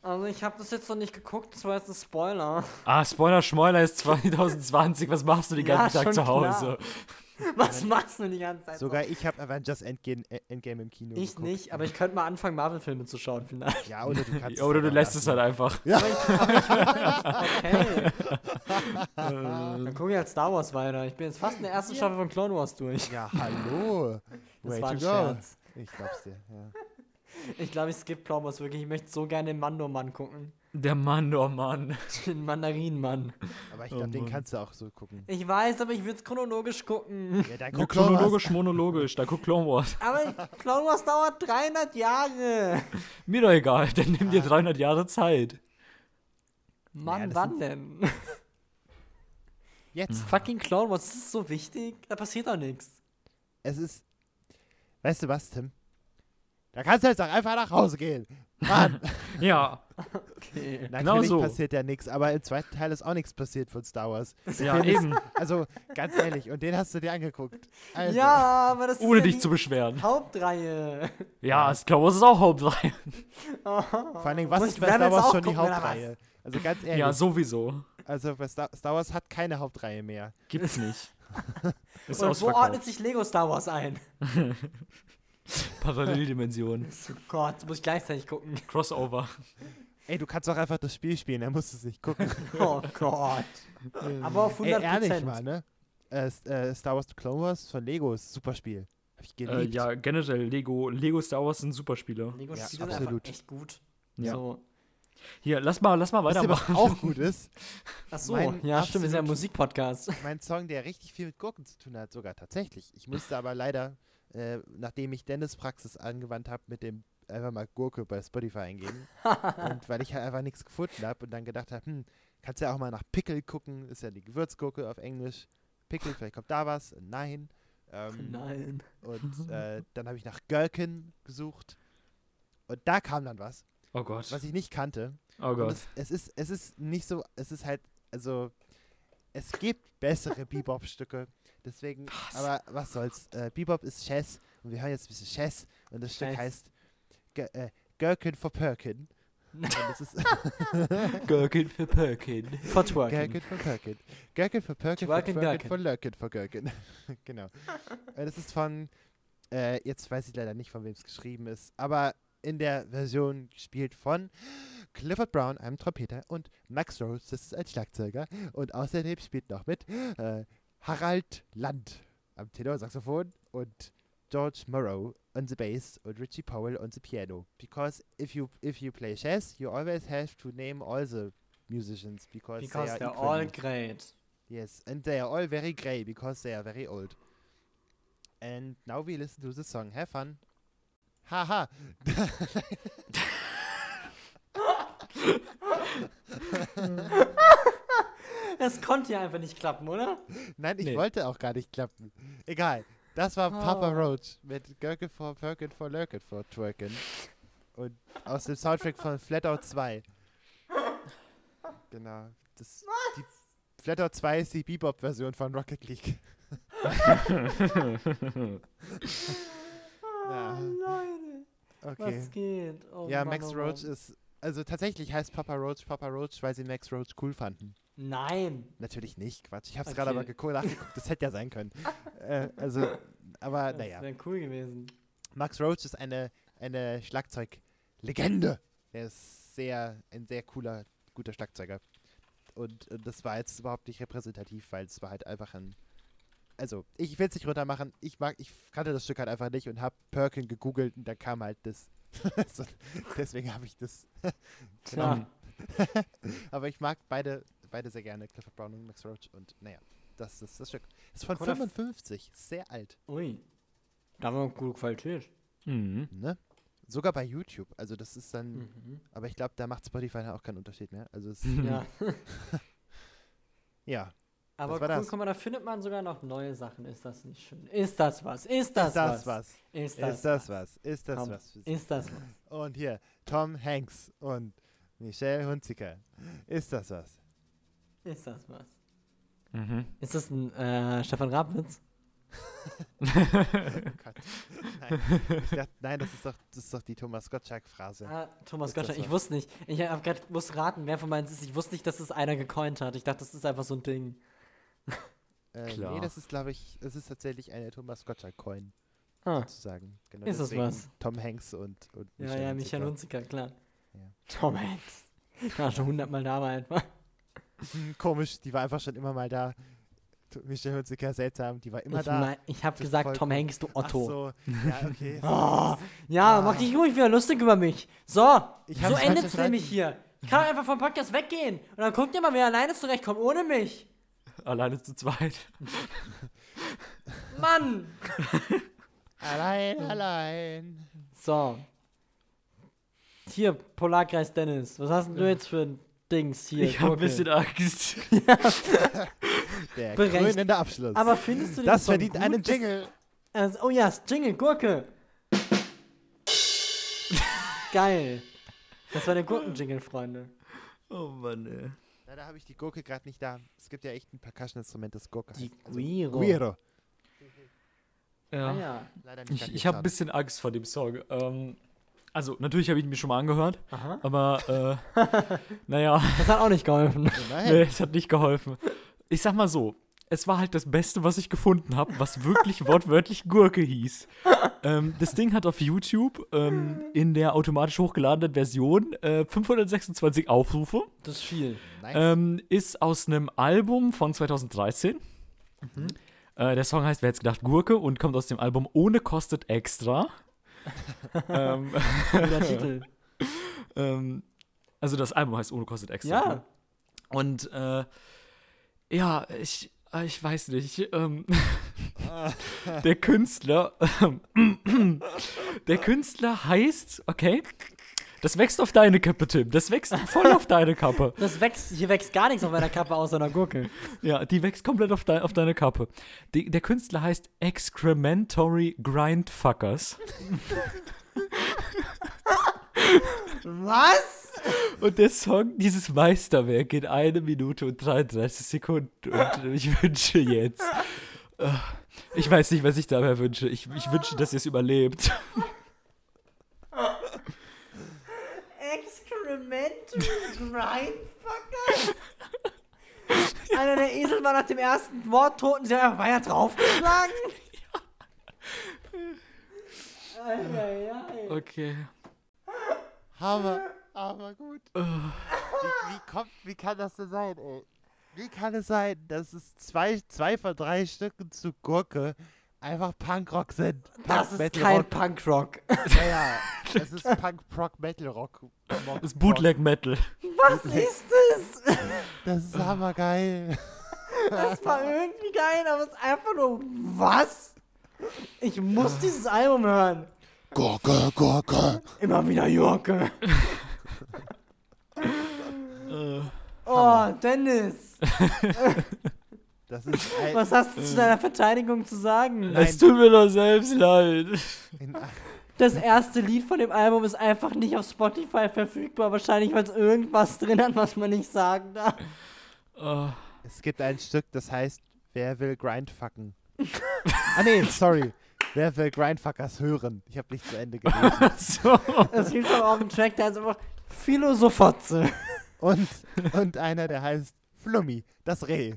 [SPEAKER 2] Also ich habe das jetzt noch nicht geguckt, das war jetzt ein Spoiler.
[SPEAKER 1] Ah, Spoiler Schmoiler ist 2020. Was machst du den
[SPEAKER 2] Ja,
[SPEAKER 1] ganzen Tag
[SPEAKER 2] schon
[SPEAKER 1] zu
[SPEAKER 2] klar.
[SPEAKER 1] Hause?
[SPEAKER 2] Was machst du die ganze Zeit?
[SPEAKER 3] Sogar ich habe Avengers Endgame, äh, Endgame im Kino
[SPEAKER 2] ich
[SPEAKER 3] geguckt.
[SPEAKER 2] nicht, aber ich könnte mal anfangen, Marvel-Filme zu schauen vielleicht.
[SPEAKER 3] Ja, oder du kannst
[SPEAKER 1] Ja, oder du
[SPEAKER 3] einfach
[SPEAKER 1] lässt es
[SPEAKER 3] lassen.
[SPEAKER 1] halt einfach.
[SPEAKER 2] Okay. Dann gucke ich halt Star Wars weiter. Ich bin jetzt fast in der ersten Staffel von Clone Wars durch.
[SPEAKER 3] Ja, hallo.
[SPEAKER 2] Das
[SPEAKER 3] Way
[SPEAKER 2] war
[SPEAKER 3] to
[SPEAKER 2] ein
[SPEAKER 3] go.
[SPEAKER 2] Scherz.
[SPEAKER 3] Ich glaub's dir, ja.
[SPEAKER 2] Ich glaube, ich skippe Clone Wars wirklich. Ich möchte so gerne den Mando-Mann gucken.
[SPEAKER 1] Der Mann, oh Mann.
[SPEAKER 2] Den Mandarin-Mann.
[SPEAKER 3] Aber ich glaube,
[SPEAKER 1] Oh
[SPEAKER 3] den
[SPEAKER 1] Mann.
[SPEAKER 3] kannst du auch so gucken.
[SPEAKER 2] Ich weiß, aber ich würde es chronologisch gucken.
[SPEAKER 3] Ja, dann
[SPEAKER 1] Ja,
[SPEAKER 3] guck doch was.
[SPEAKER 1] chronologisch, monologisch. Da guck Clone Wars.
[SPEAKER 2] Aber Clone Wars dauert 300 Jahre.
[SPEAKER 1] Mir doch egal, dann nimm dir 300 Jahre Zeit.
[SPEAKER 2] Mann,
[SPEAKER 3] Naja, das
[SPEAKER 2] wann denn?
[SPEAKER 3] Jetzt.
[SPEAKER 2] Fucking Clone Wars, das ist so wichtig. Da passiert doch nichts.
[SPEAKER 3] Es ist. Weißt du was, Tim? Da kannst du jetzt auch einfach nach Hause gehen. Mann.
[SPEAKER 1] Ja.
[SPEAKER 2] Okay.
[SPEAKER 3] Natürlich
[SPEAKER 1] Genau so.
[SPEAKER 3] passiert ja nichts, aber im zweiten Teil ist auch nichts passiert von Star Wars.
[SPEAKER 1] Ja, eben.
[SPEAKER 3] Also, ganz ehrlich, und den hast du dir angeguckt. Also,
[SPEAKER 2] Ja, aber das
[SPEAKER 1] Ohne
[SPEAKER 2] ist ja
[SPEAKER 1] dich
[SPEAKER 2] die
[SPEAKER 1] zu beschweren.
[SPEAKER 2] Hauptreihe.
[SPEAKER 1] Ja, das Clone Wars ist auch Hauptreihe.
[SPEAKER 3] Vor allen Dingen, was
[SPEAKER 2] Muss
[SPEAKER 3] ist
[SPEAKER 2] ich
[SPEAKER 3] bei
[SPEAKER 2] Rebels
[SPEAKER 3] Star Wars
[SPEAKER 2] auch
[SPEAKER 3] schon die
[SPEAKER 2] gucken, oder was?
[SPEAKER 3] Hauptreihe? Also, ganz ehrlich.
[SPEAKER 1] Ja, sowieso.
[SPEAKER 3] Also, bei Star, Star Wars hat keine Hauptreihe mehr.
[SPEAKER 1] Gibt's nicht. Ist
[SPEAKER 2] Und wo ordnet
[SPEAKER 1] ausverkauft.
[SPEAKER 2] sich Lego Star Wars ein?
[SPEAKER 1] Paralleldimension.
[SPEAKER 2] Oh Gott, das muss ich gleichzeitig gucken.
[SPEAKER 1] Crossover.
[SPEAKER 3] Ey, du kannst doch einfach das Spiel spielen, dann musst du es nicht gucken.
[SPEAKER 2] Oh Gott. Aber auf 100
[SPEAKER 3] Ey, ehrlich
[SPEAKER 2] Prozent.
[SPEAKER 3] mal, ne? Äh, S- äh, Star Wars The Clone Wars von Lego ist ein super Spiel. Hab ich
[SPEAKER 1] Äh,
[SPEAKER 3] geliebt.
[SPEAKER 1] ja, generell Lego. Lego Star Wars sind Superspiele.
[SPEAKER 2] Lego
[SPEAKER 3] Ja,
[SPEAKER 2] Spiele sind
[SPEAKER 3] absolut.
[SPEAKER 2] einfach echt gut.
[SPEAKER 1] Ja.
[SPEAKER 2] So.
[SPEAKER 1] Hier, lass mal, lass mal
[SPEAKER 3] Wisst ihr, was
[SPEAKER 1] weitermachen.
[SPEAKER 3] auch gut ist?
[SPEAKER 2] Ach so,
[SPEAKER 3] Mein
[SPEAKER 2] ja, stimmt, wir sind ja ein
[SPEAKER 3] absolut-
[SPEAKER 2] Musikpodcast.
[SPEAKER 3] Mein Song, der richtig viel mit Gurken zu tun hat, sogar tatsächlich. Ich musste aber leider, äh, nachdem ich Dennis Praxis angewandt habe, mit dem einfach mal Gurke bei Spotify eingeben. und weil ich halt einfach nichts gefunden habe und dann gedacht habe, hm, kannst ja auch mal nach Pickel gucken, ist ja die Gewürzgurke auf Englisch. Pickel, vielleicht kommt da was. Nein. Ähm,
[SPEAKER 2] Nein.
[SPEAKER 3] Und äh, dann habe ich nach Gherkin gesucht. Und da kam dann was,
[SPEAKER 1] Oh Gott.
[SPEAKER 3] was ich nicht kannte.
[SPEAKER 1] Oh
[SPEAKER 3] Und
[SPEAKER 1] Gott.
[SPEAKER 3] es, es, ist, es ist nicht so, es ist halt, also, es gibt bessere Bebop-Stücke. Deswegen, aber was soll's. Äh, Bebop ist Chess und wir hören jetzt ein bisschen Chess. Und das Stück
[SPEAKER 2] Chess.
[SPEAKER 3] heißt Ge äh, Gherkin for Perkin. Und das ist
[SPEAKER 1] Gherkin für Perkin.
[SPEAKER 2] Fortworking.
[SPEAKER 3] Gherkin for Perkin. Gherkin for Perkin for
[SPEAKER 2] Twerkin
[SPEAKER 3] Perkin
[SPEAKER 2] Gherkin.
[SPEAKER 3] for Lurkin for Gherkin. genau. Äh, Das ist von, äh, jetzt weiß ich leider nicht, von wem es geschrieben ist, aber in der Version gespielt von Clifford Brown, einem Trompeter, und Max Rose, das ist ein Schlagzeuger, und außerdem spielt noch mit äh, Harald Land am Tenorsaxophon und George Morrow on the bass und Richie Powell on the piano. Because if you if you play chess, you always have to name all the musicians because,
[SPEAKER 2] Because
[SPEAKER 3] they are
[SPEAKER 2] they're all
[SPEAKER 3] equally-
[SPEAKER 2] great.
[SPEAKER 3] Yes, and they are all very grey because they are very old. And now we listen to the song. Have fun. Haha.
[SPEAKER 2] Das konnte ja einfach nicht klappen, oder?
[SPEAKER 3] Nein, ich
[SPEAKER 1] Nee.
[SPEAKER 3] wollte auch gar nicht klappen. Egal. Das war
[SPEAKER 2] Oh.
[SPEAKER 3] Papa Roach mit Gurken for Perkin for Lurkin for Twerkin. Und aus dem Soundtrack von Flatout 2. Genau. Das, die Flatout 2 ist die Bebop-Version von Rocket League. ja,
[SPEAKER 2] Oh, Leute,
[SPEAKER 3] okay.
[SPEAKER 2] was geht? Oh
[SPEAKER 3] Ja,
[SPEAKER 2] Mann,
[SPEAKER 3] Max
[SPEAKER 2] oh
[SPEAKER 3] Roach
[SPEAKER 2] Mann.
[SPEAKER 3] ist. Also tatsächlich heißt Papa Roach Papa Roach, weil sie Max Roach cool fanden.
[SPEAKER 2] Nein.
[SPEAKER 3] Natürlich nicht, Quatsch. Ich hab's gerade
[SPEAKER 2] Okay.
[SPEAKER 3] aber geguckt, nachgeguckt, das hätte ja sein können. äh, also, aber
[SPEAKER 2] Das
[SPEAKER 3] naja.
[SPEAKER 2] wäre cool gewesen.
[SPEAKER 3] Max Roach ist eine, eine Schlagzeuglegende. Er ist sehr, ein sehr cooler, guter Schlagzeuger. Und, äh, das war jetzt überhaupt nicht repräsentativ, weil es war halt einfach ein. Also, ich will's nicht runtermachen. Ich mag, ich kannte das Stück halt einfach nicht und hab Perkin gegoogelt und da kam halt das. so, deswegen habe ich das
[SPEAKER 2] Tja.
[SPEAKER 3] Aber ich mag beide, beide sehr gerne, Clifford Brown und Max Roach. Und naja, das ist das Stück. Ist von
[SPEAKER 2] Oder f-
[SPEAKER 3] 55, sehr alt,
[SPEAKER 2] Ui. Da war eine gute Qualität.
[SPEAKER 1] Mhm.
[SPEAKER 3] ne? Sogar bei YouTube. Also das ist dann,
[SPEAKER 2] Hm.
[SPEAKER 3] aber ich Mhm. glaube, da macht Spotify dann auch keinen Unterschied mehr. Also es,
[SPEAKER 2] Ja.
[SPEAKER 3] ja.
[SPEAKER 2] Aber
[SPEAKER 3] war
[SPEAKER 2] cool,
[SPEAKER 3] das.
[SPEAKER 2] guck mal, da findet man sogar noch neue Sachen. Ist das nicht schön? Ist das was? Ist das,
[SPEAKER 3] Ist das
[SPEAKER 2] was?
[SPEAKER 3] was?
[SPEAKER 2] Ist das,
[SPEAKER 3] Ist das was? Ist das
[SPEAKER 2] Komm,
[SPEAKER 3] was? für Sie?
[SPEAKER 2] Ist das was?
[SPEAKER 3] Und hier, Tom Hanks und Michelle Hunziker. Ist das was?
[SPEAKER 2] Ist das was?
[SPEAKER 1] Mhm.
[SPEAKER 2] Ist das ein äh, Stefan Rabwitz?
[SPEAKER 3] Oh Gott. Nein, ich dachte, nein das, ist doch, das ist doch die Thomas Gottschalk-Phrase.
[SPEAKER 2] Ah, Thomas
[SPEAKER 3] Ist das
[SPEAKER 2] Gottschalk, ich
[SPEAKER 3] was?
[SPEAKER 2] wusste nicht. Ich hab grad, muss raten, wer von meinen es ist. Ich wusste nicht, dass es einer gecoint hat. Ich dachte, das ist einfach so ein Ding.
[SPEAKER 3] Äh, nee,
[SPEAKER 1] klar.
[SPEAKER 3] das ist, glaube ich, es ist tatsächlich eine Thomas Gottschalk-Coin,
[SPEAKER 2] Ah,
[SPEAKER 3] sozusagen. Genau
[SPEAKER 2] Ist das
[SPEAKER 3] deswegen
[SPEAKER 2] was?
[SPEAKER 3] Tom Hanks und, und
[SPEAKER 2] ja, ja, Michael
[SPEAKER 3] Hunziker.
[SPEAKER 2] Hunziker, klar.
[SPEAKER 3] Ja.
[SPEAKER 2] Tom Hanks. Ja, schon hundertmal da war einfach.
[SPEAKER 3] Hm, Komisch, die war einfach schon immer mal da. T- Michelle Hunziker, seltsam, die war immer
[SPEAKER 2] ich
[SPEAKER 3] da.
[SPEAKER 2] mein, ich habe
[SPEAKER 3] Das ist
[SPEAKER 2] gesagt,
[SPEAKER 3] voll
[SPEAKER 2] Tom
[SPEAKER 3] gut.
[SPEAKER 2] Hanks, du Otto.
[SPEAKER 3] Ach so, ja, okay.
[SPEAKER 2] Oh, ja, mach dich ruhig wieder lustig über mich. So,
[SPEAKER 3] Ich
[SPEAKER 2] so
[SPEAKER 3] hab's falsch
[SPEAKER 2] endet's
[SPEAKER 3] verstanden.
[SPEAKER 2] nämlich hier. Ich kann einfach vom Podcast weggehen. Und dann guckt ihr mal, wer alleine zurechtkommt, ohne mich.
[SPEAKER 1] Alleine zu zweit.
[SPEAKER 2] Mann!
[SPEAKER 3] Allein, allein.
[SPEAKER 2] So. Hier, Polarkreis Dennis. Was hast denn du jetzt für ein Dings hier?
[SPEAKER 1] Ich habe ein
[SPEAKER 2] Gurke?
[SPEAKER 1] bisschen Angst.
[SPEAKER 3] Der
[SPEAKER 2] Berechtigt.
[SPEAKER 3] krönende Abschluss.
[SPEAKER 2] Aber findest du den
[SPEAKER 3] das
[SPEAKER 2] Song
[SPEAKER 3] verdient
[SPEAKER 2] gut?
[SPEAKER 3] einen Jingle.
[SPEAKER 2] Also, oh ja, das Jingle, Gurke. Geil. Das war der Gurken-Jingle, Freunde.
[SPEAKER 1] Oh Mann, ey.
[SPEAKER 3] Leider habe ich die Gurke gerade nicht da. Es gibt ja echt ein Percussion-Instrument, das Gurke
[SPEAKER 2] Die
[SPEAKER 3] heißt. Also
[SPEAKER 2] Guiro.
[SPEAKER 3] Guiro.
[SPEAKER 1] Ja.
[SPEAKER 2] Ah, ja.
[SPEAKER 3] Leider nicht
[SPEAKER 1] Ich,
[SPEAKER 3] grad
[SPEAKER 1] ich habe ein
[SPEAKER 3] gerade.
[SPEAKER 1] bisschen Angst vor dem Song. Ähm, also, natürlich habe ich ihn mir schon mal angehört, aber äh, naja,
[SPEAKER 2] Das hat auch nicht geholfen.
[SPEAKER 3] Nein,
[SPEAKER 1] nee, es hat nicht geholfen. Ich sag mal so, es war halt das Beste, was ich gefunden habe, was wirklich wortwörtlich Gurke hieß. Ähm, das Ding hat auf YouTube ähm, in der automatisch hochgeladenen Version äh, 526 Aufrufe.
[SPEAKER 2] Das ist viel.
[SPEAKER 3] nein.
[SPEAKER 1] Ähm, ist aus einem Album von 2013. Äh, der Song heißt, wer hätte gedacht, Gurke und kommt aus dem Album Ohne kostet extra. ähm,
[SPEAKER 2] Guter Titel.
[SPEAKER 1] ähm, also das Album heißt Ohne kostet extra. ne?
[SPEAKER 2] Ja.
[SPEAKER 1] Und äh, ja, ich, äh, ich weiß nicht. Ähm, der Künstler, der Künstler heißt, okay, das wächst auf deine Kappe, Tim. Das wächst voll auf deine Kappe.
[SPEAKER 2] Das wächst, hier wächst gar nichts auf meiner Kappe außer einer Gurke.
[SPEAKER 1] Ja, die wächst komplett auf, dein- auf deine Kappe. Die, der Künstler heißt Excrementory Grindfuckers.
[SPEAKER 2] Was?
[SPEAKER 1] Und der Song, dieses Meisterwerk in eine Minute und 33 Sekunden. Und ich wünsche jetzt. äh, Ich weiß nicht, was ich dabei wünsche. Ich, ich wünsche, dass ihr es überlebt.
[SPEAKER 2] Excremental Grindfucker? Alter, der Esel war nach dem ersten Wort tot und sie war ja draufgeschlagen. Alter, ja, ey.
[SPEAKER 1] Okay.
[SPEAKER 3] Aber, aber gut.
[SPEAKER 2] Oh.
[SPEAKER 3] wie, wie, kommt, wie kann das denn sein, ey? Wie kann es sein, dass es zwei, zwei von drei Stücken zu Gurke einfach Punkrock sind? Punk
[SPEAKER 2] Das ist
[SPEAKER 3] Metal
[SPEAKER 2] kein
[SPEAKER 3] Rock.
[SPEAKER 2] Punkrock.
[SPEAKER 3] Ja, ja. Es ist Punk Rock Metal Rock. Rock,
[SPEAKER 1] Das Bootleg Metal.
[SPEAKER 2] Was ist das?
[SPEAKER 3] Rock. Das ist hammergeil.
[SPEAKER 2] Das war irgendwie geil, aber es ist einfach nur was? Ich muss dieses Album hören.
[SPEAKER 3] Gurke, Gurke.
[SPEAKER 2] Immer wieder Jurke.
[SPEAKER 1] Äh,
[SPEAKER 2] Oh, Dennis.
[SPEAKER 3] Das ist ein,
[SPEAKER 2] Was hast du zu deiner Verteidigung zu sagen?
[SPEAKER 1] es tut mir doch selbst leid.
[SPEAKER 3] in,
[SPEAKER 2] Das erste Lied von dem Album ist einfach nicht auf Spotify verfügbar, wahrscheinlich weil es irgendwas drin hat, was man nicht sagen darf.
[SPEAKER 1] Äh,
[SPEAKER 3] Es gibt ein Stück, das heißt Wer will Grindfucken? ah nee, sorry. Wer will Grindfuckers hören? Ich habe nicht zu Ende gelesen.
[SPEAKER 1] so.
[SPEAKER 2] Es gibt aber auch einen Track, der heißt einfach Philosophotze.
[SPEAKER 3] Und, und einer, der heißt Flummi, das Reh.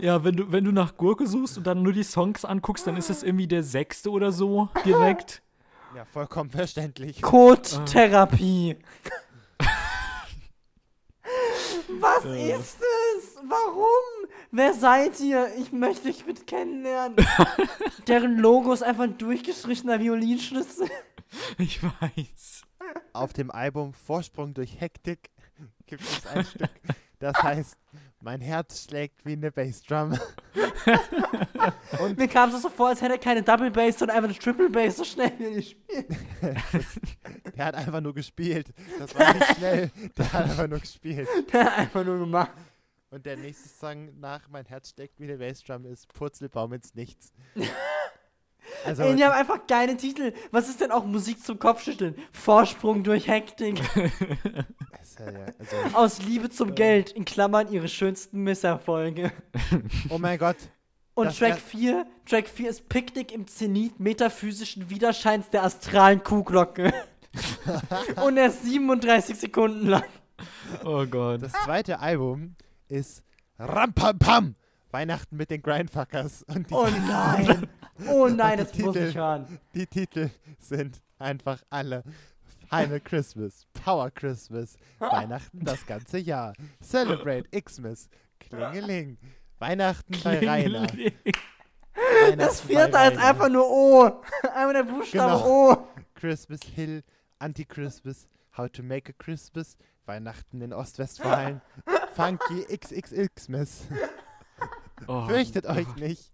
[SPEAKER 1] Ja, wenn du, wenn du nach Gurke suchst und dann nur die Songs anguckst, dann ist das irgendwie der sechste oder so direkt.
[SPEAKER 3] Ja, vollkommen verständlich.
[SPEAKER 2] Kottherapie. Was ist es? Warum? Wer seid ihr? Ich möchte euch mit kennenlernen. Deren Logo ist einfach ein durchgestrichener Violinschlüssel.
[SPEAKER 1] Ich weiß.
[SPEAKER 3] Auf dem Album Vorsprung durch Hektik gibt es ein Stück, das heißt Mein Herz schlägt wie eine Bassdrum.
[SPEAKER 2] Mir kam es so vor, als hätte er keine Double Bass, sondern einfach eine Triple Bass so schnell wie er die spielt.
[SPEAKER 3] Der hat einfach nur gespielt. Das war nicht schnell. Der hat einfach nur gespielt.
[SPEAKER 2] Der hat einfach nur gemacht.
[SPEAKER 3] Und der nächste Song nach Mein Herz steckt wie eine Bassdrum ist Purzelbaum ins Nichts. Also,
[SPEAKER 2] Ey, die haben einfach geile Titel. Was ist denn auch Musik zum Kopfschütteln? Vorsprung durch Hektik.
[SPEAKER 3] also, ja, also,
[SPEAKER 2] Aus Liebe zum Geld. In Klammern ihre schönsten Misserfolge.
[SPEAKER 3] oh mein Gott.
[SPEAKER 2] Und
[SPEAKER 3] Das
[SPEAKER 2] Track
[SPEAKER 3] wär-
[SPEAKER 2] 4, Track 4 ist Picknick im Zenit metaphysischen Widerscheins der astralen Kuhglocke. Und er ist 37 Sekunden lang.
[SPEAKER 1] Oh Gott.
[SPEAKER 3] Das zweite Album ist Rampampam. Weihnachten mit den Grindfuckers. Und die,
[SPEAKER 2] Oh nein. Oh nein, das muss
[SPEAKER 3] Titel.
[SPEAKER 2] ich hören.
[SPEAKER 3] die Titel sind einfach alle. Final Christmas, Power Christmas, Weihnachten das ganze Jahr, Celebrate Xmas, Klingeling, Weihnachten bei Rainer. Weihnachten
[SPEAKER 2] Das
[SPEAKER 3] bei
[SPEAKER 2] vierte ist
[SPEAKER 3] Rainer.
[SPEAKER 2] einfach nur O. Einmal der Buchstabe
[SPEAKER 3] Genau.
[SPEAKER 2] O.
[SPEAKER 3] Christmas Hill, Anti-Christmas, How to Make a Christmas, Weihnachten in Ostwestfalen, Funky XXXmas.
[SPEAKER 1] Oh,
[SPEAKER 3] Fürchtet euch nicht.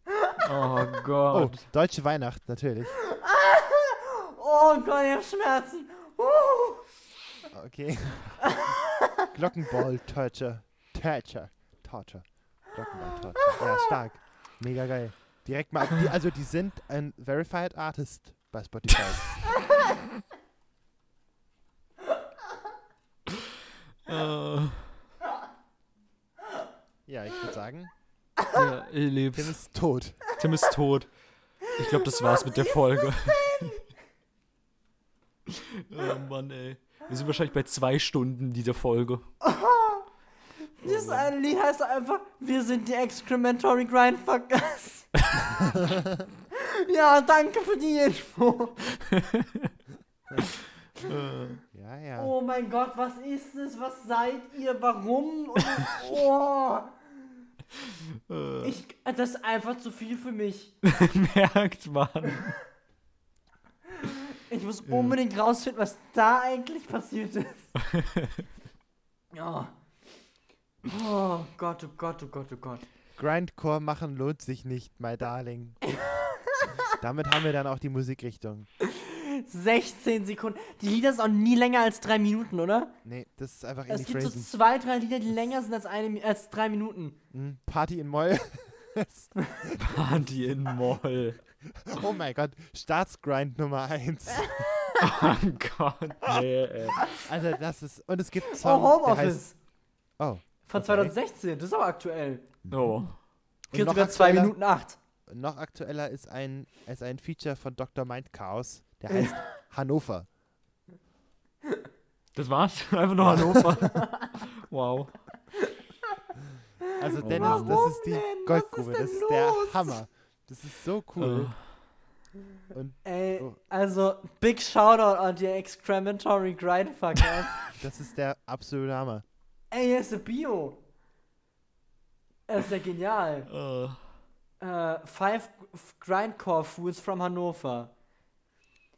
[SPEAKER 1] oh
[SPEAKER 3] Oh,
[SPEAKER 1] Gott.
[SPEAKER 3] deutsche Weihnacht natürlich.
[SPEAKER 2] Oh Gott, ich hab Schmerzen. Uh.
[SPEAKER 3] Okay. Glockenball Torture. Torture. Torture. Glockenball Torture. Ja, stark. Mega geil. Direkt mal ab. Die, also die sind ein Verified Artist bei Spotify.
[SPEAKER 1] Äh,
[SPEAKER 3] ja, ich würde sagen,
[SPEAKER 1] ja, ihr lebt.
[SPEAKER 3] Tim ist tot.
[SPEAKER 1] Tim ist tot. Ich glaube, das war's mit der Folge. oh Mann, ey. Wir sind wahrscheinlich bei zwei Stunden dieser Folge.
[SPEAKER 3] Oh
[SPEAKER 2] Dieses eine Lied heißt einfach, wir sind die Excrementory Grindfuckers. ja, danke für die Info.
[SPEAKER 3] Ja, ja.
[SPEAKER 2] Oh mein Gott, was ist es? Was seid ihr? Warum? Und- Oh.
[SPEAKER 1] Äh.
[SPEAKER 2] Ich, das ist einfach zu viel für mich.
[SPEAKER 1] Merkt man.
[SPEAKER 2] Ich muss unbedingt rausfinden, was da eigentlich passiert ist. Ja. Oh Gott, oh Gott, oh Gott, oh Gott.
[SPEAKER 3] Grindcore machen lohnt sich nicht, my darling. Damit haben wir dann auch die Musikrichtung.
[SPEAKER 2] 16 Sekunden. Die Lieder sind auch nie länger als drei Minuten, oder?
[SPEAKER 3] Nee, das ist einfach
[SPEAKER 2] Es
[SPEAKER 3] Indie
[SPEAKER 2] gibt so
[SPEAKER 3] Phrasen.
[SPEAKER 2] zwei, drei Lieder, die länger sind als, eine, Mi- als drei Minuten.
[SPEAKER 3] Hm, Party in Moll.
[SPEAKER 1] Party in Moll.
[SPEAKER 3] oh mein Gott, Staatsgrind Nummer 1.
[SPEAKER 1] Oh Gott, nee, ey.
[SPEAKER 3] Also das ist und es gibt einen
[SPEAKER 2] Oh,
[SPEAKER 3] Song, der
[SPEAKER 2] Homeoffice
[SPEAKER 3] heißt Oh,
[SPEAKER 2] von
[SPEAKER 3] okay.
[SPEAKER 2] 2016. Das ist aber aktuell.
[SPEAKER 1] Oh.
[SPEAKER 3] Und
[SPEAKER 2] Geht
[SPEAKER 3] noch
[SPEAKER 2] sogar 2
[SPEAKER 3] aktueller-
[SPEAKER 2] Minuten 8.
[SPEAKER 3] noch aktueller ist ein ist ein Feature von Dr. Mind Chaos, der heißt Hannover.
[SPEAKER 1] Das war's. Einfach nur Hannover. Wow.
[SPEAKER 3] Also
[SPEAKER 1] Oh,
[SPEAKER 3] Dennis,
[SPEAKER 1] Warum
[SPEAKER 3] das ist die
[SPEAKER 2] denn? Was ist
[SPEAKER 3] Goldgrube, das
[SPEAKER 2] denn
[SPEAKER 3] ist der
[SPEAKER 2] los?
[SPEAKER 3] Hammer. Das ist so cool. Und
[SPEAKER 2] Ey,
[SPEAKER 3] Oh.
[SPEAKER 2] also big shoutout an die excrementory grindfuckers.
[SPEAKER 3] das ist der absolute Hammer.
[SPEAKER 2] Ey, hier ist eine Bio. Das ist ja genial.
[SPEAKER 1] Äh,
[SPEAKER 2] Äh, five Grindcore Fools from Hannover.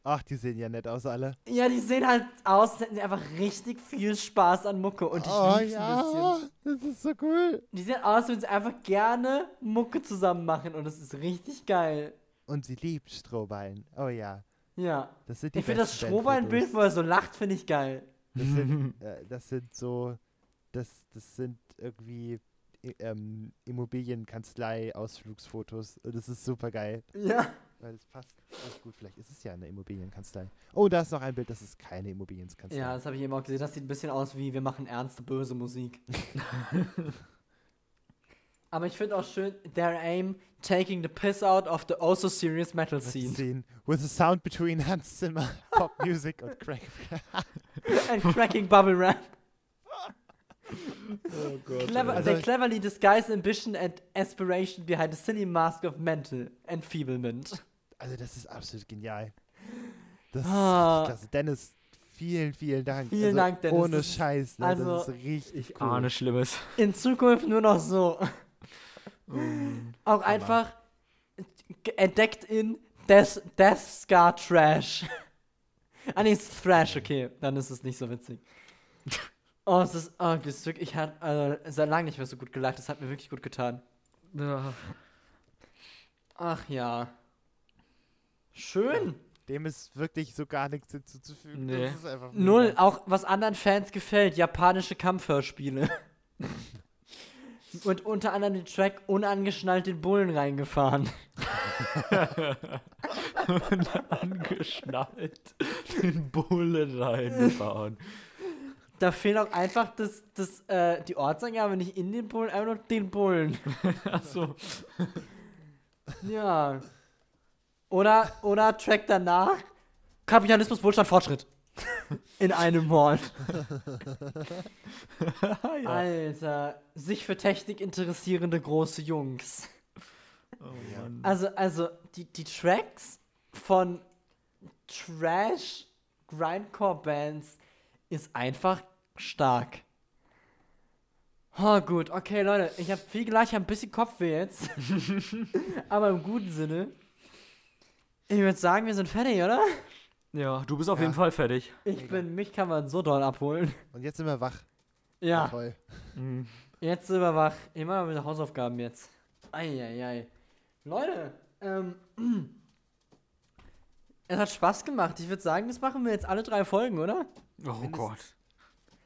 [SPEAKER 3] Ach, die sehen ja nett aus alle.
[SPEAKER 2] Ja, die sehen halt aus, als hätten sie einfach richtig viel Spaß an Mucke. Und ich
[SPEAKER 3] Oh,
[SPEAKER 2] lieb's ein bisschen.
[SPEAKER 3] das ist so cool.
[SPEAKER 2] Die sehen aus, als würden sie einfach gerne Mucke zusammen machen und das ist richtig geil.
[SPEAKER 3] Und sie liebt Strohballen. Oh ja,
[SPEAKER 2] Ja.
[SPEAKER 3] das sind die
[SPEAKER 2] ich finde das
[SPEAKER 3] besten
[SPEAKER 2] Strohballenbild,
[SPEAKER 3] Bandfotos.
[SPEAKER 2] wo er so lacht, finde ich geil.
[SPEAKER 3] Das sind, äh, das sind so, das, das sind irgendwie i- ähm, Immobilienkanzlei-Ausflugsfotos. Und Das ist super geil,
[SPEAKER 2] Ja.
[SPEAKER 3] weil es passt ganz gut. Vielleicht ist es ja eine Immobilienkanzlei. Oh, da ist noch ein Bild, das ist keine Immobilienkanzlei.
[SPEAKER 2] Ja, das habe ich eben auch gesehen. Das sieht ein bisschen aus wie wir machen ernste, böse Musik. Aber ich finde auch schön, their aim taking the piss out of the also serious metal scene.
[SPEAKER 3] Scene. With a sound between Hans Zimmer, Pop Music und Craig.
[SPEAKER 2] And cracking bubble wrap.
[SPEAKER 1] oh Gott.
[SPEAKER 2] Clever,
[SPEAKER 3] Also-
[SPEAKER 2] they cleverly disguise ambition and aspiration behind a silly mask of mental enfeeblement.
[SPEAKER 3] Also, das ist absolut genial. Das ist
[SPEAKER 2] Ah.
[SPEAKER 3] richtig klasse. Dennis, vielen, vielen Dank.
[SPEAKER 2] Vielen
[SPEAKER 3] also,
[SPEAKER 2] Dank, Dennis.
[SPEAKER 3] Ohne
[SPEAKER 2] Das ist-
[SPEAKER 3] Scheiß. Ne?
[SPEAKER 2] also,
[SPEAKER 3] das ist richtig
[SPEAKER 1] Ich
[SPEAKER 3] cool.
[SPEAKER 1] ahne Ah, Schlimmes.
[SPEAKER 2] In Zukunft nur noch so. Auch einfach ge- entdeckt in Death, Death Scar Trash. ah nee, es ist Thrash, okay. Dann ist es nicht so witzig. Oh, es ist, oh, das ist wirklich, ich hatte also, seit langem nicht mehr so gut gelacht. Das hat mir wirklich gut getan.
[SPEAKER 1] Ja.
[SPEAKER 2] Ach ja. Schön.
[SPEAKER 3] Dem ist wirklich so gar nichts hinzuzufügen.
[SPEAKER 1] Nee.
[SPEAKER 3] Das ist einfach
[SPEAKER 2] Null,
[SPEAKER 3] mega.
[SPEAKER 2] auch was anderen Fans gefällt, japanische Kampfhörspiele. und unter anderem den Track unangeschnallt den Bullen reingefahren.
[SPEAKER 1] Und angeschnallt den Bullen reingefahren.
[SPEAKER 2] Da fehlt auch einfach das, das, äh, die Ortsangabe nicht in den Bullen, einfach nur den Bullen.
[SPEAKER 1] Achso.
[SPEAKER 2] Ja. Oder, oder Track danach. Kapitalismus, Wohlstand, Fortschritt. In einem Wort.
[SPEAKER 1] ja.
[SPEAKER 2] Alter, sich für Technik interessierende große Jungs.
[SPEAKER 1] Oh Mann.
[SPEAKER 2] Also, also die, die Tracks von Trash Grindcore Bands ist einfach stark. Oh, gut, okay, Leute, ich habe viel gleich, ich hab ein bisschen Kopfweh jetzt. Aber im guten Sinne. Ich würde sagen, wir sind fertig, oder?
[SPEAKER 1] Ja, du bist auf jeden Fall fertig.
[SPEAKER 2] Ich bin, mich kann man so doll abholen.
[SPEAKER 3] Und jetzt sind wir wach.
[SPEAKER 2] Ja.
[SPEAKER 3] Toll.
[SPEAKER 2] Jetzt sind wir wach. Ich mache mal wieder Hausaufgaben jetzt. Eieiei. Leute, ähm, es hat Spaß gemacht. Ich würde sagen, das machen wir jetzt alle drei Folgen, oder?
[SPEAKER 1] Oh Gott.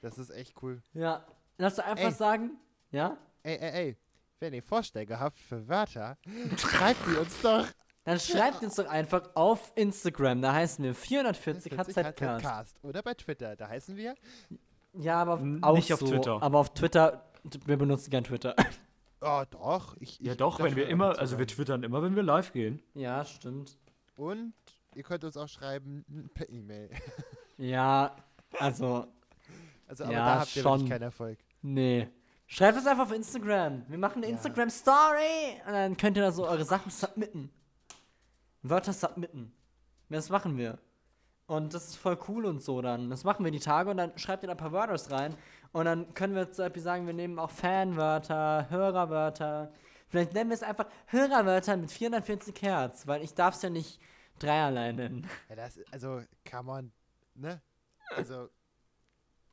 [SPEAKER 3] Das ist echt cool.
[SPEAKER 2] Ja. Lass du einfach
[SPEAKER 3] Ey.
[SPEAKER 2] sagen, ja?
[SPEAKER 3] Ey, ey, ey. Wenn ihr Vorschläge habt für Wörter, schreibt die uns doch.
[SPEAKER 2] Dann schreibt uns doch einfach auf Instagram. Da heißen wir 440 HZcast.
[SPEAKER 3] Cast. Oder bei Twitter. Da heißen wir
[SPEAKER 2] Ja, aber
[SPEAKER 1] N-
[SPEAKER 2] auch
[SPEAKER 1] nicht auf
[SPEAKER 2] so.
[SPEAKER 1] Twitter.
[SPEAKER 2] Aber auf Twitter, wir benutzen gern Twitter.
[SPEAKER 3] Oh, doch. Ich,
[SPEAKER 1] Ja
[SPEAKER 3] ich
[SPEAKER 1] doch,
[SPEAKER 3] dachte
[SPEAKER 1] wenn wir
[SPEAKER 3] mir
[SPEAKER 1] immer,
[SPEAKER 3] dazu
[SPEAKER 1] also wir
[SPEAKER 3] sagen.
[SPEAKER 1] twittern immer, wenn wir live gehen.
[SPEAKER 2] ja, stimmt.
[SPEAKER 3] Und ihr könnt uns auch schreiben n- per E-Mail.
[SPEAKER 2] Ja, also,
[SPEAKER 3] Also, aber
[SPEAKER 2] Ja,
[SPEAKER 3] da habt ihr
[SPEAKER 2] schon.
[SPEAKER 3] wirklich keinen Erfolg.
[SPEAKER 2] Nee. Schreibt uns einfach auf Instagram. Wir machen eine
[SPEAKER 3] Ja.
[SPEAKER 2] Instagram-Story. Und dann könnt ihr da so eure Sachen submitten. Wörter submitten. Das machen wir. Und das ist voll cool und so dann. Das machen wir die Tage und dann schreibt ihr da ein paar Wörter rein. Und dann können wir zum Beispiel sagen, wir nehmen auch Fanwörter, Hörerwörter. Vielleicht nennen wir es einfach Hörerwörter mit 440 Hertz, weil ich darf es ja nicht dreierlei nennen.
[SPEAKER 3] Ja, das, also, come on. Ne? Also,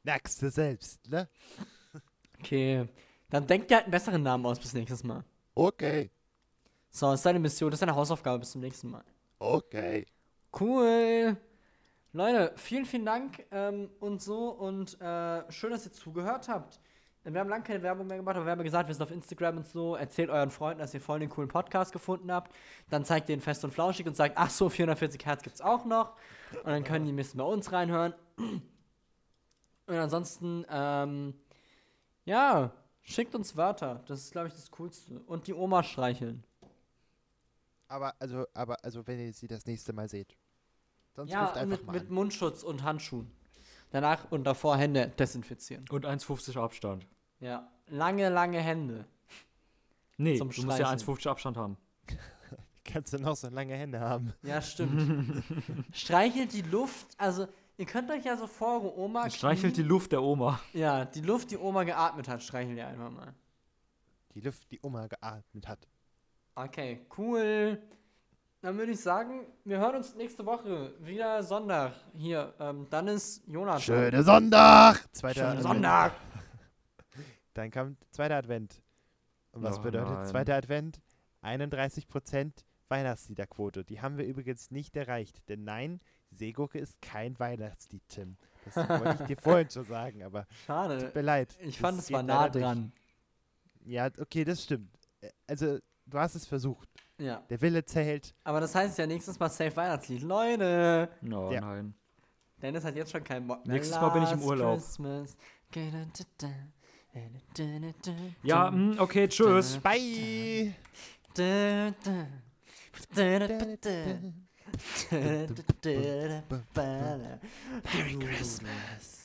[SPEAKER 3] merkst du selbst, ne?
[SPEAKER 2] Okay. Dann denkt ihr halt einen besseren Namen aus bis nächstes Mal.
[SPEAKER 3] Okay.
[SPEAKER 2] So, das ist deine Mission, das ist deine Hausaufgabe bis zum nächsten Mal.
[SPEAKER 3] Okay.
[SPEAKER 2] Cool. Leute, vielen, vielen Dank ähm, und so und äh, schön, dass ihr zugehört habt. Wir haben lange keine Werbung mehr gemacht, aber wir haben ja gesagt, wir sind auf Instagram und so. Erzählt euren Freunden, dass ihr voll den coolen Podcast gefunden habt. Dann zeigt ihr ihn fest und flauschig und sagt, ach so, 440 Hertz gibt's auch noch. Und dann können die ein bisschen bei uns reinhören. Und ansonsten, ähm, ja, schickt uns Wörter. Das ist, glaube ich, das Coolste. Und die Oma streicheln.
[SPEAKER 3] Aber, also, aber, also, wenn ihr sie das nächste Mal seht. Sonst
[SPEAKER 2] Ja,
[SPEAKER 3] ruft
[SPEAKER 2] und
[SPEAKER 3] einfach
[SPEAKER 2] mit,
[SPEAKER 3] mal
[SPEAKER 2] mit
[SPEAKER 3] an.
[SPEAKER 2] Mundschutz und Handschuhen. Danach und davor Hände desinfizieren.
[SPEAKER 1] Und 1,50 Abstand.
[SPEAKER 2] Ja, lange, lange Hände.
[SPEAKER 1] Nee,
[SPEAKER 2] Zum
[SPEAKER 1] du musst ja
[SPEAKER 2] Streicheln.
[SPEAKER 1] 1,50 Abstand haben.
[SPEAKER 3] Kannst du noch so lange Hände haben?
[SPEAKER 2] Ja, stimmt. Streichelt die Luft, also ihr könnt euch ja so vor, wo
[SPEAKER 3] Ah,
[SPEAKER 2] Oma
[SPEAKER 1] Streichelt die
[SPEAKER 2] kniet.
[SPEAKER 1] Luft der Oma.
[SPEAKER 2] Ja, die Luft, die Oma geatmet hat, streichelt ihr einfach mal.
[SPEAKER 3] Die Luft, die Oma geatmet hat.
[SPEAKER 2] Okay, cool. Dann würde ich sagen, wir hören uns nächste Woche wieder Sonntag. Hier, ähm, dann ist Jonathan.
[SPEAKER 3] Schöne Sonntag! Zweiter
[SPEAKER 1] Schöne
[SPEAKER 3] Advent.
[SPEAKER 2] Sonntag.
[SPEAKER 3] Dann kommt zweiter Advent. Und was
[SPEAKER 1] Oh
[SPEAKER 3] bedeutet
[SPEAKER 1] nein.
[SPEAKER 3] zweiter Advent? 31% Weihnachtsliederquote. Die haben wir übrigens nicht erreicht. Denn nein, Seegurke ist kein Weihnachtslied, Tim. Das wollte ich dir vorhin schon sagen, aber
[SPEAKER 2] Schade.
[SPEAKER 3] tut mir leid.
[SPEAKER 2] Ich
[SPEAKER 3] das
[SPEAKER 2] fand, es
[SPEAKER 3] geht
[SPEAKER 2] war nah
[SPEAKER 3] leider nicht.
[SPEAKER 2] dran.
[SPEAKER 3] Ja, okay, das stimmt. Äh, Also, du hast es versucht.
[SPEAKER 2] Ja,
[SPEAKER 3] Der Wille zählt.
[SPEAKER 2] aber das heißt ja nächstes Mal Safe Weihnachtslied. Leute.
[SPEAKER 1] No,
[SPEAKER 3] Ja.
[SPEAKER 1] Oh nein.
[SPEAKER 2] Dennis hat jetzt schon keinen Bock
[SPEAKER 1] Nächstes Mal bin ich im
[SPEAKER 2] Last
[SPEAKER 1] Urlaub.
[SPEAKER 2] Christmas.
[SPEAKER 1] Ja, mm, okay, tschüss.
[SPEAKER 3] Bye!
[SPEAKER 2] mm. Merry Christmas.